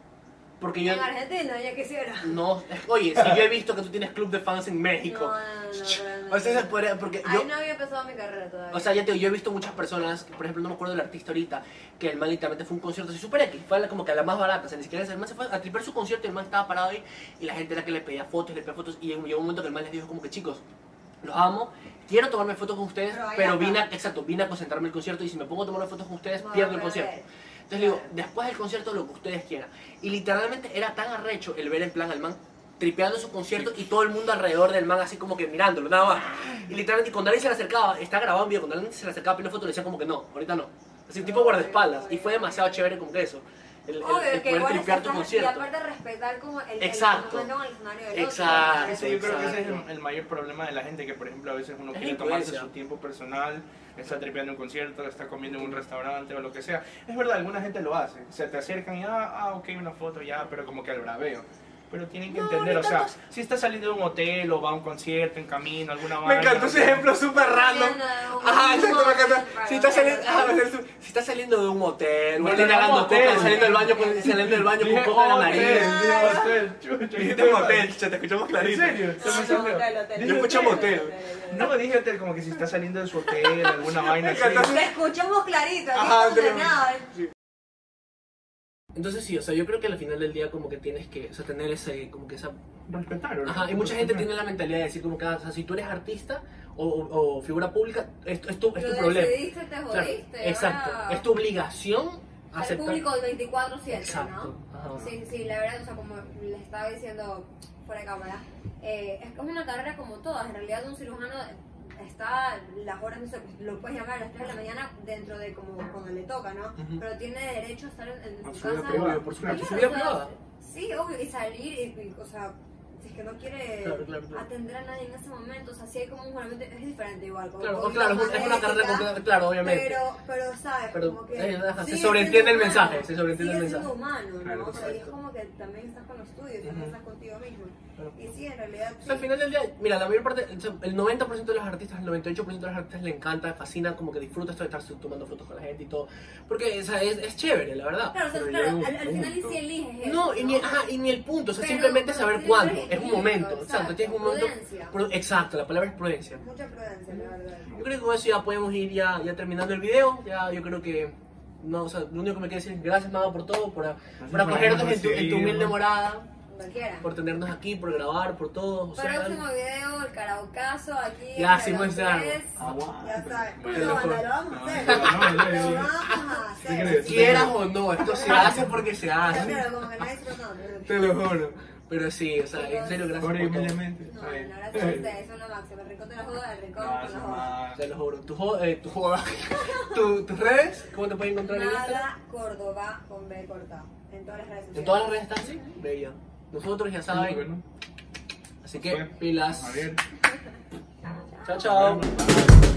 [SPEAKER 2] Porque yo...
[SPEAKER 1] En Argentina, ya quisiera.
[SPEAKER 2] No, oye, si yo he visto que tú tienes club de fans en México.
[SPEAKER 1] No, no, no, no, no,
[SPEAKER 2] O sea,
[SPEAKER 1] no.
[SPEAKER 2] se puede- porque yo...
[SPEAKER 1] Ahí no había empezado mi carrera todavía.
[SPEAKER 2] O sea, ya te digo, yo he visto muchas personas, que, por ejemplo, no me acuerdo del artista ahorita, que el man literalmente fue a un concierto así super X, fue a la- como que a la más barata, o sea, ni siquiera el man se fue a tripear su concierto y el man estaba parado ahí y la gente era que le pedía fotos, le pedía fotos y llegó un momento que el man les dijo como que chicos, los amo, quiero tomarme fotos con ustedes,
[SPEAKER 1] Pero
[SPEAKER 2] pero,
[SPEAKER 1] ahí acá.
[SPEAKER 2] vine, a, exacto, vine a concentrarme en el concierto y si me pongo a tomar fotos con ustedes,
[SPEAKER 1] Bueno,
[SPEAKER 2] pierdo el
[SPEAKER 1] pero
[SPEAKER 2] concierto.
[SPEAKER 1] a ver.
[SPEAKER 2] Entonces le digo, después del concierto lo que ustedes quieran. Y literalmente era tan arrecho el ver en plan al man tripeando su concierto y todo el mundo alrededor del man así como que mirándolo, nada más.
[SPEAKER 1] Ah.
[SPEAKER 2] Y literalmente cuando alguien se le acercaba, está grabado un video, cuando alguien se le acercaba pidiendo fotos le decían como que no, ahorita no. Así tipo guardaespaldas. Y fue demasiado chévere como que eso. El, el-
[SPEAKER 1] Obvio,
[SPEAKER 2] el
[SPEAKER 1] que
[SPEAKER 2] poder
[SPEAKER 1] igual
[SPEAKER 2] tripear tu
[SPEAKER 1] estás- Y
[SPEAKER 2] concierto.
[SPEAKER 1] aparte respetar como el,
[SPEAKER 2] Exacto.
[SPEAKER 1] el, momento en el escenario del
[SPEAKER 2] Exacto.
[SPEAKER 1] otro.
[SPEAKER 4] Eso
[SPEAKER 1] ¿sabes?
[SPEAKER 4] yo creo que ese es el,
[SPEAKER 2] Exacto.
[SPEAKER 4] el mayor problema de la gente, que por ejemplo a veces uno
[SPEAKER 2] Es
[SPEAKER 4] quiere
[SPEAKER 2] la
[SPEAKER 4] tomarse
[SPEAKER 2] influencia.
[SPEAKER 4] su tiempo personal, está tripeando en un concierto, está comiendo en un restaurante o lo que sea. Es verdad, alguna gente lo hace, se te acercan y ah, ah ok, una foto ya, pero como que al braveo. Pero tienen que
[SPEAKER 1] No,
[SPEAKER 4] entender,
[SPEAKER 1] ni
[SPEAKER 4] o sea,
[SPEAKER 1] tanto.
[SPEAKER 4] si está saliendo de un hotel o va a un concierto en camino, alguna
[SPEAKER 3] Me
[SPEAKER 4] vaina,
[SPEAKER 3] encantó
[SPEAKER 4] o
[SPEAKER 3] ese
[SPEAKER 4] sea,
[SPEAKER 3] ejemplo súper random.
[SPEAKER 1] No, no,
[SPEAKER 2] Ajá,
[SPEAKER 1] no,
[SPEAKER 2] exacto, me encanta.
[SPEAKER 1] no,
[SPEAKER 2] Si
[SPEAKER 1] no,
[SPEAKER 2] estás
[SPEAKER 1] no,
[SPEAKER 2] saliendo,
[SPEAKER 1] no,
[SPEAKER 2] ah, si estás saliendo de un motel,
[SPEAKER 4] No,
[SPEAKER 2] no,
[SPEAKER 4] no, no,
[SPEAKER 2] lavando
[SPEAKER 4] motel.
[SPEAKER 2] coca, saliendo del baño, con- saliendo del baño con
[SPEAKER 4] Dije,
[SPEAKER 2] coca en la
[SPEAKER 4] hotel,
[SPEAKER 2] nariz.
[SPEAKER 4] dije, hotel, chucha,
[SPEAKER 3] Dijiste
[SPEAKER 4] ¿qué
[SPEAKER 3] motel,
[SPEAKER 4] pasa?
[SPEAKER 3] chucha, te escuchamos
[SPEAKER 4] ¿En
[SPEAKER 3] clarito.
[SPEAKER 4] serio?
[SPEAKER 1] No, no,
[SPEAKER 4] Estamos
[SPEAKER 1] hotel,
[SPEAKER 4] haciendo-
[SPEAKER 1] hotel.
[SPEAKER 4] Dije
[SPEAKER 3] Yo escucho
[SPEAKER 4] hotel.
[SPEAKER 3] motel.
[SPEAKER 4] No, dije hotel, como que si está saliendo de su hotel, alguna vaina así.
[SPEAKER 3] encantó
[SPEAKER 1] Te escuchamos clarito, aquí
[SPEAKER 3] Ajá,
[SPEAKER 1] no pasa
[SPEAKER 3] te lo-
[SPEAKER 1] nada, ¿eh?
[SPEAKER 2] Entonces sí, o sea, yo creo que al final del día como que tienes que, o sea, tener ese, como que esa...
[SPEAKER 4] Respetar, ¿no?
[SPEAKER 2] Ajá, y mucha gente
[SPEAKER 4] Respetar.
[SPEAKER 2] tiene la mentalidad de decir como que, ah, o sea, si tú eres artista o, o- o figura pública, es, tu- es tu, es tu
[SPEAKER 1] Lo
[SPEAKER 2] problema.
[SPEAKER 1] decidiste, te
[SPEAKER 2] Claro,
[SPEAKER 1] jodiste.
[SPEAKER 2] exacto,
[SPEAKER 1] ahora-
[SPEAKER 2] es tu obligación
[SPEAKER 1] al
[SPEAKER 2] aceptar...
[SPEAKER 1] público del 24-7,
[SPEAKER 2] Exacto.
[SPEAKER 1] ¿no?
[SPEAKER 2] ajá.
[SPEAKER 1] Sí, sí, la verdad, o sea, como les estaba diciendo fuera de cámara, eh, es que es una carrera como todas. En realidad, un cirujano está las horas, no sé, pues, lo puedes llamar a las 3 de la mañana dentro de como cuando le toca, ¿no?
[SPEAKER 2] Ujú.
[SPEAKER 1] Pero tiene derecho a estar en, en
[SPEAKER 4] Por
[SPEAKER 1] su
[SPEAKER 4] su vida
[SPEAKER 1] casa.
[SPEAKER 4] privada,
[SPEAKER 2] por su-
[SPEAKER 1] Claro,
[SPEAKER 2] por su vida
[SPEAKER 1] o sea,
[SPEAKER 2] privada.
[SPEAKER 1] Sí, obvio, y salir, y, y, o sea, si es que no quiere
[SPEAKER 2] Claro, claro, claro.
[SPEAKER 1] atender a nadie en ese momento, o sea, si hay como un juramento, es diferente igual. como
[SPEAKER 2] Claro,
[SPEAKER 1] con
[SPEAKER 2] claro, es
[SPEAKER 1] una
[SPEAKER 2] un- es una carrera
[SPEAKER 1] ética.
[SPEAKER 2] completa, claro, obviamente.
[SPEAKER 1] Pero, pero sabes,
[SPEAKER 2] Pero,
[SPEAKER 1] como que.
[SPEAKER 2] eh, ajá, se
[SPEAKER 1] sigue siendo
[SPEAKER 2] sobreentiende el
[SPEAKER 1] humano,
[SPEAKER 2] mensaje, se sobreentiende el
[SPEAKER 1] sigue siendo humano, ¿no?
[SPEAKER 4] Claro,
[SPEAKER 1] o sea, y es
[SPEAKER 2] exacto.
[SPEAKER 1] como que también estás con los tuyos, también
[SPEAKER 2] Ujú.
[SPEAKER 1] estás contigo mismo.
[SPEAKER 2] Claro.
[SPEAKER 1] Y sí, en realidad.
[SPEAKER 2] O sea, al
[SPEAKER 1] sí.
[SPEAKER 2] final del día, mira, la mayor parte, o sea, el 90% de los artistas, el 98% de los artistas le encanta, fascina, como que disfruta esto de estar tomando fotos con la gente y todo. Porque, o sea, es, es chévere, la verdad.
[SPEAKER 1] Claro, o sea,
[SPEAKER 4] Pero
[SPEAKER 1] claro,
[SPEAKER 4] llega un
[SPEAKER 1] al, al final y
[SPEAKER 4] punto.
[SPEAKER 1] si eliges. eso,
[SPEAKER 2] No, y ni, ajá, y ni el punto, o sea,
[SPEAKER 1] Pero-
[SPEAKER 2] simplemente
[SPEAKER 1] pero
[SPEAKER 2] saber
[SPEAKER 1] tienes
[SPEAKER 2] cuándo,
[SPEAKER 1] que
[SPEAKER 2] es un
[SPEAKER 1] elegir,
[SPEAKER 2] momento,
[SPEAKER 1] exacto,
[SPEAKER 2] exacto, tienes un momento.
[SPEAKER 1] prudencia.
[SPEAKER 2] pru- exacto, la palabra es prudencia.
[SPEAKER 1] Mucha prudencia, la verdad.
[SPEAKER 2] Yo creo que con eso ya podemos ir ya, ya terminando el video, ya yo creo que, no, o sea, lo único que me queda decir es gracias, Maga, por todo, por, por
[SPEAKER 4] por
[SPEAKER 2] acogernos en tu, en tu
[SPEAKER 4] recibirnos.
[SPEAKER 2] humilde morada,
[SPEAKER 1] Cuando quieras.
[SPEAKER 2] por tenernos aquí, por grabar, por todo, o sea,
[SPEAKER 1] Próximo video, el karaokazo aquí.
[SPEAKER 2] Ya,
[SPEAKER 1] entre
[SPEAKER 2] sí,
[SPEAKER 1] los
[SPEAKER 2] muestra algo.
[SPEAKER 1] tres. Ya sabes.
[SPEAKER 4] Ah, Bueno,
[SPEAKER 1] No, anda, lo
[SPEAKER 2] bueno.
[SPEAKER 1] vamos a hacer.
[SPEAKER 4] No, no, no,
[SPEAKER 1] Lo
[SPEAKER 4] no, no.
[SPEAKER 1] vamos a
[SPEAKER 4] ¿Qué Ah,
[SPEAKER 1] hacer.
[SPEAKER 4] crees?
[SPEAKER 2] quieras o no, esto se hace porque se
[SPEAKER 1] Pero
[SPEAKER 2] hace.
[SPEAKER 1] claro, como que nadie se lo sabe, pero-
[SPEAKER 2] Te lo juro. Pero sí, o sea, en serio, gracias por
[SPEAKER 4] Pobre
[SPEAKER 2] todo.
[SPEAKER 4] humildemente.
[SPEAKER 1] No,
[SPEAKER 4] Está bien.
[SPEAKER 1] no, gracias a ustedes, son lo máximo. El rincón de la joda, el rincón
[SPEAKER 4] No,
[SPEAKER 1] con la
[SPEAKER 4] eso
[SPEAKER 1] joda.
[SPEAKER 4] más.
[SPEAKER 2] Te lo juro. Tu jo- eh, tu joda. Tu- ¿Tus redes? ¿Cómo te pueden encontrar en Instagram?
[SPEAKER 1] Nada Córdoba con B corta. En todas las redes sociales.
[SPEAKER 2] En todas las redes están así. Bella. Nosotros ya saben.
[SPEAKER 4] Bueno,
[SPEAKER 2] Así
[SPEAKER 4] fue.
[SPEAKER 2] que pilas.
[SPEAKER 4] Javier.
[SPEAKER 2] Chao, chao.
[SPEAKER 4] Bueno, bye.